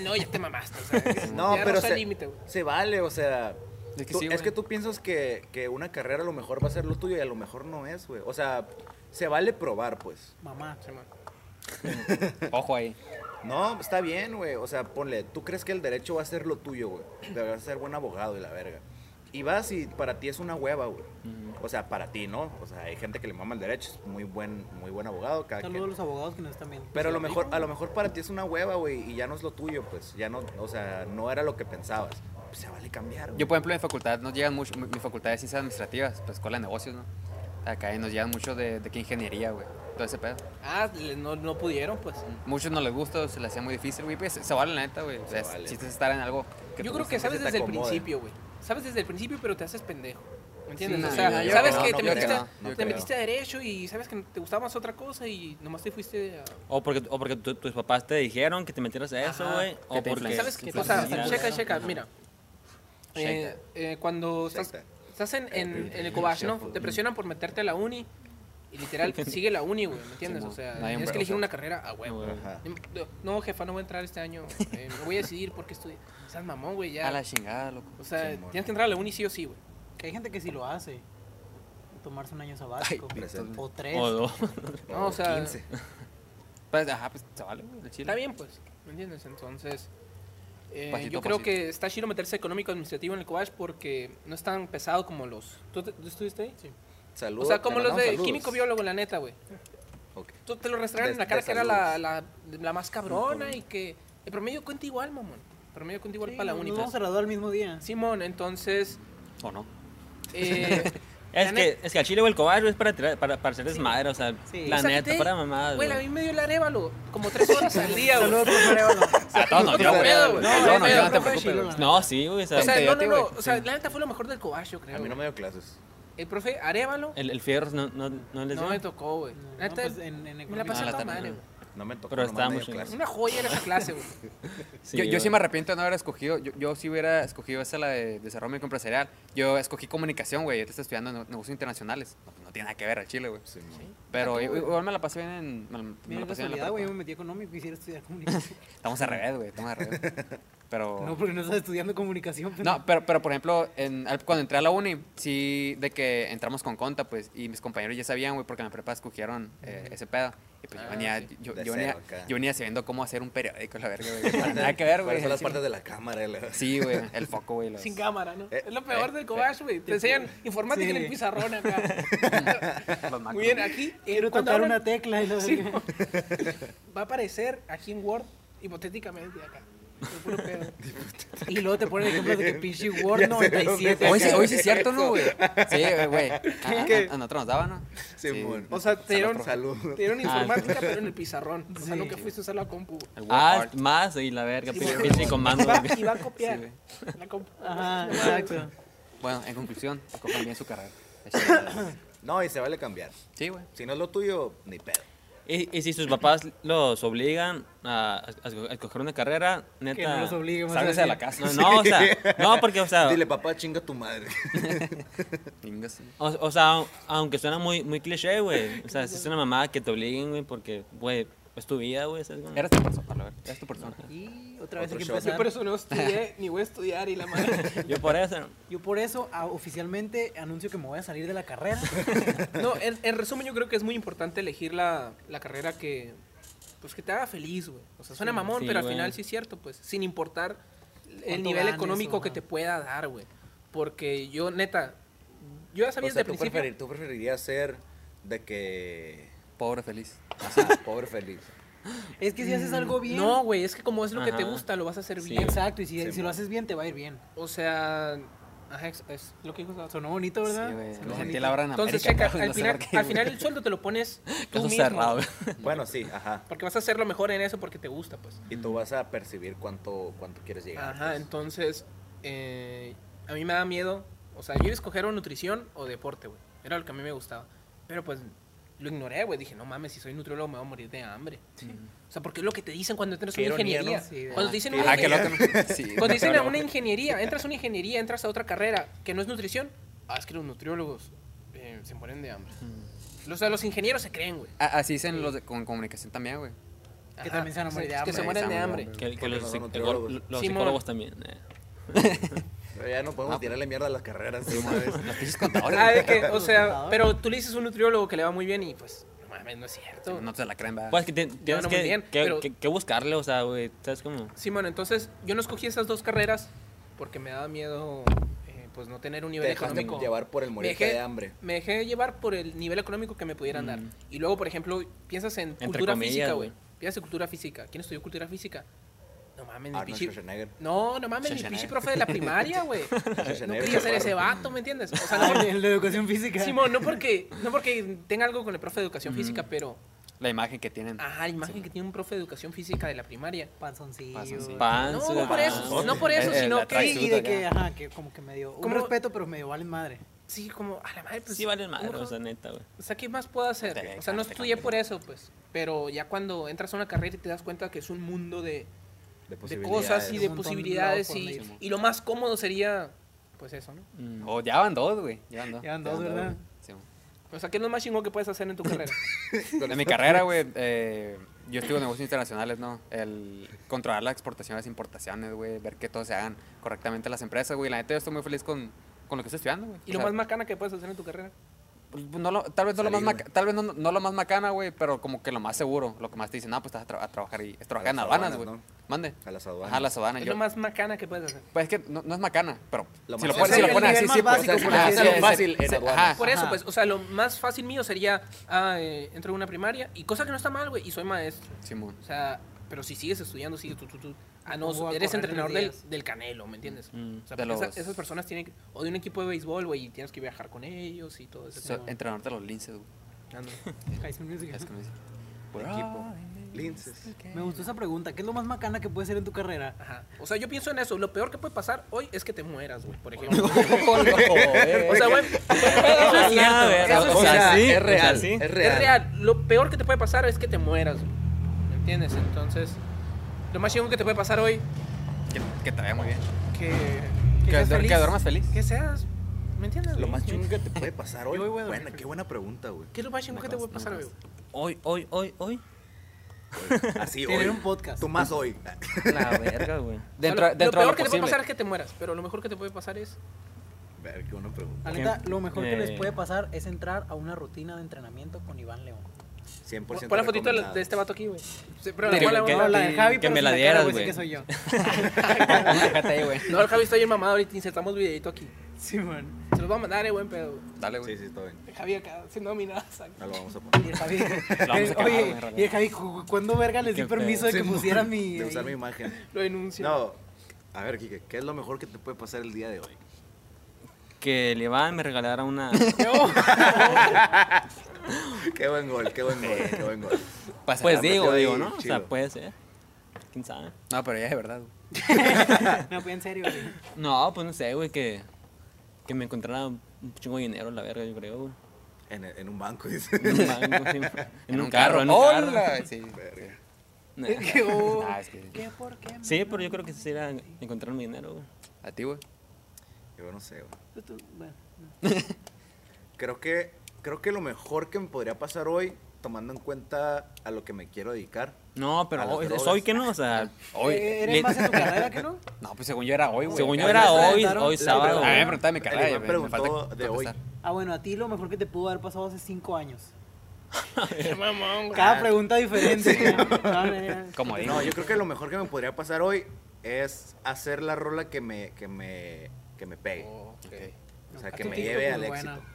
[SPEAKER 5] No, ya te mamaste, o sea,
[SPEAKER 2] No,
[SPEAKER 5] ya
[SPEAKER 2] pero
[SPEAKER 5] rozó el
[SPEAKER 2] se,
[SPEAKER 5] límite, güey.
[SPEAKER 2] se vale, o sea. tú-
[SPEAKER 3] Es
[SPEAKER 2] Es
[SPEAKER 3] que
[SPEAKER 2] que,
[SPEAKER 3] sí, güey.
[SPEAKER 2] tú piensas que, que una carrera a lo mejor va a ser lo tuyo y a lo mejor no es, güey. O sea, se vale probar, pues.
[SPEAKER 4] Mamá.
[SPEAKER 5] Simón.
[SPEAKER 3] Ojo ahí.
[SPEAKER 2] No, está bien, güey. O sea, ponle, tú crees que el derecho va a ser lo tuyo, güey. Te vas a ser buen abogado y la verga. Y vas y para ti es una hueva, güey. O sea, para ti, ¿no? O sea, hay gente que le mama el derecho, es muy buen, muy buen abogado. Cada
[SPEAKER 4] Saludos a
[SPEAKER 2] quien.
[SPEAKER 4] los abogados que nos están viendo.
[SPEAKER 2] Pero a lo mejor, a lo mejor para ti es una hueva, güey, y ya no es lo tuyo, pues. Ya no, o sea, no era lo que pensabas. Pues se vale cambiar, güey.
[SPEAKER 3] Yo, por ejemplo, en mi facultad nos llegan mucho, mi, mi facultad de ciencias administrativas, pues escuela de negocios, ¿no? Acá y nos llegan mucho de, de que ingeniería, güey. Todo ese pedo.
[SPEAKER 5] Ah, le- no, no pudieron, pues.
[SPEAKER 3] Muchos no les gusta, se les hacía muy difícil, güey. Pues se- se vale, la neta, güey. O
[SPEAKER 2] Se
[SPEAKER 3] sea, es-
[SPEAKER 2] vale.
[SPEAKER 3] chiste es estar en algo que te
[SPEAKER 5] Yo creo
[SPEAKER 3] guste.
[SPEAKER 5] que sabes
[SPEAKER 2] que te
[SPEAKER 5] desde el
[SPEAKER 2] acomode.
[SPEAKER 5] principio, güey. Sabes desde el principio, pero te haces pendejo. ¿Me entiendes?
[SPEAKER 3] no,
[SPEAKER 5] o sea,
[SPEAKER 3] no, yo
[SPEAKER 5] sabes
[SPEAKER 3] creo
[SPEAKER 5] que
[SPEAKER 3] no,
[SPEAKER 5] te,
[SPEAKER 3] yo
[SPEAKER 5] metiste,
[SPEAKER 3] creo
[SPEAKER 2] yo
[SPEAKER 3] no,
[SPEAKER 5] te
[SPEAKER 2] creo.
[SPEAKER 5] metiste a derecho y sabes que te gustaba más otra cosa y nomás te fuiste a...
[SPEAKER 1] O porque, o porque tu- tus papás te dijeron que te metieras a eso,
[SPEAKER 5] Ajá.
[SPEAKER 1] güey.
[SPEAKER 3] Que
[SPEAKER 1] O porque.
[SPEAKER 3] te
[SPEAKER 1] "Ah,
[SPEAKER 3] influenciaron.
[SPEAKER 5] ¿Sabes qué?
[SPEAKER 1] Sí,
[SPEAKER 5] O sea,
[SPEAKER 1] sí, sí.
[SPEAKER 5] checa, checa, mira.
[SPEAKER 3] Checa.
[SPEAKER 5] Eh, eh, cuando estás,
[SPEAKER 2] Checa.
[SPEAKER 5] estás en, en- en el cobach, ¿no? Te presionan por meterte a la uni y literal sigue la uni, güey, ¿me entiendes?
[SPEAKER 3] Sí,
[SPEAKER 5] O sea,
[SPEAKER 3] nadie
[SPEAKER 5] tienes que
[SPEAKER 3] bronca.
[SPEAKER 5] elegir una carrera a huevo.
[SPEAKER 1] güey.
[SPEAKER 2] Ajá.
[SPEAKER 5] No, jefa, no voy a entrar este año. eh, me voy a decidir por qué estudiar. Estás mamón, güey, ya.
[SPEAKER 3] A la chingada, loco.
[SPEAKER 5] O sea,
[SPEAKER 2] Simón.
[SPEAKER 5] tienes que entrar a la uni sí o sí, güey.
[SPEAKER 4] Que hay gente que sí lo hace. Tomarse un año sabático.
[SPEAKER 2] presente.
[SPEAKER 4] o tres.
[SPEAKER 1] O dos.
[SPEAKER 5] No, o sea,
[SPEAKER 2] 15.
[SPEAKER 3] Pues, ajá, pues se vale, güey. el chile.
[SPEAKER 5] está bien, pues. ¿Me entiendes? Entonces, eh,
[SPEAKER 3] Pasito
[SPEAKER 5] yo
[SPEAKER 3] a
[SPEAKER 5] creo
[SPEAKER 3] pasito.
[SPEAKER 5] que está chido meterse económico administrativo en el Cobach porque no es tan pesado como los. ¿Tú, te- tú estuviste ahí? Sí.
[SPEAKER 2] Saludos.
[SPEAKER 5] O sea, como
[SPEAKER 2] te
[SPEAKER 5] los de
[SPEAKER 2] mandamos saludos.
[SPEAKER 5] químico biólogo, la neta, güey.
[SPEAKER 2] Ok.
[SPEAKER 5] Tú te lo restregaron
[SPEAKER 2] De-
[SPEAKER 5] en la cara
[SPEAKER 2] de
[SPEAKER 5] que era la, la, la más cabrona y que. El promedio cuenta igual, mamón. El promedio cuenta igual
[SPEAKER 4] Sí,
[SPEAKER 5] para la
[SPEAKER 4] nos
[SPEAKER 5] uni.
[SPEAKER 4] vamos a graduar el mismo día.
[SPEAKER 5] Simón, entonces.
[SPEAKER 3] ¿O no?
[SPEAKER 5] eh,
[SPEAKER 1] Es
[SPEAKER 5] la
[SPEAKER 1] que, es que al chile o el cobarde es para, tirar, para, para hacer desmadre, o sea,
[SPEAKER 4] Sí.
[SPEAKER 1] la
[SPEAKER 5] O sea, que
[SPEAKER 1] neta,
[SPEAKER 5] te-
[SPEAKER 1] para mamada.
[SPEAKER 5] Güey, a
[SPEAKER 1] güey.
[SPEAKER 5] mí me dio el arévalo como tres horas al día, güey.
[SPEAKER 4] Saludos, profe Arevalo.
[SPEAKER 3] A todos nos dio, güey.
[SPEAKER 5] pedo,
[SPEAKER 3] No,
[SPEAKER 5] güey.
[SPEAKER 3] no, no, yo no te
[SPEAKER 5] Profe,
[SPEAKER 3] preocupes, güey.
[SPEAKER 4] Shilona.
[SPEAKER 1] No, sí, güey, o sea,
[SPEAKER 5] O sea,
[SPEAKER 3] Te dio,
[SPEAKER 5] no, no,
[SPEAKER 3] te,
[SPEAKER 5] no.
[SPEAKER 3] güey.
[SPEAKER 5] O sea, la neta fue lo mejor del cobacho, yo creo.
[SPEAKER 2] A mí no me
[SPEAKER 5] güey.
[SPEAKER 2] dio clases.
[SPEAKER 5] El profe Arevalo
[SPEAKER 1] el, el fierro no, no, no les
[SPEAKER 5] no
[SPEAKER 1] dio.
[SPEAKER 5] me tocó, güey.
[SPEAKER 4] No,
[SPEAKER 5] La neta,
[SPEAKER 4] pues, en- en
[SPEAKER 5] me la
[SPEAKER 3] economía.
[SPEAKER 5] pasé a
[SPEAKER 3] Ah,
[SPEAKER 5] toda
[SPEAKER 3] la
[SPEAKER 5] madre,
[SPEAKER 3] neta,
[SPEAKER 5] güey.
[SPEAKER 2] No me tocó.
[SPEAKER 1] Pero
[SPEAKER 2] nomás me
[SPEAKER 1] estábamos
[SPEAKER 2] dio
[SPEAKER 1] en-
[SPEAKER 2] clases.
[SPEAKER 5] Una joya era esa clase, güey.
[SPEAKER 3] yo, yo sí
[SPEAKER 1] güey.
[SPEAKER 3] me arrepiento de no haber escogido, yo, yo sí hubiera escogido esa la de desarrollo empresarial. Yo escogí comunicación, güey, yo te estoy estudiando ne- negocios internacionales. No, pues, no tiene nada que ver al Chile, güey.
[SPEAKER 2] Sí, mo.
[SPEAKER 3] Pero i- igual me la pasé bien en, me la- me la
[SPEAKER 4] Mira, en
[SPEAKER 3] pasé bien en
[SPEAKER 4] casualidad,
[SPEAKER 3] la
[SPEAKER 4] güey, yo
[SPEAKER 3] prepa.
[SPEAKER 4] me metí económico y quisiera estudiar comunicación.
[SPEAKER 3] Estamos al revés, güey, estamos al revés. Pero...
[SPEAKER 4] no, pues, porque no estás estudiando comunicación.
[SPEAKER 3] No, pero, pero por ejemplo, en, al- cuando entré a la uni, sí, de que entramos con conta, pues, y mis compañeros ya sabían, güey, porque en la prepa escogieron eh, ese pedo. Y pues
[SPEAKER 5] Ah,
[SPEAKER 3] yo venía,
[SPEAKER 5] sí.
[SPEAKER 3] yo,
[SPEAKER 2] De
[SPEAKER 3] yo
[SPEAKER 2] cero
[SPEAKER 3] venía,
[SPEAKER 2] acá.
[SPEAKER 3] yo venía sabiendo cómo hacer un periódico, la verga, güey. Nada que ver, güey.
[SPEAKER 2] ¿Cuáles son las
[SPEAKER 3] Sí,
[SPEAKER 2] partes de la cámara? eh, la-
[SPEAKER 3] Sí, güey, el foco, güey. los-
[SPEAKER 5] Sin cámara, ¿no?
[SPEAKER 2] Eh,
[SPEAKER 5] es lo peor
[SPEAKER 3] eh,
[SPEAKER 5] del cobacho, güey. Te enseñan informática en
[SPEAKER 4] Sí.
[SPEAKER 5] el pizarrón acá.
[SPEAKER 3] los macros.
[SPEAKER 5] Muy bien, aquí. eh,
[SPEAKER 4] Quiero
[SPEAKER 5] cuando
[SPEAKER 4] tocar
[SPEAKER 5] abran-
[SPEAKER 4] una tecla y lo
[SPEAKER 5] Sí, va a aparecer aquí en Word, hipotéticamente acá. El puro pedo.
[SPEAKER 4] Y luego te ponen ejemplos de que pinche Word
[SPEAKER 3] Hoy
[SPEAKER 4] 97.
[SPEAKER 3] sí, hoy sí es cierto, ¿no, güey? Sí, güey, güey. A, a- a- a nosotros nos daban, ¿no?
[SPEAKER 2] Sí, mon.
[SPEAKER 5] O sea, te dieron,
[SPEAKER 2] Salud.
[SPEAKER 5] te dieron informática, pero en el pizarrón. O sea,
[SPEAKER 4] Sí.
[SPEAKER 5] nunca fuiste a usar la compu. güey.
[SPEAKER 3] El
[SPEAKER 1] Ah,
[SPEAKER 3] Word Art.
[SPEAKER 1] más y la verga,
[SPEAKER 5] Sí,
[SPEAKER 1] pinche
[SPEAKER 5] güey.
[SPEAKER 1] pinche comando.
[SPEAKER 5] Y va,
[SPEAKER 1] güey.
[SPEAKER 5] y va a copiar
[SPEAKER 3] Sí, güey.
[SPEAKER 5] la compu.
[SPEAKER 4] Ajá, exacto.
[SPEAKER 3] Bueno, en conclusión, escojan bien su carrera.
[SPEAKER 2] No, y se vale cambiar.
[SPEAKER 3] Sí, güey.
[SPEAKER 2] Si no es lo tuyo, ni pedo.
[SPEAKER 1] Y, y si sus papás los obligan a, a- a escoger una carrera, neta.
[SPEAKER 4] Que no los obligue más a
[SPEAKER 3] Sálgase de la
[SPEAKER 4] decir.
[SPEAKER 3] casa.
[SPEAKER 1] No, no, o sea, no, porque, o sea,
[SPEAKER 2] Dile, papá, chinga tu madre.
[SPEAKER 3] Chingas, sí.
[SPEAKER 1] o, o sea, aunque suena muy, muy cliché, güey, o sea, si es una mamada que te obliguen, güey, porque, güey, es tu vida, güey, ¿sabes, güey?
[SPEAKER 3] Eras tu persona, la verdad. Eras tu persona.
[SPEAKER 4] Y otra vez
[SPEAKER 2] Otro
[SPEAKER 4] hay que
[SPEAKER 2] shot.
[SPEAKER 4] empezar.
[SPEAKER 5] Yo por eso no estudié, ni voy a estudiar, y la madre.
[SPEAKER 1] Yo por eso,
[SPEAKER 4] Yo por eso ah, oficialmente anuncio que me voy a salir de la carrera.
[SPEAKER 5] No, en, en resumen, yo creo que es muy importante elegir la, la carrera que, pues, que te haga feliz, güey. O sea, suena mamón,
[SPEAKER 1] sí,
[SPEAKER 5] pero al
[SPEAKER 1] güey.
[SPEAKER 5] final sí es cierto, pues, sin importar el
[SPEAKER 4] ¿Cuánto
[SPEAKER 5] nivel
[SPEAKER 4] ganes,
[SPEAKER 5] económico que
[SPEAKER 4] ajá?
[SPEAKER 5] te pueda dar, güey. Porque yo, neta, yo ya sabía
[SPEAKER 2] O sea,
[SPEAKER 5] desde
[SPEAKER 2] tú,
[SPEAKER 5] el principio.
[SPEAKER 2] preferir- tú preferirías ser de que.
[SPEAKER 3] Pobre feliz.
[SPEAKER 2] Ajá, pobre feliz.
[SPEAKER 4] Es que si haces algo bien.
[SPEAKER 5] Mm. No, güey, es que como es lo que te
[SPEAKER 1] Ajá.
[SPEAKER 5] gusta, lo vas a hacer
[SPEAKER 1] Sí.
[SPEAKER 5] bien.
[SPEAKER 4] Exacto, y si,
[SPEAKER 2] Sí,
[SPEAKER 4] si lo haces bien, te va a ir bien.
[SPEAKER 5] O sea, ajá, es, es lo que dijo Gabo.
[SPEAKER 4] Sonó bonito, ¿verdad?
[SPEAKER 3] Sí, güey,
[SPEAKER 4] Sonó
[SPEAKER 3] me
[SPEAKER 4] bonito.
[SPEAKER 3] sentí la hora en
[SPEAKER 5] Entonces,
[SPEAKER 3] América,
[SPEAKER 5] checa,
[SPEAKER 3] cabrón,
[SPEAKER 5] al
[SPEAKER 3] no sé
[SPEAKER 5] final,
[SPEAKER 3] por qué,
[SPEAKER 5] al
[SPEAKER 3] güey.
[SPEAKER 5] final el sueldo te lo pones tú
[SPEAKER 1] Caso
[SPEAKER 5] mismo.
[SPEAKER 1] cerrado.
[SPEAKER 2] Bueno, sí, ajá.
[SPEAKER 5] Porque vas a hacer lo mejor en eso porque te gusta, pues.
[SPEAKER 2] Y tú vas a percibir cuánto, cuánto quieres llegar.
[SPEAKER 5] Ajá,
[SPEAKER 2] pues.
[SPEAKER 5] entonces, eh, a mí me da miedo. O sea, yo iba a escoger o nutrición o deporte, güey. Era lo que a mí me gustaba. Pero pues lo ignoré, güey. Dije, no mames, si soy nutriólogo me voy a morir de hambre. O sea, porque es lo que te dicen cuando entras a
[SPEAKER 2] Qué
[SPEAKER 5] una
[SPEAKER 2] ironía,
[SPEAKER 5] ingeniería.
[SPEAKER 4] ¿no? Sí,
[SPEAKER 5] cuando
[SPEAKER 4] ah,
[SPEAKER 5] te dicen,
[SPEAKER 2] qué
[SPEAKER 5] una
[SPEAKER 3] Ajá, que
[SPEAKER 5] ingeniería,
[SPEAKER 3] loco. ¿no? Sí,
[SPEAKER 5] cuando te dicen a
[SPEAKER 3] cabrón.
[SPEAKER 5] una ingeniería, entras a una ingeniería, entras a otra carrera que no es nutrición. Ah, es que los nutriólogos eh, se mueren de hambre. O sea, los ingenieros se creen, güey.
[SPEAKER 3] Ah, Así dicen los de- con comunicación también, güey.
[SPEAKER 5] Ajá,
[SPEAKER 4] también se van a morir de
[SPEAKER 5] Que se
[SPEAKER 4] hambre.
[SPEAKER 5] mueren de
[SPEAKER 3] Estamos
[SPEAKER 5] hambre.
[SPEAKER 3] hablando.
[SPEAKER 1] Que, que
[SPEAKER 2] Porque
[SPEAKER 1] los,
[SPEAKER 2] no son
[SPEAKER 1] psic-
[SPEAKER 2] nutriólogos.
[SPEAKER 1] los- los
[SPEAKER 5] Simón.
[SPEAKER 1] psicólogos también. eh.
[SPEAKER 2] Pero ya no podemos tirarle mierda a las carreras. ¿sí?
[SPEAKER 3] Los pinches contadores,
[SPEAKER 5] Ah,
[SPEAKER 3] güey.
[SPEAKER 5] de que, o
[SPEAKER 4] Los
[SPEAKER 5] sea,
[SPEAKER 4] contadores.
[SPEAKER 5] pero tú le dices a un nutriólogo que le va muy bien y pues, no mames, no es cierto.
[SPEAKER 3] No te la creen, va.
[SPEAKER 1] Pues que te- tienes
[SPEAKER 5] no, Ah. muy
[SPEAKER 1] que,
[SPEAKER 5] bien,
[SPEAKER 1] que,
[SPEAKER 5] pero-
[SPEAKER 1] que- que buscarle, o sea, güey, ¿sabes cómo?
[SPEAKER 5] Simón, entonces yo no escogí esas dos carreras porque me daba miedo eh, pues no tener un
[SPEAKER 2] Te
[SPEAKER 5] nivel
[SPEAKER 2] dejaste
[SPEAKER 5] económico.
[SPEAKER 2] llevar por el
[SPEAKER 5] Me
[SPEAKER 2] morirte
[SPEAKER 5] dejé-
[SPEAKER 2] de hambre.
[SPEAKER 5] Me dejé llevar por el nivel económico que me pudieran dar. Y luego, por ejemplo, piensas en
[SPEAKER 1] Entre
[SPEAKER 5] cultura
[SPEAKER 1] comillas,
[SPEAKER 5] física,
[SPEAKER 1] güey.
[SPEAKER 5] güey. Piensas en cultura física. ¿Quién estudió cultura física? No mames, mi
[SPEAKER 2] Arnold
[SPEAKER 5] pichi.
[SPEAKER 2] Schwarzenegger.
[SPEAKER 5] No, no mames, mi pichi
[SPEAKER 3] Schwarzenegger.
[SPEAKER 5] profe de la primaria, güey. No
[SPEAKER 2] Schwarzenegger,
[SPEAKER 5] quería ser ese
[SPEAKER 2] chaparro.
[SPEAKER 5] vato, ¿me entiendes? O sea,
[SPEAKER 4] Ah,
[SPEAKER 5] no,
[SPEAKER 4] el de educación física.
[SPEAKER 5] Simón, no porque, no porque tenga algo con el profe de educación física, pero
[SPEAKER 3] La imagen que tienen.
[SPEAKER 5] Ajá, la imagen que tiene un profe de educación física de la primaria.
[SPEAKER 4] Panzoncillo.
[SPEAKER 3] Panzoncillo.
[SPEAKER 1] Pan,
[SPEAKER 5] No,
[SPEAKER 1] su-
[SPEAKER 5] no por eso,
[SPEAKER 1] pan.
[SPEAKER 5] no por eso,
[SPEAKER 3] Eh, eh,
[SPEAKER 5] sino
[SPEAKER 3] la
[SPEAKER 4] Sí,
[SPEAKER 5] que
[SPEAKER 3] traes.
[SPEAKER 4] y de que, ajá, que como que medio. Un
[SPEAKER 5] ¿Cómo?
[SPEAKER 4] respeto, pero medio valen madre.
[SPEAKER 5] sí, como a la madre, pues.
[SPEAKER 1] Sí valen madre,
[SPEAKER 5] uno-
[SPEAKER 1] o sea, neta, güey.
[SPEAKER 5] o sea, ¿qué más puedo hacer?
[SPEAKER 3] Te
[SPEAKER 5] O sea, no
[SPEAKER 3] dejan, te
[SPEAKER 5] estudié
[SPEAKER 3] cambian.
[SPEAKER 5] por eso, pues. Pero ya cuando entras a una carrera y te das cuenta que es un mundo de,
[SPEAKER 2] De,
[SPEAKER 5] de
[SPEAKER 2] posibilidades.
[SPEAKER 5] cosas y de
[SPEAKER 4] Un montón de
[SPEAKER 5] posibilidades
[SPEAKER 4] lados por
[SPEAKER 5] y,
[SPEAKER 4] medio.
[SPEAKER 5] y lo más cómodo sería, pues eso, ¿no?
[SPEAKER 1] Mm.
[SPEAKER 3] O ya van dos, güey. Ya van dos.
[SPEAKER 4] Ya van dos, ¿verdad?
[SPEAKER 3] güey. Sí, güey.
[SPEAKER 5] O sea, ¿qué es lo más chingón que puedes hacer en tu carrera?
[SPEAKER 3] En mi carrera, güey, eh, yo estudio negocios internacionales, ¿no? El controlar las exportaciones, importaciones, güey, ver que todo se hagan correctamente las empresas, güey. La neta, yo estoy muy feliz con, con lo que estoy estudiando, güey.
[SPEAKER 5] Y
[SPEAKER 3] O
[SPEAKER 5] lo
[SPEAKER 3] sea,
[SPEAKER 5] más macana que puedes hacer en tu carrera.
[SPEAKER 3] pues, no lo- tal vez no lo más
[SPEAKER 2] Salirme.
[SPEAKER 3] maca- tal vez no, no lo más macana, güey, pero como que lo más seguro, lo que más te dicen, ah, pues estás a, tra- a trabajar y es trabajar en
[SPEAKER 2] las
[SPEAKER 3] aduanas, güey.
[SPEAKER 2] aduanas,
[SPEAKER 3] Mande.
[SPEAKER 2] A las aduanas.
[SPEAKER 3] Ajá, las aduanas.
[SPEAKER 5] Es
[SPEAKER 3] Yo,
[SPEAKER 5] lo más macana que puedes hacer.
[SPEAKER 3] Pues es que no, no es macana, pero
[SPEAKER 2] Lo
[SPEAKER 3] si
[SPEAKER 2] más-
[SPEAKER 3] lo pones,
[SPEAKER 2] es
[SPEAKER 3] si
[SPEAKER 2] el
[SPEAKER 3] lo pones
[SPEAKER 4] nivel
[SPEAKER 3] así,
[SPEAKER 4] más
[SPEAKER 3] sí, pues, ajá,
[SPEAKER 4] básico, por así
[SPEAKER 3] sí,
[SPEAKER 4] decirlo.
[SPEAKER 3] es el-
[SPEAKER 2] Fácil en
[SPEAKER 3] sí,
[SPEAKER 2] aduanas.
[SPEAKER 3] ajá.
[SPEAKER 5] Por eso,
[SPEAKER 4] Ajá.
[SPEAKER 5] pues, o sea, lo más fácil mío sería, ah, eh, entro a una primaria, y cosa que no está mal, güey, y soy maestro.
[SPEAKER 3] Simón.
[SPEAKER 5] O sea, pero si sigues estudiando, sigue tú, tú, tú. Ah, no,
[SPEAKER 4] ¿Cómo voy a
[SPEAKER 5] eres
[SPEAKER 4] correr tres
[SPEAKER 5] entrenador del,
[SPEAKER 4] días?
[SPEAKER 5] del canelo, ¿me entiendes?
[SPEAKER 1] Mm.
[SPEAKER 5] O sea,
[SPEAKER 3] De
[SPEAKER 5] porque esa-
[SPEAKER 3] los-
[SPEAKER 5] esas personas tienen que, o de un equipo de béisbol, güey, y tienes que viajar con ellos y todo eso.
[SPEAKER 3] So- entrenador de los linces, güey.
[SPEAKER 4] High School Musical.
[SPEAKER 3] Es que me dice.
[SPEAKER 2] Equipo. Linces.
[SPEAKER 4] Me gustó esa pregunta. ¿Qué es lo más macana que puede ser en tu carrera?
[SPEAKER 5] Ajá. O sea, yo pienso en eso. Lo peor que puede pasar hoy es que te mueras, güey, por ejemplo.
[SPEAKER 3] Joder.
[SPEAKER 5] o sea, güey, eso es
[SPEAKER 1] Ah,
[SPEAKER 5] cierto.
[SPEAKER 1] verga,
[SPEAKER 5] Eso es
[SPEAKER 1] o sea,
[SPEAKER 5] real.
[SPEAKER 1] sí, o
[SPEAKER 2] es
[SPEAKER 1] sea,
[SPEAKER 2] real.
[SPEAKER 1] sí.
[SPEAKER 2] Es
[SPEAKER 5] Es
[SPEAKER 2] real.
[SPEAKER 5] real. Lo peor que te puede pasar es que te mueras, güey. ¿Me entiendes? Entonces, lo más chingón que te puede pasar hoy,
[SPEAKER 3] Que, que te vaya muy bien.
[SPEAKER 5] que...
[SPEAKER 3] Que,
[SPEAKER 5] seas
[SPEAKER 3] duer-
[SPEAKER 5] feliz.
[SPEAKER 3] que duermas feliz.
[SPEAKER 5] Que seas... ¿Me entiendes?
[SPEAKER 2] Lo
[SPEAKER 5] güey?
[SPEAKER 2] más chungo que te puede pasar hoy.
[SPEAKER 4] Yo hoy voy a dormir
[SPEAKER 2] Buena, qué buena pregunta, güey.
[SPEAKER 5] ¿Qué es lo más chingón que te puede pasar, güey?
[SPEAKER 1] Hoy, hoy, hoy, hoy.
[SPEAKER 2] Así hoy.
[SPEAKER 4] Tener un podcast.
[SPEAKER 2] Tú más hoy.
[SPEAKER 1] La verga, güey.
[SPEAKER 3] Dentro,
[SPEAKER 5] O sea,
[SPEAKER 3] dentro
[SPEAKER 5] lo, lo
[SPEAKER 3] de
[SPEAKER 5] peor que
[SPEAKER 3] lo
[SPEAKER 5] te puede
[SPEAKER 3] posible.
[SPEAKER 5] pasar es que te mueras, pero lo mejor que te puede pasar es...
[SPEAKER 2] Ver, qué buena pregunta.
[SPEAKER 4] La neta, lo mejor que les
[SPEAKER 1] Eh.
[SPEAKER 4] puede pasar es entrar a una rutina de entrenamiento con Iván León.
[SPEAKER 2] 100%
[SPEAKER 5] Pon la fotito de la- de este
[SPEAKER 2] recomendado.
[SPEAKER 5] vato aquí, güey. Sí, pero
[SPEAKER 1] Pero
[SPEAKER 5] la-
[SPEAKER 1] que-
[SPEAKER 5] la- la-
[SPEAKER 1] que- que me la dieras, güey.
[SPEAKER 4] Que soy yo.
[SPEAKER 3] Déjate ahí, güey.
[SPEAKER 5] No, el Javi está bien mamado ahorita, insertamos videito aquí.
[SPEAKER 4] Sí, man.
[SPEAKER 5] Se los va a mandar, eh, buen pedo. güey.
[SPEAKER 3] Dale, güey.
[SPEAKER 2] Sí, sí, está bien.
[SPEAKER 5] El Javi acá, sin nómina. saca.
[SPEAKER 2] No lo vamos a poner.
[SPEAKER 4] Y el Javi. eh,
[SPEAKER 3] vamos a
[SPEAKER 4] Oye,
[SPEAKER 3] acabar, güey,
[SPEAKER 4] y el Javi, ¿cu- ¿cuándo verga les di
[SPEAKER 1] Qué
[SPEAKER 4] permiso de que pusiera mi.
[SPEAKER 2] De usar mi imagen.
[SPEAKER 5] Lo denuncia.
[SPEAKER 2] No. A ver, Kike, ¿qué es lo mejor que te puede pasar el día de hoy?
[SPEAKER 1] Que le va a me regalara una. pues,
[SPEAKER 2] Qué buen gol, qué buen gol, qué buen gol.
[SPEAKER 3] Pasa
[SPEAKER 1] Pues
[SPEAKER 3] nada,
[SPEAKER 2] sí.
[SPEAKER 1] digo,
[SPEAKER 2] metió
[SPEAKER 1] digo,
[SPEAKER 2] ahí,
[SPEAKER 1] ¿no? O sea,
[SPEAKER 2] chido.
[SPEAKER 1] puede ser. ¿Quién sabe?
[SPEAKER 3] güey. No, pero ya es verdad, güey.
[SPEAKER 4] No, pues en serio, güey.
[SPEAKER 1] No, pues no sé, güey, que, que me encontrara un chingo de dinero, la verga, yo creo, güey.
[SPEAKER 2] En, en un banco, dice.
[SPEAKER 1] En un, banco, sí, en un carro, en un carro.
[SPEAKER 3] ¡Hola! Sí.
[SPEAKER 2] Verga.
[SPEAKER 1] Nah.
[SPEAKER 4] Que, oh,
[SPEAKER 3] Ah, es que-
[SPEAKER 4] ¿Qué por qué?
[SPEAKER 1] Sí, pero yo creo que sí era encontrar mi dinero, güey.
[SPEAKER 3] A ti, güey.
[SPEAKER 2] Yo no sé, güey.
[SPEAKER 4] Pues Tú- tú- bueno,
[SPEAKER 2] Creo que, creo que lo mejor que me podría pasar hoy, tomando en cuenta a lo que me quiero dedicar.
[SPEAKER 1] No,
[SPEAKER 2] A
[SPEAKER 1] pero
[SPEAKER 2] las
[SPEAKER 1] hoy-
[SPEAKER 2] drogas.
[SPEAKER 1] soy que no, o sea,
[SPEAKER 3] Hoy.
[SPEAKER 4] Eh,
[SPEAKER 1] le-
[SPEAKER 4] ¿Eres más en tu carrera que no?
[SPEAKER 3] No, pues según yo era hoy, güey.
[SPEAKER 1] según yo
[SPEAKER 3] Acá,
[SPEAKER 1] era
[SPEAKER 3] güey.
[SPEAKER 1] hoy,
[SPEAKER 4] preguntaron.
[SPEAKER 1] hoy
[SPEAKER 4] Sí,
[SPEAKER 1] sábado.
[SPEAKER 3] A mí me
[SPEAKER 1] güey.
[SPEAKER 3] preguntaba de mi carrera.
[SPEAKER 2] El Iván
[SPEAKER 3] güey, me falta
[SPEAKER 2] preguntó de hoy.
[SPEAKER 3] contestar.
[SPEAKER 4] Ah, bueno, a ti lo mejor que te pudo haber pasado hace cinco años.
[SPEAKER 5] Qué mamón, güey.
[SPEAKER 2] Ah,
[SPEAKER 4] Cada pregunta diferente. No, no, no.
[SPEAKER 3] Como digo.
[SPEAKER 2] No, yo creo que lo mejor que me podría pasar hoy es hacer la rola que me, que me, que me pegue.
[SPEAKER 5] Oh, ok.
[SPEAKER 3] Ok.
[SPEAKER 2] O sea,
[SPEAKER 4] No,
[SPEAKER 2] que
[SPEAKER 4] Ah, tu
[SPEAKER 2] me
[SPEAKER 4] TikTok
[SPEAKER 2] lleve
[SPEAKER 4] muy
[SPEAKER 2] al
[SPEAKER 4] buena.
[SPEAKER 2] éxito.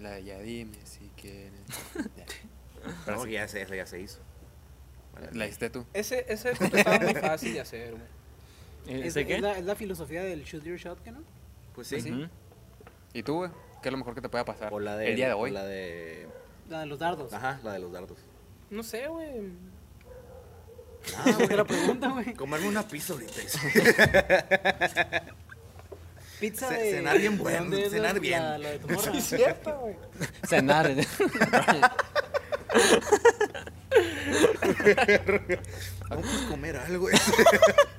[SPEAKER 3] La ya dime si quieres. Ya.
[SPEAKER 2] No, que ya se, eso ya se hizo.
[SPEAKER 3] La hiciste tú.
[SPEAKER 5] Ese, ese reto estaba muy fácil de hacer, güey.
[SPEAKER 4] Es,
[SPEAKER 1] ¿Ese
[SPEAKER 4] es
[SPEAKER 1] eh, qué?
[SPEAKER 4] la, es la filosofía del shoot your shot, ¿qué no?
[SPEAKER 2] Pues sí.
[SPEAKER 1] Ujú.
[SPEAKER 3] ¿Y tú, güey? ¿Qué es lo mejor que te pueda pasar
[SPEAKER 2] O la de.
[SPEAKER 3] el día de
[SPEAKER 2] o
[SPEAKER 3] hoy?
[SPEAKER 2] la de.
[SPEAKER 4] La de los dardos.
[SPEAKER 2] Ajá, la de los dardos.
[SPEAKER 5] No sé, güey.
[SPEAKER 2] Ah,
[SPEAKER 4] Te la pregunta, güey.
[SPEAKER 2] Comerme una pizza ahorita.
[SPEAKER 4] Pizza
[SPEAKER 2] Ce-
[SPEAKER 4] de...
[SPEAKER 2] cenar bien
[SPEAKER 4] ¿de
[SPEAKER 2] bueno,
[SPEAKER 4] dónde es la-
[SPEAKER 2] cenar bien.
[SPEAKER 4] La, la de tu morra.
[SPEAKER 5] cierto, güey.
[SPEAKER 1] Cenar.
[SPEAKER 2] Vamos a comer algo.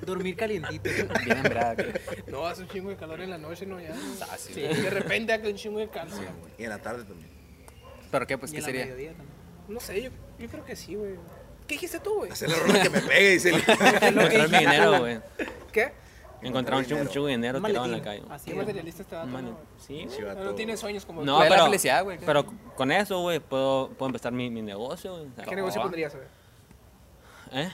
[SPEAKER 4] Dormir calientito.
[SPEAKER 3] Bien hembrada, güey.
[SPEAKER 5] No, hace un chingo de calor en la noche, no, ya. güey.
[SPEAKER 3] Ah, sí,
[SPEAKER 5] Sí,
[SPEAKER 3] güey.
[SPEAKER 5] de repente hace un chingo de calor.
[SPEAKER 2] Y en la tarde también.
[SPEAKER 3] ¿Pero qué? Pues,
[SPEAKER 4] Y
[SPEAKER 3] ¿qué
[SPEAKER 4] en la
[SPEAKER 3] sería?
[SPEAKER 4] mediodía también.
[SPEAKER 5] No sé, yo, yo creo que sí, güey. ¿Qué dijiste tú, güey?
[SPEAKER 2] Hacer la ronda que me pegue, dice el-
[SPEAKER 1] Encontrar mi dinero, güey.
[SPEAKER 5] ¿Qué?
[SPEAKER 1] Encontrar un chu- un
[SPEAKER 2] dinero.
[SPEAKER 1] chingo de dinero
[SPEAKER 4] Un
[SPEAKER 1] tirado en la
[SPEAKER 4] maletín,
[SPEAKER 1] calle.
[SPEAKER 4] así.
[SPEAKER 5] ¿Qué materialista este vato?
[SPEAKER 1] Un male-
[SPEAKER 5] no?
[SPEAKER 1] Sí, güey.
[SPEAKER 2] Chivato.
[SPEAKER 5] No tiene sueños como
[SPEAKER 1] No,
[SPEAKER 5] tú.
[SPEAKER 3] La de la
[SPEAKER 1] pero-
[SPEAKER 3] felicidad, güey.
[SPEAKER 1] Pero con eso, güey, puedo, puedo empezar mi, mi negocio, güey. O sea,
[SPEAKER 5] ¿Qué negocio
[SPEAKER 3] va?
[SPEAKER 5] pondrías, güey?
[SPEAKER 1] ¿Eh?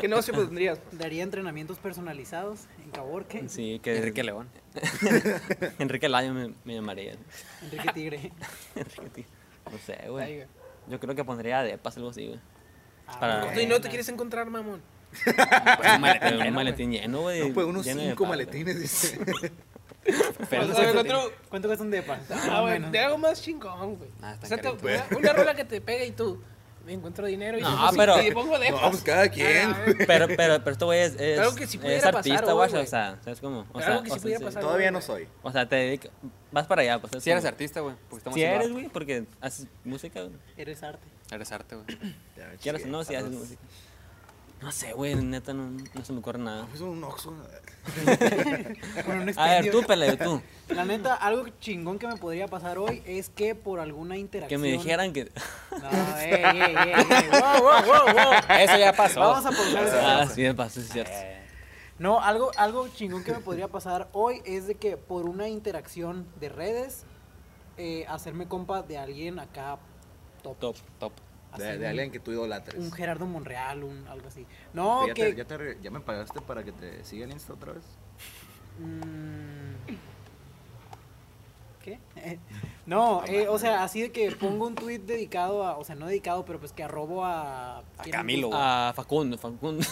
[SPEAKER 5] ¿Qué negocio pondrías?
[SPEAKER 4] Daría entrenamientos personalizados en Caborque.
[SPEAKER 1] Sí, que
[SPEAKER 3] Enrique León.
[SPEAKER 1] Enrique Layo me, me llamaría.
[SPEAKER 4] Enrique Tigre.
[SPEAKER 1] Enrique Tigre. No sé,
[SPEAKER 5] Ay,
[SPEAKER 1] güey.
[SPEAKER 5] güey.
[SPEAKER 1] Yo creo que pondría depas algo así, güey.
[SPEAKER 4] Ah,
[SPEAKER 1] Para-
[SPEAKER 4] bueno.
[SPEAKER 5] Tú y no te quieres encontrar, mamón.
[SPEAKER 3] Ah, pues, Un maletín
[SPEAKER 1] Pero un
[SPEAKER 3] lleno,
[SPEAKER 1] maletín lleno, güey.
[SPEAKER 2] No, pues unos
[SPEAKER 1] lleno de
[SPEAKER 2] cinco
[SPEAKER 1] paz, güey.
[SPEAKER 2] maletines, dice.
[SPEAKER 3] güey.
[SPEAKER 5] Pero
[SPEAKER 3] Pero
[SPEAKER 5] no
[SPEAKER 3] no
[SPEAKER 5] sé-
[SPEAKER 3] sé-
[SPEAKER 5] encontró-
[SPEAKER 4] ¿Cuánto cuesta un depa?
[SPEAKER 5] Ah, bueno, te hago más chingón, güey.
[SPEAKER 3] Ah, está
[SPEAKER 5] o sea, te-
[SPEAKER 3] carito.
[SPEAKER 5] una, una rola que te pega y tú me encuentro dinero y
[SPEAKER 1] No,
[SPEAKER 5] te pongo-
[SPEAKER 1] pero-
[SPEAKER 5] y te pongo de Ah,
[SPEAKER 2] No, pues cada quien.
[SPEAKER 1] Pero, pero, pero esto, güey, es, es,
[SPEAKER 5] Algo que sí
[SPEAKER 1] es
[SPEAKER 5] pudiera pasar
[SPEAKER 1] artista,
[SPEAKER 5] hoy,
[SPEAKER 1] güey.
[SPEAKER 5] güey.
[SPEAKER 1] O sea, ¿sabes cómo? O
[SPEAKER 5] Pero
[SPEAKER 1] sea,
[SPEAKER 5] algo que
[SPEAKER 1] o
[SPEAKER 5] sí
[SPEAKER 1] sea,
[SPEAKER 5] pudiera
[SPEAKER 1] sí.
[SPEAKER 5] pasar.
[SPEAKER 2] Todavía no soy.
[SPEAKER 1] O sea, te dedicas... Vas para allá, pues. es
[SPEAKER 3] Si eres
[SPEAKER 1] como-
[SPEAKER 3] artista, güey. Porque estamos
[SPEAKER 1] Si
[SPEAKER 3] haciendo
[SPEAKER 1] eres,
[SPEAKER 3] arte.
[SPEAKER 1] güey, porque haces música, güey.
[SPEAKER 4] Eres arte.
[SPEAKER 3] Eres arte, güey.
[SPEAKER 2] Ya me
[SPEAKER 1] Quieras o
[SPEAKER 2] chingué.
[SPEAKER 1] no, si haces
[SPEAKER 2] Saludos.
[SPEAKER 1] música. No sé, güey, neta, no, no se me ocurre nada.
[SPEAKER 2] Ah, pues un Oxxo.
[SPEAKER 4] Bueno, un
[SPEAKER 1] A ver,
[SPEAKER 4] expendio.
[SPEAKER 1] tú, Pele, tú.
[SPEAKER 4] La neta, algo chingón que me podría pasar hoy es que por alguna interacción.
[SPEAKER 1] Que me dijeran que...
[SPEAKER 4] No, ey, ey, ey, ey, wow, wow, wow, wow.
[SPEAKER 3] Eso ya pasó.
[SPEAKER 4] Vamos a pausar eso.
[SPEAKER 1] Ah, sí, me pasó, es cierto.
[SPEAKER 3] Eh,
[SPEAKER 4] No, algo, algo chingón que me podría pasar hoy es de que por una interacción de redes, eh, hacerme compa de alguien acá top.
[SPEAKER 1] Top.
[SPEAKER 3] Top.
[SPEAKER 4] Así,
[SPEAKER 2] De, de
[SPEAKER 4] un-
[SPEAKER 2] alguien que tú idolatres.
[SPEAKER 4] Un Gerardo Monreal, un algo así. No,
[SPEAKER 2] ya,
[SPEAKER 4] que.
[SPEAKER 2] te, ya, te re- ya me pagaste para que te sigan Insta otra vez.
[SPEAKER 4] Mm. ¿Qué? no, eh, o sea, así de que pongo un tweet dedicado a. O sea, no dedicado, pero pues que arrobo a.
[SPEAKER 3] A Camilo, güey.
[SPEAKER 1] A Facundo, Facundo.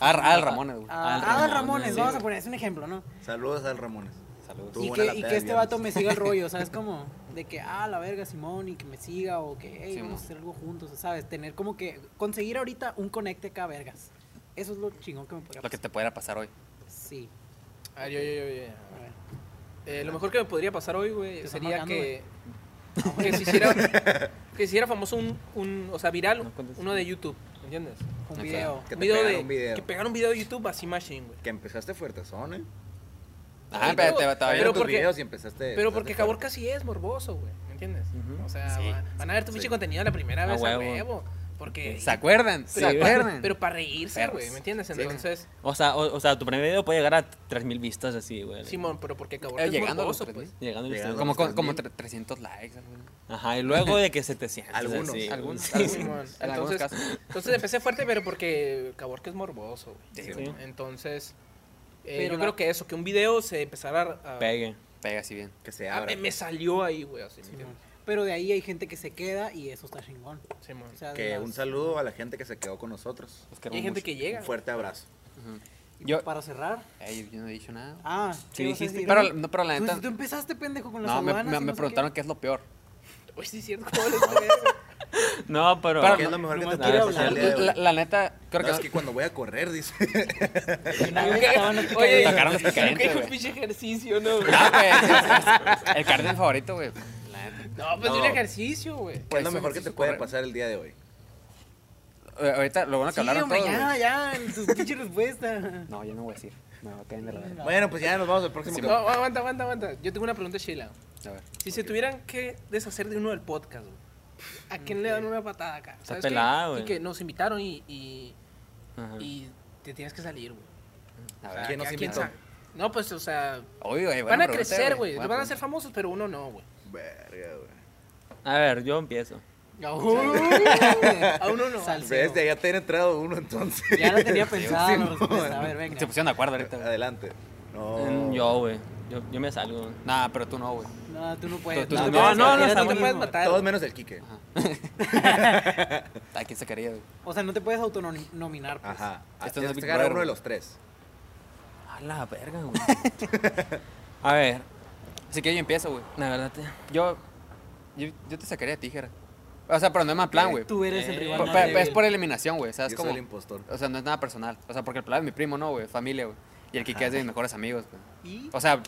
[SPEAKER 3] Ah, Ra- Al Ramones, güey.
[SPEAKER 4] A
[SPEAKER 1] Al
[SPEAKER 4] a Adal
[SPEAKER 1] Ramones,
[SPEAKER 4] Ramones,
[SPEAKER 1] sí,
[SPEAKER 4] vamos a
[SPEAKER 1] güey.
[SPEAKER 4] poner, es un ejemplo, ¿no?
[SPEAKER 2] Saludos al Ramones.
[SPEAKER 3] Saludos.
[SPEAKER 2] Tú,
[SPEAKER 4] Y
[SPEAKER 2] buena
[SPEAKER 4] que,
[SPEAKER 2] la
[SPEAKER 4] y
[SPEAKER 2] peda
[SPEAKER 4] que
[SPEAKER 2] el
[SPEAKER 4] este
[SPEAKER 2] viernes.
[SPEAKER 4] vato me siga el rollo, ¿sabes? Como de que, ah, la verga, Simón, y que me siga, o que, hey,
[SPEAKER 3] Sí,
[SPEAKER 4] vamos a
[SPEAKER 3] mo.
[SPEAKER 4] hacer algo juntos, ¿sabes? Tener como que, conseguir ahorita un conecte acá, vergas. Eso es lo chingón que me podría
[SPEAKER 3] Lo que
[SPEAKER 4] pasar.
[SPEAKER 3] te pudiera pasar hoy.
[SPEAKER 4] Sí.
[SPEAKER 5] Ah, yo, yo, yo, yo, yo.
[SPEAKER 4] A ver.
[SPEAKER 5] Eh, lo mejor que me podría pasar hoy,
[SPEAKER 4] Te
[SPEAKER 5] güey,
[SPEAKER 4] están
[SPEAKER 5] sería
[SPEAKER 4] marcando,
[SPEAKER 5] que, que, se hiciera, que se hiciera famoso un, un, o sea, viral,
[SPEAKER 1] No contestes.
[SPEAKER 5] uno de YouTube, ¿entiendes?
[SPEAKER 4] Un
[SPEAKER 3] Ok.
[SPEAKER 4] video.
[SPEAKER 2] Que
[SPEAKER 5] Un
[SPEAKER 2] te pegara un video.
[SPEAKER 5] Que pegara un video de YouTube así machine, güey.
[SPEAKER 2] Que empezaste fuertezón, ¿eh?
[SPEAKER 3] Ah,
[SPEAKER 5] pero-
[SPEAKER 3] espérate,
[SPEAKER 2] Pero
[SPEAKER 5] Ah, pero
[SPEAKER 3] todavía.
[SPEAKER 2] tus
[SPEAKER 5] porque-
[SPEAKER 2] videos y empezaste.
[SPEAKER 5] Pero porque Cabor
[SPEAKER 2] empezaste
[SPEAKER 5] casi es morboso, güey, ¿me entiendes?
[SPEAKER 1] Ujú.
[SPEAKER 5] O sea,
[SPEAKER 3] Sí.
[SPEAKER 5] va- van a ver tu pinche
[SPEAKER 2] Sí.
[SPEAKER 5] contenido la primera
[SPEAKER 1] A
[SPEAKER 5] vez a
[SPEAKER 1] huevo.
[SPEAKER 5] huevo. Porque...
[SPEAKER 3] ¿Se acuerdan? ¿Se
[SPEAKER 1] Sí, güey.
[SPEAKER 3] acuerdan?
[SPEAKER 5] Pero para reírse,
[SPEAKER 3] Perros.
[SPEAKER 5] güey, ¿me entiendes?
[SPEAKER 3] Sí.
[SPEAKER 5] Entonces,
[SPEAKER 1] O sea, o, o sea, tu primer video puede llegar a 3.000 vistas así, güey.
[SPEAKER 5] Simón, pero porque Cabor
[SPEAKER 3] Eh,
[SPEAKER 5] es
[SPEAKER 3] llegando a los
[SPEAKER 5] morboso,
[SPEAKER 3] tres
[SPEAKER 5] pues.
[SPEAKER 3] mil.
[SPEAKER 1] Llegando al
[SPEAKER 2] Llegando.
[SPEAKER 1] Como-
[SPEAKER 3] Como, con- como
[SPEAKER 2] También.
[SPEAKER 3] tre- 300 likes. algo.
[SPEAKER 1] Ajá, y luego de que 700.
[SPEAKER 2] Algunos,
[SPEAKER 1] así, güey.
[SPEAKER 3] algunos.
[SPEAKER 1] Sí, sí.
[SPEAKER 5] Simón.
[SPEAKER 3] En algunos
[SPEAKER 5] Entonces,
[SPEAKER 3] casos.
[SPEAKER 5] entonces empecé fuerte, pero porque Caborca es morboso, güey.
[SPEAKER 1] Sí.
[SPEAKER 5] Entonces, eh,
[SPEAKER 4] Pero
[SPEAKER 5] yo
[SPEAKER 4] la-
[SPEAKER 5] creo que eso, que un video se empezara a... a-
[SPEAKER 1] Pegue.
[SPEAKER 3] Pega así bien.
[SPEAKER 2] Que se
[SPEAKER 5] a-
[SPEAKER 2] abra.
[SPEAKER 5] me, me salió ahí, güey, así. ¿me
[SPEAKER 4] Simón.
[SPEAKER 5] entiendes?
[SPEAKER 4] Pero de ahí hay gente que se queda y eso está chingón.
[SPEAKER 5] Simón.
[SPEAKER 4] O sea, de
[SPEAKER 2] Que
[SPEAKER 4] las-
[SPEAKER 2] un saludo a la gente que se quedó con nosotros.
[SPEAKER 3] Los
[SPEAKER 5] Y
[SPEAKER 3] queremos
[SPEAKER 5] hay gente
[SPEAKER 3] mucho.
[SPEAKER 5] que
[SPEAKER 2] Un
[SPEAKER 5] llega.
[SPEAKER 2] fuerte abrazo.
[SPEAKER 4] y
[SPEAKER 3] Yo-
[SPEAKER 4] Para cerrar.
[SPEAKER 3] Ey, yo no he dicho nada.
[SPEAKER 4] Ah,
[SPEAKER 1] Sí
[SPEAKER 4] ¿qué ibas a
[SPEAKER 1] dijiste.
[SPEAKER 4] decir?
[SPEAKER 3] Pero, no, pero la
[SPEAKER 4] Pues
[SPEAKER 3] neta.
[SPEAKER 4] si tú empezaste, pendejo, con las
[SPEAKER 3] No, me,
[SPEAKER 4] aduanas
[SPEAKER 3] me-
[SPEAKER 4] y
[SPEAKER 3] me
[SPEAKER 4] no sé
[SPEAKER 3] preguntaron qué es lo peor.
[SPEAKER 5] Uy, sí, es cierto. ¿cómo les voy a ver, güey?
[SPEAKER 1] No, pero...
[SPEAKER 3] Pero
[SPEAKER 2] ¿Qué es
[SPEAKER 3] Ah, no-
[SPEAKER 2] lo mejor que
[SPEAKER 4] nomás
[SPEAKER 2] te
[SPEAKER 4] quiere
[SPEAKER 2] puede pasar
[SPEAKER 4] hablar.
[SPEAKER 2] el día de hoy?
[SPEAKER 3] La, la neta, creo
[SPEAKER 2] No,
[SPEAKER 3] que.
[SPEAKER 2] es que cuando voy a correr, dice.
[SPEAKER 4] qué. Una vez estaban los
[SPEAKER 5] Oye,
[SPEAKER 4] picadientes.
[SPEAKER 3] Tocaron los
[SPEAKER 5] nunca
[SPEAKER 3] picadientes,
[SPEAKER 5] hice un
[SPEAKER 3] güey.
[SPEAKER 5] pinche ejercicio, ¿no? güey?
[SPEAKER 3] Ah, güey, es- es- es el cartel favorito, güey. La neta.
[SPEAKER 5] No, pues
[SPEAKER 2] No.
[SPEAKER 5] un ejercicio, güey.
[SPEAKER 2] ¿Qué es lo
[SPEAKER 3] Eso
[SPEAKER 2] mejor que
[SPEAKER 3] Pues sí
[SPEAKER 2] te
[SPEAKER 3] se
[SPEAKER 2] puede
[SPEAKER 3] corre.
[SPEAKER 2] pasar el día de hoy?
[SPEAKER 3] Eh, Ahorita lo bueno que
[SPEAKER 4] Sí,
[SPEAKER 3] hablaron
[SPEAKER 4] hombre,
[SPEAKER 3] todos.
[SPEAKER 4] ya,
[SPEAKER 3] güey.
[SPEAKER 4] ya, en tu pinche respuesta.
[SPEAKER 3] No, yo no voy a decir. Me va a caer en la verga.
[SPEAKER 2] Bueno, pues ya nos vamos al próximo.
[SPEAKER 5] No, aguanta, aguanta, aguanta. Yo tengo una pregunta, Sheila.
[SPEAKER 3] A ver.
[SPEAKER 5] Si se tuvieran que deshacer de uno del podcast, güey, ¿a quién le dan una patada acá?
[SPEAKER 1] Está
[SPEAKER 5] ¿Sabes qué?
[SPEAKER 1] pelada, güey.
[SPEAKER 5] Y que nos invitaron y, y,
[SPEAKER 1] Ajá.
[SPEAKER 5] y te tienes que salir, güey.
[SPEAKER 3] A
[SPEAKER 5] O
[SPEAKER 3] ver.
[SPEAKER 5] sea,
[SPEAKER 2] ¿Quién nos
[SPEAKER 5] ¿a
[SPEAKER 2] invitó?
[SPEAKER 5] sa- No, pues, o sea,
[SPEAKER 3] Oye, güey,
[SPEAKER 5] van
[SPEAKER 3] buena
[SPEAKER 5] a
[SPEAKER 3] pregunta,
[SPEAKER 5] crecer, güey.
[SPEAKER 3] Buena
[SPEAKER 5] Van a ser
[SPEAKER 3] pregunta.
[SPEAKER 5] famosos, pero uno no, güey.
[SPEAKER 2] Verga, güey.
[SPEAKER 1] A ver, yo empiezo.
[SPEAKER 5] a uno no.
[SPEAKER 4] Sal-
[SPEAKER 2] Ves, de allá te han entrado uno entonces.
[SPEAKER 4] Ya la tenía pensada
[SPEAKER 2] Sí,
[SPEAKER 4] la
[SPEAKER 2] mo-
[SPEAKER 4] respuesta. A ver, venga.
[SPEAKER 3] Se pusieron de acuerdo ahorita. güey.
[SPEAKER 2] Adelante. No.
[SPEAKER 1] Mm, Yo, güey. Yo, yo me salgo.
[SPEAKER 3] Nah, pero tú no, güey.
[SPEAKER 4] No, tú no puedes.
[SPEAKER 3] Tú-
[SPEAKER 4] no,
[SPEAKER 3] tú-
[SPEAKER 4] te
[SPEAKER 3] no,
[SPEAKER 4] puedes
[SPEAKER 3] no,
[SPEAKER 4] batir,
[SPEAKER 3] no,
[SPEAKER 4] a ti
[SPEAKER 3] está
[SPEAKER 4] te
[SPEAKER 3] bien,
[SPEAKER 4] puedes
[SPEAKER 5] güey.
[SPEAKER 4] matar.
[SPEAKER 2] Todos menos el Quique.
[SPEAKER 3] ¿A quién sacaría, güey?
[SPEAKER 4] O sea, no te puedes autonominar. Pues.
[SPEAKER 2] Ajá.
[SPEAKER 3] Esto
[SPEAKER 2] Esto
[SPEAKER 3] no
[SPEAKER 2] es
[SPEAKER 3] es Big
[SPEAKER 2] sacar a
[SPEAKER 3] Brother,
[SPEAKER 2] uno de
[SPEAKER 3] güey.
[SPEAKER 2] los tres.
[SPEAKER 1] A la verga, güey. A ver,
[SPEAKER 3] Así que yo empiezo, güey.
[SPEAKER 1] la verdad te...
[SPEAKER 3] Yo, yo, yo te sacaría a ti, Jera. O sea, pero no es mal plan, güey.
[SPEAKER 4] Tú eres el
[SPEAKER 1] Eh,
[SPEAKER 4] rival.
[SPEAKER 3] Por-
[SPEAKER 4] más
[SPEAKER 3] pero-
[SPEAKER 4] débil.
[SPEAKER 3] es por eliminación, güey. O sea, es
[SPEAKER 2] Yo
[SPEAKER 3] como.
[SPEAKER 2] soy el impostor.
[SPEAKER 3] O sea, no es nada personal. O sea, porque el pelado es mi primo, ¿no, güey? Familia, güey. Y el Kike
[SPEAKER 4] Ah,
[SPEAKER 3] es de mis mejores amigos, güey.
[SPEAKER 4] Y-
[SPEAKER 3] O sea,
[SPEAKER 2] Ok.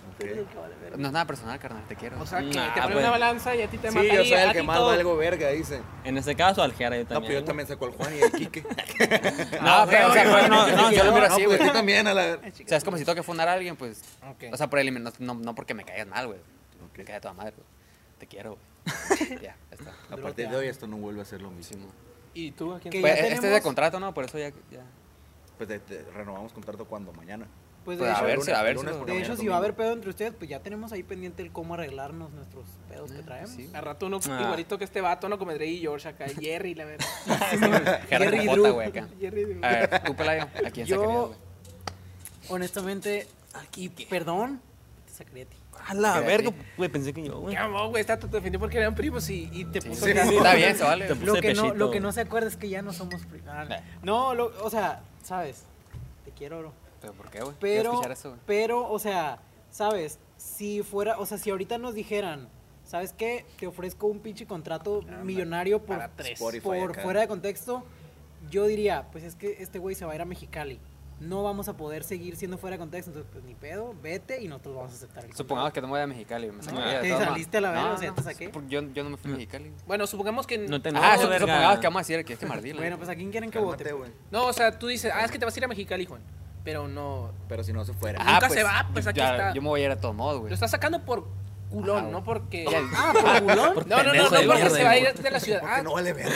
[SPEAKER 3] no es nada personal, carnal. Te quiero.
[SPEAKER 5] O sea, que
[SPEAKER 1] Nah,
[SPEAKER 5] te pone
[SPEAKER 1] güey.
[SPEAKER 5] una balanza y a ti te
[SPEAKER 2] Sí,
[SPEAKER 5] mata.
[SPEAKER 2] yo
[SPEAKER 5] y
[SPEAKER 2] soy
[SPEAKER 5] a
[SPEAKER 2] el
[SPEAKER 5] ti
[SPEAKER 2] que más
[SPEAKER 5] todo.
[SPEAKER 2] valgo verga, dice.
[SPEAKER 1] En este caso, al Jera yo
[SPEAKER 2] No, pues
[SPEAKER 1] también.
[SPEAKER 2] yo también saco al Juan y al Quique.
[SPEAKER 3] no, pero, o sea, pero no, no, yo lo miro así,
[SPEAKER 2] pues
[SPEAKER 3] güey.
[SPEAKER 2] tú también, a la verga.
[SPEAKER 3] O sea, es como si tengo que fundar a alguien, pues.
[SPEAKER 5] Ok.
[SPEAKER 3] O sea, por eliminación. No, no porque me caigas mal, güey. Me cae de toda madre, güey. Te quiero, güey. ya, ya está.
[SPEAKER 2] A partir de hoy esto no vuelve a ser lo mismo.
[SPEAKER 3] Simón.
[SPEAKER 5] ¿Y tú a quién
[SPEAKER 4] Que
[SPEAKER 3] Pues,
[SPEAKER 4] ya
[SPEAKER 3] este es de
[SPEAKER 4] tenemos-
[SPEAKER 3] contrato, ¿no? Por eso ya. ya.
[SPEAKER 2] Pues de- de- renovamos contrato cuando mañana.
[SPEAKER 4] Pues
[SPEAKER 3] Pues,
[SPEAKER 4] de
[SPEAKER 3] a
[SPEAKER 4] hecho,
[SPEAKER 3] ver, si- a ver,
[SPEAKER 2] el
[SPEAKER 3] si
[SPEAKER 2] lunes
[SPEAKER 3] lo-
[SPEAKER 2] por la
[SPEAKER 4] de
[SPEAKER 2] mañana
[SPEAKER 4] hecho, si va a haber
[SPEAKER 2] domingo.
[SPEAKER 4] pedo entre ustedes, pues ya tenemos ahí pendiente el cómo arreglarnos nuestros pedos que
[SPEAKER 3] Eh,
[SPEAKER 4] traemos.
[SPEAKER 3] sí.
[SPEAKER 5] A rato uno
[SPEAKER 1] Ah.
[SPEAKER 5] igualito que este vato, no comedré y George acá. Jerry, la verdad.
[SPEAKER 3] Jera
[SPEAKER 4] pues, Jerry
[SPEAKER 3] con
[SPEAKER 4] y
[SPEAKER 3] J,
[SPEAKER 4] Drew.
[SPEAKER 3] güey, acá.
[SPEAKER 5] Jerry, de-
[SPEAKER 3] A ver, tú, Pelayo. ¿A quién
[SPEAKER 4] Yo-
[SPEAKER 3] sacarías, güey?
[SPEAKER 4] Honestamente, y perdón, te sacaría a ti.
[SPEAKER 1] A la
[SPEAKER 3] Fíjate.
[SPEAKER 1] verga, güey, pensé que yo, güey.
[SPEAKER 5] Ya, no, güey, esta te defendió porque eran primos y, y te puso
[SPEAKER 3] Sí,
[SPEAKER 5] acá.
[SPEAKER 3] Está bien, se vale.
[SPEAKER 1] Te
[SPEAKER 3] güey.
[SPEAKER 1] puse
[SPEAKER 4] Lo que, no,
[SPEAKER 1] pechito.
[SPEAKER 4] lo que no se acuerda es que ya no somos pri- ah,
[SPEAKER 3] Nah.
[SPEAKER 4] No, lo- o sea, sabes, te quiero, bro.
[SPEAKER 3] Pero, ¿por qué, güey? Quiero
[SPEAKER 4] Pero,
[SPEAKER 3] escuchar eso, güey.
[SPEAKER 4] pero, o sea, sabes, si fuera, o sea, si ahorita nos dijeran, ¿sabes qué? Te ofrezco un pinche contrato
[SPEAKER 3] Ah,
[SPEAKER 4] millonario por,
[SPEAKER 5] para tres.
[SPEAKER 4] por
[SPEAKER 2] Spotify acá.
[SPEAKER 4] fuera de contexto, yo diría, pues es que este güey se va a ir a Mexicali. No vamos a poder seguir siendo fuera de contexto, entonces pues ni pedo, vete y nosotros vamos a aceptar el
[SPEAKER 3] Supongamos
[SPEAKER 4] contrato.
[SPEAKER 3] que no me voy a Mexicali, me sacaría
[SPEAKER 4] te
[SPEAKER 3] de todas
[SPEAKER 4] Ah, saliste a la
[SPEAKER 3] maneras.
[SPEAKER 4] verga, o sea, te saqué.
[SPEAKER 3] porque Yo, yo no me fui a Mexicali. güey.
[SPEAKER 5] Bueno, supongamos que.
[SPEAKER 1] No te
[SPEAKER 3] ah,
[SPEAKER 1] no,
[SPEAKER 3] sup-
[SPEAKER 1] verga.
[SPEAKER 3] supongamos que vamos a decir que es que mardí, güey.
[SPEAKER 4] Bueno, pues a quién quieren que
[SPEAKER 2] Cálmate,
[SPEAKER 4] vote.
[SPEAKER 2] güey.
[SPEAKER 5] No, o sea, tú dices, ah, es que te vas a ir a Mexicali, Juan. Pero no.
[SPEAKER 2] Pero si no se fuera.
[SPEAKER 5] Ajá. nunca se va, pues,
[SPEAKER 3] yo-
[SPEAKER 5] aquí
[SPEAKER 3] Ah, ya-
[SPEAKER 5] está.
[SPEAKER 3] Yo me voy a ir a todos modos,
[SPEAKER 4] Pues,
[SPEAKER 3] güey.
[SPEAKER 5] Lo estás sacando por culón,
[SPEAKER 3] Ajá, güey.
[SPEAKER 5] no porque.
[SPEAKER 3] Ya-
[SPEAKER 4] Ah, por culón.
[SPEAKER 5] No, no, no, no,
[SPEAKER 1] Pendejo de
[SPEAKER 5] porque
[SPEAKER 1] mierda,
[SPEAKER 5] se va a
[SPEAKER 1] güey.
[SPEAKER 5] ir de la ciudad.
[SPEAKER 2] Porque
[SPEAKER 5] Ah,
[SPEAKER 2] no vale verga.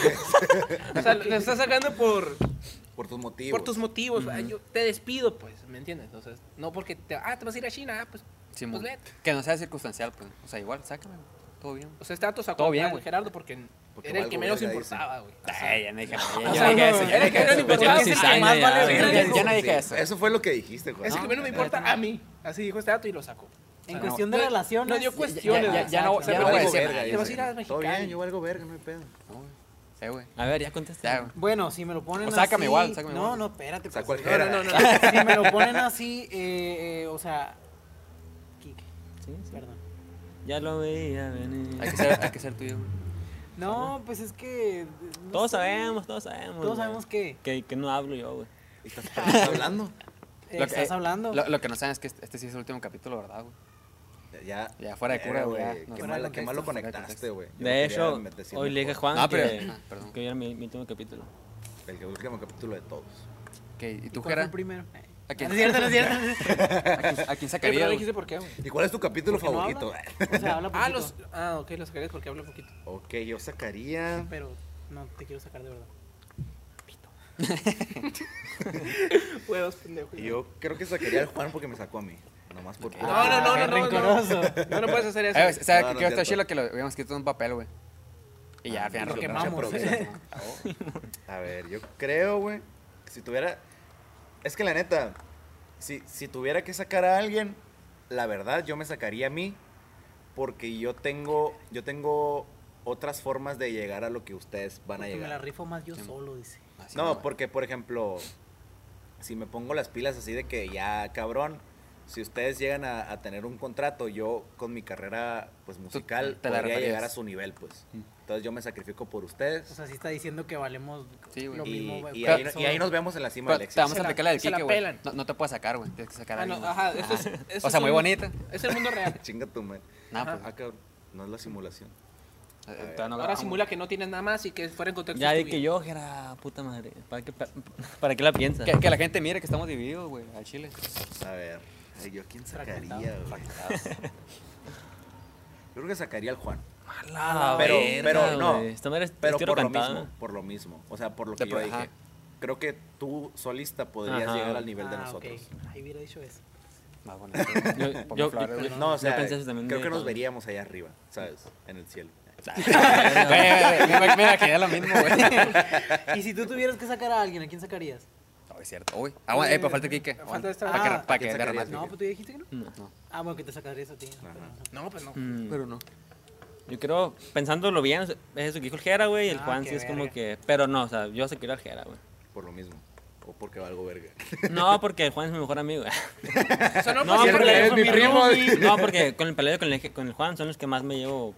[SPEAKER 5] o sea, lo estás sacando por,
[SPEAKER 2] Por tus motivos.
[SPEAKER 5] por tus motivos. Ah, yo te despido, pues, ¿me entiendes? Entonces, no porque te, ah, te vas a ir a China, ah, pues,
[SPEAKER 3] Sí, mo-
[SPEAKER 5] pues vete.
[SPEAKER 3] que no sea circunstancial, pues. O sea, igual, sácame, güey. Todo bien.
[SPEAKER 5] O sea, este dato sacó
[SPEAKER 3] Todo
[SPEAKER 5] Todo
[SPEAKER 3] bien,
[SPEAKER 5] bien,
[SPEAKER 3] güey.
[SPEAKER 5] Gerardo porque,
[SPEAKER 2] Porque
[SPEAKER 5] era el
[SPEAKER 2] valgo
[SPEAKER 5] que menos
[SPEAKER 2] verga,
[SPEAKER 5] importaba, güey.
[SPEAKER 3] Ay, ya Ah, no dije ya-
[SPEAKER 5] O
[SPEAKER 3] ya
[SPEAKER 5] sea,
[SPEAKER 3] no dije
[SPEAKER 5] no,
[SPEAKER 3] eso.
[SPEAKER 5] ya
[SPEAKER 3] Ya no dije
[SPEAKER 5] no le
[SPEAKER 3] eso. pues, ya
[SPEAKER 5] importaba,
[SPEAKER 3] no
[SPEAKER 5] es el que
[SPEAKER 3] cizaña,
[SPEAKER 5] más
[SPEAKER 3] ya,
[SPEAKER 5] vale
[SPEAKER 3] güey,
[SPEAKER 5] verga,
[SPEAKER 3] ya-
[SPEAKER 5] dijo.
[SPEAKER 3] Ya no dije eso.
[SPEAKER 2] Eso fue lo que dijiste, Juan.
[SPEAKER 5] Es el que menos me importa a mí. Así dijo este dato y lo sacó.
[SPEAKER 4] En
[SPEAKER 3] no,
[SPEAKER 4] cuestión de
[SPEAKER 5] no,
[SPEAKER 4] relaciones.
[SPEAKER 5] no dio
[SPEAKER 4] ya-
[SPEAKER 5] cuestiones,
[SPEAKER 4] ya- ya- ya no-
[SPEAKER 5] o sea,
[SPEAKER 3] ya
[SPEAKER 2] Yo
[SPEAKER 3] no
[SPEAKER 2] valgo
[SPEAKER 3] voy a decir
[SPEAKER 2] verga,
[SPEAKER 3] nada.
[SPEAKER 5] Te vas
[SPEAKER 2] dice.
[SPEAKER 5] a ir a
[SPEAKER 2] Todo
[SPEAKER 5] Mexicali.
[SPEAKER 2] bien, yo valgo verga, no hay pedo.
[SPEAKER 3] No, güey. Sí, güey.
[SPEAKER 1] A ver, ya contesté.
[SPEAKER 3] Ya, güey.
[SPEAKER 4] Bueno, si me lo ponen
[SPEAKER 3] O sácame
[SPEAKER 4] así.
[SPEAKER 3] igual, sácame
[SPEAKER 4] no,
[SPEAKER 3] igual.
[SPEAKER 4] no, espérate.
[SPEAKER 2] Saco
[SPEAKER 4] pues.
[SPEAKER 2] al Jera.
[SPEAKER 4] No, no, no, no. si me lo ponen así, eh, eh, o sea. Quique,
[SPEAKER 1] Sí, sí.
[SPEAKER 4] perdón.
[SPEAKER 1] Ya lo veía venir.
[SPEAKER 3] Hay que ser, hay que ser tuyo, güey.
[SPEAKER 4] No, pues es que. no
[SPEAKER 1] Todos
[SPEAKER 4] sé.
[SPEAKER 1] sabemos, todos sabemos.
[SPEAKER 4] Todos
[SPEAKER 1] güey.
[SPEAKER 4] sabemos que.
[SPEAKER 1] que, que no hablo yo, güey.
[SPEAKER 2] ¿Y estás estás hablando?
[SPEAKER 4] eh,
[SPEAKER 3] Lo que-
[SPEAKER 4] estás hablando.
[SPEAKER 3] Lo, lo que no saben es que este, este sí es el último capítulo, ¿verdad, güey?
[SPEAKER 2] Ya,
[SPEAKER 3] Ya, fuera de cura, güey, ya, no,
[SPEAKER 2] Qué
[SPEAKER 3] fuera
[SPEAKER 2] mal,
[SPEAKER 3] de
[SPEAKER 2] qué mal lo
[SPEAKER 3] contexto, fuera de
[SPEAKER 2] conectaste,
[SPEAKER 3] contexto.
[SPEAKER 2] güey. Yo
[SPEAKER 1] De
[SPEAKER 2] no
[SPEAKER 1] hecho,
[SPEAKER 2] quería decir
[SPEAKER 1] hoy le dije a
[SPEAKER 2] mejor.
[SPEAKER 1] Juan
[SPEAKER 3] No, pero-
[SPEAKER 1] que,
[SPEAKER 3] ah, perdón.
[SPEAKER 1] que era mi, mi último capítulo.
[SPEAKER 2] Eh, El último capítulo de todos.
[SPEAKER 3] Ok, ¿y tú,
[SPEAKER 4] ¿Cuál fue
[SPEAKER 3] Jera?
[SPEAKER 4] el primero?
[SPEAKER 3] ¿A
[SPEAKER 4] No
[SPEAKER 3] quién,
[SPEAKER 4] es cierto, no es cierto. no es cierto.
[SPEAKER 3] a quién- a quién
[SPEAKER 5] Pero
[SPEAKER 3] sacaría, güey?
[SPEAKER 5] no
[SPEAKER 3] Eh,
[SPEAKER 5] dijiste por qué, güey.
[SPEAKER 2] ¿Y cuál es tu capítulo
[SPEAKER 4] Porque no
[SPEAKER 2] favorito?
[SPEAKER 4] habla. O sea, habla poquito.
[SPEAKER 5] Ah, los, ah, ok, los sacarías porque hablo poquito.
[SPEAKER 2] ok, yo sacaría.
[SPEAKER 4] Pero no te quiero sacar de verdad.
[SPEAKER 5] Huevos, pendejo.
[SPEAKER 2] Yo creo que sacaría al Juan porque me sacó a mí. Nomás por.
[SPEAKER 5] No, no, no, no,
[SPEAKER 4] qué
[SPEAKER 5] no,
[SPEAKER 4] rencoroso.
[SPEAKER 5] no. No, no puedes hacer
[SPEAKER 3] Eh, o
[SPEAKER 5] eso.
[SPEAKER 3] sea,
[SPEAKER 2] No, no
[SPEAKER 3] que
[SPEAKER 2] es
[SPEAKER 3] está
[SPEAKER 2] cierto.
[SPEAKER 3] chilo que lo habíamos escrito en un papel, güey. Y ya, al final
[SPEAKER 4] lo
[SPEAKER 3] resultó.
[SPEAKER 4] quemamos.
[SPEAKER 2] A ver, yo creo, güey. que Si tuviera. Es que la neta, si, si tuviera que sacar a alguien, la verdad yo me sacaría a mí. Porque yo tengo. Yo tengo otras formas de llegar a lo que ustedes van a
[SPEAKER 4] Porque me la
[SPEAKER 2] llegar.
[SPEAKER 4] rifo más yo
[SPEAKER 3] Sí.
[SPEAKER 4] solo, dice.
[SPEAKER 3] Así,
[SPEAKER 2] No,
[SPEAKER 3] güey.
[SPEAKER 2] porque por ejemplo, si me pongo las pilas así de que ya cabrón, si ustedes llegan a, a tener un contrato, yo con mi carrera pues musical
[SPEAKER 3] te la
[SPEAKER 2] podría
[SPEAKER 3] rifarías.
[SPEAKER 2] llegar a su nivel, pues. Entonces yo me sacrifico por ustedes.
[SPEAKER 4] O sea, sí está diciendo que valemos
[SPEAKER 3] Sí, güey.
[SPEAKER 4] lo
[SPEAKER 2] y,
[SPEAKER 4] mismo.
[SPEAKER 2] y
[SPEAKER 4] güey,
[SPEAKER 2] ahí,
[SPEAKER 4] solo.
[SPEAKER 2] y ahí nos vemos en la cima
[SPEAKER 3] Pero
[SPEAKER 2] del
[SPEAKER 3] te vamos
[SPEAKER 5] Se
[SPEAKER 3] a
[SPEAKER 5] la-
[SPEAKER 3] aplicar la del
[SPEAKER 5] se la
[SPEAKER 3] Kike, güey.
[SPEAKER 5] pelan.
[SPEAKER 3] No, no te puedes sacar, güey. Tienes que sacar a
[SPEAKER 5] Ah, no,
[SPEAKER 3] alguien. güey.
[SPEAKER 5] ajá, eso es, eso
[SPEAKER 3] O sea,
[SPEAKER 5] es
[SPEAKER 3] muy
[SPEAKER 5] un-
[SPEAKER 3] bonita.
[SPEAKER 5] Es el mundo real.
[SPEAKER 2] Chinga tu madre.
[SPEAKER 3] Nada,
[SPEAKER 2] Ah, cabrón, no es la simulación.
[SPEAKER 3] pues. eh, todavía no
[SPEAKER 5] Ahora
[SPEAKER 3] grabamos.
[SPEAKER 5] simula que no tienes nada más y que fuera en contexto.
[SPEAKER 1] Ya
[SPEAKER 5] es
[SPEAKER 1] di
[SPEAKER 5] tu
[SPEAKER 1] que
[SPEAKER 5] vida.
[SPEAKER 1] yo, era puta madre. ¿Para qué, pa- para, qué la piensas?
[SPEAKER 3] Que, que la gente mire que estamos divididos, güey, al chile.
[SPEAKER 2] A ver, ay, yo a quién sacaría,
[SPEAKER 4] Fragmentado,
[SPEAKER 2] güey? Yo creo que sacaría al Juan.
[SPEAKER 1] A la
[SPEAKER 2] Pero-
[SPEAKER 1] Ah, verga,
[SPEAKER 2] pero no.
[SPEAKER 1] güey. Esta madre es
[SPEAKER 2] Pero
[SPEAKER 1] es tiro
[SPEAKER 2] por lo
[SPEAKER 1] cantado.
[SPEAKER 2] mismo, por lo mismo. O sea, por lo
[SPEAKER 3] De
[SPEAKER 2] que yo
[SPEAKER 3] pro-
[SPEAKER 2] dije.
[SPEAKER 3] ajá.
[SPEAKER 2] Creo que tú solista podrías
[SPEAKER 1] Ajá.
[SPEAKER 2] llegar al nivel de
[SPEAKER 4] Ah,
[SPEAKER 2] nosotros.
[SPEAKER 4] ok. Ahí hubiera dicho eso.
[SPEAKER 3] Más bonito. güey.
[SPEAKER 1] Yo-
[SPEAKER 3] Ponme
[SPEAKER 1] yo-
[SPEAKER 3] flores, güey.
[SPEAKER 1] yo-
[SPEAKER 2] No, o sea,
[SPEAKER 1] pensé eso también
[SPEAKER 2] creo
[SPEAKER 1] de
[SPEAKER 2] que nos
[SPEAKER 1] Juan.
[SPEAKER 2] veríamos allá arriba, ¿sabes? En el cielo.
[SPEAKER 3] Güey, güey, güey, Me me- me la quedé lo mismo, güey.
[SPEAKER 4] Y si tú tuvieras que sacar a alguien, ¿a quién sacarías?
[SPEAKER 3] es cierto. Uy. Ah, bueno, eh, pero falta Kike.
[SPEAKER 5] Falta
[SPEAKER 3] Bueno,
[SPEAKER 5] esta-
[SPEAKER 3] para que,
[SPEAKER 4] Ah,
[SPEAKER 3] para que
[SPEAKER 2] ¿quién
[SPEAKER 3] dé
[SPEAKER 2] sacarías?
[SPEAKER 3] remate.
[SPEAKER 4] No, pues tú dijiste que no.
[SPEAKER 1] No.
[SPEAKER 4] Ah, bueno, que te sacarías a ti. no,
[SPEAKER 2] Ajá.
[SPEAKER 4] pero no.
[SPEAKER 5] No, pues no.
[SPEAKER 1] Mm,
[SPEAKER 3] Pero no.
[SPEAKER 1] Yo creo, pensándolo bien, es eso que dijo el Jera, güey. El
[SPEAKER 4] Ah,
[SPEAKER 1] Juan
[SPEAKER 4] qué
[SPEAKER 1] sí es como
[SPEAKER 4] verga.
[SPEAKER 1] que. Pero no, o sea, yo sé que era el Jera, güey.
[SPEAKER 2] Por lo mismo. O porque valgo verga.
[SPEAKER 1] No, porque el Juan es mi mejor amigo, güey.
[SPEAKER 5] O sea, no,
[SPEAKER 1] No,
[SPEAKER 5] pues,
[SPEAKER 1] porque
[SPEAKER 5] siempre-
[SPEAKER 1] es mi
[SPEAKER 5] primo.
[SPEAKER 1] No, porque con el Peleo y con el, con el Juan son los que más me llevo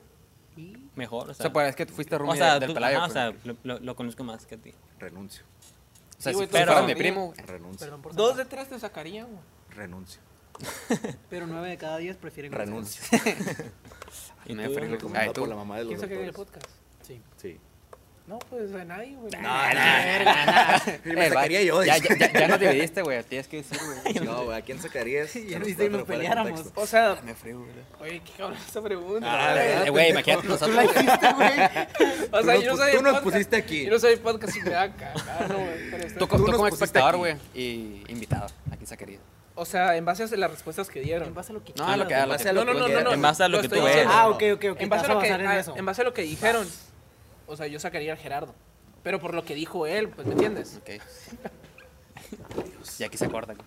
[SPEAKER 1] mejor. O
[SPEAKER 3] O
[SPEAKER 1] sea,
[SPEAKER 3] sea, pues es que tú fuiste
[SPEAKER 1] o
[SPEAKER 3] roomie
[SPEAKER 1] sea,
[SPEAKER 3] del
[SPEAKER 1] tú-
[SPEAKER 3] Pelayo.
[SPEAKER 1] ajá, o
[SPEAKER 3] pues.
[SPEAKER 1] sea lo, lo- lo conozco más que a ti.
[SPEAKER 2] Renuncio.
[SPEAKER 3] O sea,
[SPEAKER 5] Sí, güey,
[SPEAKER 3] si
[SPEAKER 1] pero-
[SPEAKER 3] fuera mi primo, güey.
[SPEAKER 2] Renuncio.
[SPEAKER 4] Perdón por
[SPEAKER 5] Dos
[SPEAKER 4] sacar.
[SPEAKER 5] de tres te sacaría, güey.
[SPEAKER 2] Renuncio.
[SPEAKER 4] Pero nueve de cada diez prefieren que-
[SPEAKER 2] Renuncio.
[SPEAKER 1] ¿Y
[SPEAKER 3] Me
[SPEAKER 1] tú?
[SPEAKER 3] ofrezco.
[SPEAKER 2] Recomendado
[SPEAKER 3] Ay, tú.
[SPEAKER 2] por la mamá de los
[SPEAKER 5] ¿Quién sacaría el
[SPEAKER 2] doctores.
[SPEAKER 5] podcast?
[SPEAKER 4] Sí.
[SPEAKER 2] Sí.
[SPEAKER 5] No, pues a nadie, güey.
[SPEAKER 2] Me
[SPEAKER 3] Eh, va.
[SPEAKER 2] sacaría yo,
[SPEAKER 3] Ya,
[SPEAKER 2] dice.
[SPEAKER 3] ya, ya, ya nos dividiste, güey. Tienes que decir, güey.
[SPEAKER 2] No, güey, ¿a quién sacarías?
[SPEAKER 4] Ya
[SPEAKER 2] A
[SPEAKER 4] no
[SPEAKER 2] los
[SPEAKER 4] viste que
[SPEAKER 2] cuatro
[SPEAKER 4] nos
[SPEAKER 2] fuera de
[SPEAKER 4] peleáramos.
[SPEAKER 2] contexto.
[SPEAKER 5] O sea,
[SPEAKER 3] Me frío, güey.
[SPEAKER 5] oye, qué cabrón esa pregunta.
[SPEAKER 2] Ah,
[SPEAKER 5] güey.
[SPEAKER 2] ¿verdad?
[SPEAKER 3] Eh, Güey, imagínate
[SPEAKER 4] Tú la
[SPEAKER 3] nosotros.
[SPEAKER 4] hiciste, güey.
[SPEAKER 2] Tú
[SPEAKER 5] O sea, yo no
[SPEAKER 2] nos-
[SPEAKER 5] soy
[SPEAKER 2] tú
[SPEAKER 5] el
[SPEAKER 2] nos
[SPEAKER 5] podcast.
[SPEAKER 2] pusiste aquí.
[SPEAKER 5] Yo no soy el podcast y me da cagado, güey. pero está-
[SPEAKER 3] Tú, co-
[SPEAKER 2] Tú
[SPEAKER 3] tú
[SPEAKER 2] nos
[SPEAKER 3] como
[SPEAKER 2] pusiste
[SPEAKER 3] espectador,
[SPEAKER 2] aquí.
[SPEAKER 3] güey, y invitado. ¿A quién sacaría?
[SPEAKER 5] O sea, en base a las respuestas que dieron.
[SPEAKER 4] En base a Ah, lo que
[SPEAKER 3] No, a lo que
[SPEAKER 4] quieras,
[SPEAKER 3] a
[SPEAKER 2] en
[SPEAKER 3] lo
[SPEAKER 2] base
[SPEAKER 3] que
[SPEAKER 2] a
[SPEAKER 5] No,
[SPEAKER 2] lo
[SPEAKER 5] no,
[SPEAKER 2] que
[SPEAKER 5] no, no,
[SPEAKER 2] quieras.
[SPEAKER 5] no.
[SPEAKER 1] En base a lo que
[SPEAKER 5] estoy
[SPEAKER 1] tú
[SPEAKER 5] diciendo.
[SPEAKER 1] eres.
[SPEAKER 4] Ah, ok, ok, ok.
[SPEAKER 5] En base,
[SPEAKER 4] te
[SPEAKER 5] a lo
[SPEAKER 4] vas
[SPEAKER 5] que,
[SPEAKER 4] basar en
[SPEAKER 5] ah,
[SPEAKER 4] eso.
[SPEAKER 5] en base a lo que dijeron, o sea, yo sacaría al Gerardo. Pero por lo que dijo él, pues, ¿me entiendes?
[SPEAKER 3] Ok. Y aquí se acuerdan.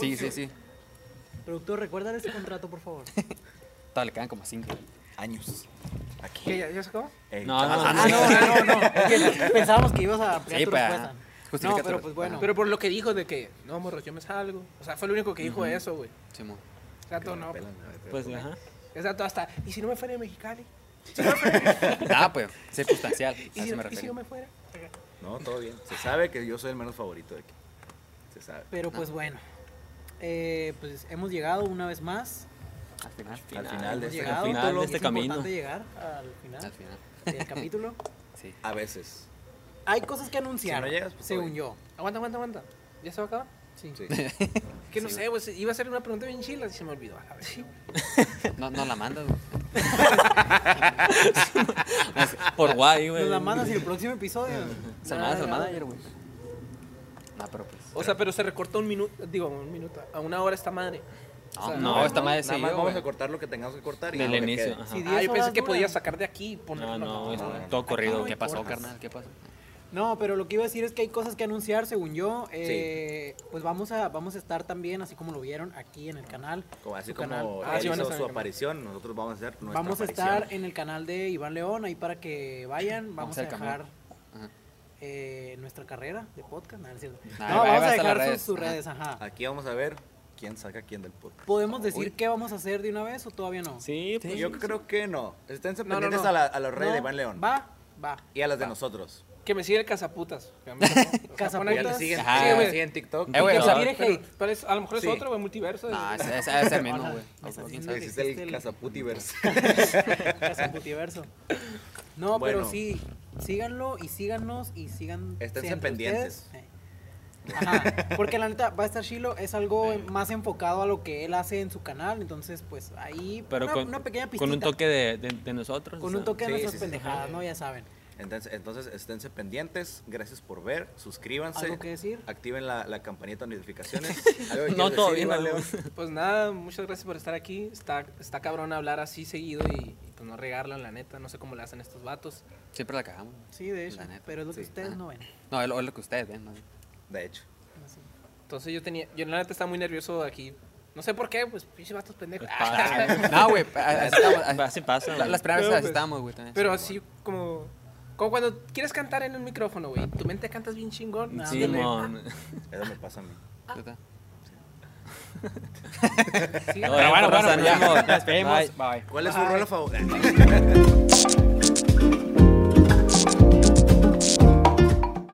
[SPEAKER 3] Sí, sí, sí.
[SPEAKER 4] Productor, recuerda ese contrato, por favor.
[SPEAKER 3] Todavía le quedan como cinco.
[SPEAKER 2] Años.
[SPEAKER 5] ¿Qué?
[SPEAKER 2] Aquí.
[SPEAKER 5] ¿Ya, ya sacó?
[SPEAKER 2] Ey,
[SPEAKER 1] No,
[SPEAKER 2] chavas,
[SPEAKER 1] no,
[SPEAKER 4] Ah, no, no, no, no. Es que pensábamos que ibas a ampliar
[SPEAKER 3] Sí,
[SPEAKER 4] tu
[SPEAKER 3] pues,
[SPEAKER 4] respuesta.
[SPEAKER 3] ajá. Justifica tu
[SPEAKER 4] no, pero
[SPEAKER 3] respuesta.
[SPEAKER 4] pues bueno.
[SPEAKER 5] Pero por lo que dijo de que, no, morros, yo me salgo. O sea, fue lo único que dijo eso, güey.
[SPEAKER 3] Sí, mo.
[SPEAKER 5] O sea, todo no.
[SPEAKER 2] pelan, güey,
[SPEAKER 1] Pues, ajá.
[SPEAKER 5] Es dato hasta, ¿y si no me fuera de Mexicali?
[SPEAKER 3] Ah, pues, circunstancial. A
[SPEAKER 5] ¿Y
[SPEAKER 3] eso
[SPEAKER 5] si,
[SPEAKER 3] me
[SPEAKER 5] y si
[SPEAKER 3] refiero.
[SPEAKER 5] no me fuera?
[SPEAKER 2] No, todo bien. Se sabe que yo soy el menos favorito de aquí. Se sabe.
[SPEAKER 4] Pero pues bueno. Eh, pues hemos llegado una vez más.
[SPEAKER 3] Al final.
[SPEAKER 2] Al final de
[SPEAKER 4] hemos
[SPEAKER 2] este
[SPEAKER 4] llegado,
[SPEAKER 1] capítulo,
[SPEAKER 4] todo
[SPEAKER 1] de
[SPEAKER 4] lo que
[SPEAKER 1] este
[SPEAKER 4] es
[SPEAKER 1] camino.
[SPEAKER 4] importante llegar al
[SPEAKER 3] Al
[SPEAKER 4] final
[SPEAKER 3] final.
[SPEAKER 4] del capítulo.
[SPEAKER 3] Sí.
[SPEAKER 2] A veces.
[SPEAKER 4] Hay cosas que anunciar,
[SPEAKER 2] Si no llegas, pues,
[SPEAKER 4] según
[SPEAKER 2] oye.
[SPEAKER 4] yo.
[SPEAKER 5] Aguanta, aguanta, aguanta. ¿Ya se va a acabar?
[SPEAKER 4] Sí.
[SPEAKER 2] Sí.
[SPEAKER 5] Es que no sé, güey, se- iba a hacer una pregunta bien chila y se me olvidó. A la vez.
[SPEAKER 3] No, no la mandas, güey.
[SPEAKER 1] Por guay, güey.
[SPEAKER 4] Nos la mandas en el próximo episodio.
[SPEAKER 3] Salmada,
[SPEAKER 4] Nah,
[SPEAKER 3] salmada
[SPEAKER 4] ya.
[SPEAKER 3] ayer, güey. No, pero pues.
[SPEAKER 5] O sea, pero se recortó un minuto, digo, un minuto, a una hora esta madre.
[SPEAKER 3] No,
[SPEAKER 5] o sea,
[SPEAKER 3] no,
[SPEAKER 5] no,
[SPEAKER 3] esta madre
[SPEAKER 2] Nada
[SPEAKER 3] sí.
[SPEAKER 2] más vamos a cortar lo que tengamos que cortar. y
[SPEAKER 1] Del
[SPEAKER 2] lo que
[SPEAKER 1] inicio.
[SPEAKER 2] quede.
[SPEAKER 1] ajá.
[SPEAKER 4] Sí, di-
[SPEAKER 5] Ah,
[SPEAKER 4] Diez
[SPEAKER 5] yo pensé
[SPEAKER 4] horas
[SPEAKER 5] que
[SPEAKER 4] dura.
[SPEAKER 5] podía sacar de aquí y ponerlo.
[SPEAKER 1] No, no,
[SPEAKER 5] no,
[SPEAKER 1] es
[SPEAKER 2] no, no.
[SPEAKER 1] todo corrido.
[SPEAKER 3] ¿Qué
[SPEAKER 1] güey.
[SPEAKER 3] pasó, carnal? ¿Qué pasó?
[SPEAKER 4] No, pero lo que iba a decir es que hay cosas que anunciar, según yo. Eh, Pues vamos a, vamos a estar también, así como lo vieron aquí en el canal.
[SPEAKER 2] Como, así
[SPEAKER 4] su canal.
[SPEAKER 2] como
[SPEAKER 5] Ah,
[SPEAKER 2] él
[SPEAKER 5] sí, van
[SPEAKER 2] hizo
[SPEAKER 5] a estar
[SPEAKER 2] su
[SPEAKER 5] en el
[SPEAKER 2] aparición, nosotros vamos a hacer nuestra
[SPEAKER 4] Vamos a
[SPEAKER 2] aparición.
[SPEAKER 4] estar en el canal de Iván León, ahí para que vayan.
[SPEAKER 3] Vamos
[SPEAKER 4] Vamos, a
[SPEAKER 3] al camión.
[SPEAKER 4] dejar
[SPEAKER 3] Ajá.
[SPEAKER 4] eh, nuestra carrera de podcast. Nada, es cierto.
[SPEAKER 3] Nah,
[SPEAKER 4] no,
[SPEAKER 3] ahí va- ahí
[SPEAKER 4] vamos a
[SPEAKER 3] va a estar las
[SPEAKER 4] dejar sus,
[SPEAKER 3] redes,
[SPEAKER 4] sus
[SPEAKER 3] ajá.
[SPEAKER 4] redes, ajá.
[SPEAKER 2] Aquí vamos a ver quién saca a quién del podcast.
[SPEAKER 4] ¿Podemos decir
[SPEAKER 2] Uy.
[SPEAKER 4] qué vamos a hacer de una vez o todavía no?
[SPEAKER 1] Sí, pues.
[SPEAKER 2] Yo creo que no. Estén
[SPEAKER 5] no,
[SPEAKER 2] pendientes
[SPEAKER 5] no.
[SPEAKER 2] a, la, a los reyes
[SPEAKER 4] ¿No?
[SPEAKER 2] de Iván León.
[SPEAKER 4] Va, va.
[SPEAKER 2] Y a las de nosotros.
[SPEAKER 5] Ah, Que me sigue el cazaputas. que a mí me tocó. O sea,
[SPEAKER 2] Y a
[SPEAKER 4] Cazaputas.
[SPEAKER 5] ponen-
[SPEAKER 2] los
[SPEAKER 4] Putas.
[SPEAKER 2] que siguen,
[SPEAKER 3] Ajá.
[SPEAKER 2] sí, güey,
[SPEAKER 5] Sí.
[SPEAKER 2] siguen TikTok.
[SPEAKER 3] Eh, güey,
[SPEAKER 4] Que
[SPEAKER 3] no,
[SPEAKER 4] tire
[SPEAKER 5] Pero-
[SPEAKER 4] hate.
[SPEAKER 5] pero es- a lo mejor es
[SPEAKER 2] Sí.
[SPEAKER 5] otro, güey, multiverso.
[SPEAKER 3] No,
[SPEAKER 5] es-
[SPEAKER 3] ese ese debe ser menos,
[SPEAKER 4] Ajá.
[SPEAKER 3] güey.
[SPEAKER 4] Me estás
[SPEAKER 3] ¿Quién
[SPEAKER 4] diciendo
[SPEAKER 3] sabe?
[SPEAKER 4] que
[SPEAKER 2] Ese es el
[SPEAKER 4] existe
[SPEAKER 2] Casaputiverse.
[SPEAKER 4] Casaputiverso. No,
[SPEAKER 2] Bueno.
[SPEAKER 4] pero sí, síganlo y síganos y sigan.
[SPEAKER 2] Esténse
[SPEAKER 4] entre
[SPEAKER 2] pendientes.
[SPEAKER 4] ustedes. Eh. Ajá, porque la neta, va a estar Shilo, es algo más enfocado a lo que él hace en su canal, entonces pues ahí
[SPEAKER 1] Pero
[SPEAKER 4] una,
[SPEAKER 1] con,
[SPEAKER 4] una pequeña pista.
[SPEAKER 1] con un toque de, de, de nosotros.
[SPEAKER 4] Con
[SPEAKER 1] o sea.
[SPEAKER 4] un toque de
[SPEAKER 2] Sí,
[SPEAKER 4] nuestras
[SPEAKER 2] sí, sí,
[SPEAKER 4] pendejadas, ¿no? Ya saben.
[SPEAKER 2] Entonces, entonces esténse pendientes. Gracias por ver. Suscríbanse.
[SPEAKER 4] ¿Algo que decir?
[SPEAKER 2] Activen la, la campanita de notificaciones. ¿Algo que
[SPEAKER 1] No,
[SPEAKER 2] quieras
[SPEAKER 1] todavía
[SPEAKER 2] decir,
[SPEAKER 1] no.
[SPEAKER 2] Iván León?
[SPEAKER 5] Pues nada, muchas gracias por estar aquí. Está, está cabrón hablar así seguido y, y pues no regarla, la neta. No sé cómo le hacen estos vatos.
[SPEAKER 3] Siempre la cagamos.
[SPEAKER 4] Sí, de hecho,
[SPEAKER 3] La neta,
[SPEAKER 4] pero es lo que
[SPEAKER 2] sí.
[SPEAKER 4] ustedes no ven.
[SPEAKER 3] No, es lo, es lo que ustedes ven, ¿no?
[SPEAKER 2] De hecho.
[SPEAKER 4] Así.
[SPEAKER 5] Entonces yo tenía, yo la neta estaba muy nervioso aquí. No sé por qué, pues pinches vatos pendejos.
[SPEAKER 1] Pues pasa,
[SPEAKER 3] No, güey, así estamos. así-
[SPEAKER 1] Así pasa.
[SPEAKER 3] la-
[SPEAKER 1] güey.
[SPEAKER 3] Las primeras
[SPEAKER 5] Pero,
[SPEAKER 3] veces
[SPEAKER 5] pues,
[SPEAKER 3] así estábamos, güey, también.
[SPEAKER 5] Pero así como, como cuando quieres cantar en un micrófono, güey. Tu mente cantas bien chingón.
[SPEAKER 4] No,
[SPEAKER 1] Sí,
[SPEAKER 4] ándale.
[SPEAKER 1] mon.
[SPEAKER 2] Eso me pasa a mí.
[SPEAKER 3] Total.
[SPEAKER 4] Sí,
[SPEAKER 1] Pero bueno,
[SPEAKER 3] Pero bueno,
[SPEAKER 1] raza,
[SPEAKER 3] pues,
[SPEAKER 1] nos
[SPEAKER 3] ya.
[SPEAKER 1] vemos.
[SPEAKER 3] Nos vemos.
[SPEAKER 1] Bye.
[SPEAKER 3] Bye.
[SPEAKER 2] ¿Cuál es su rol favorito?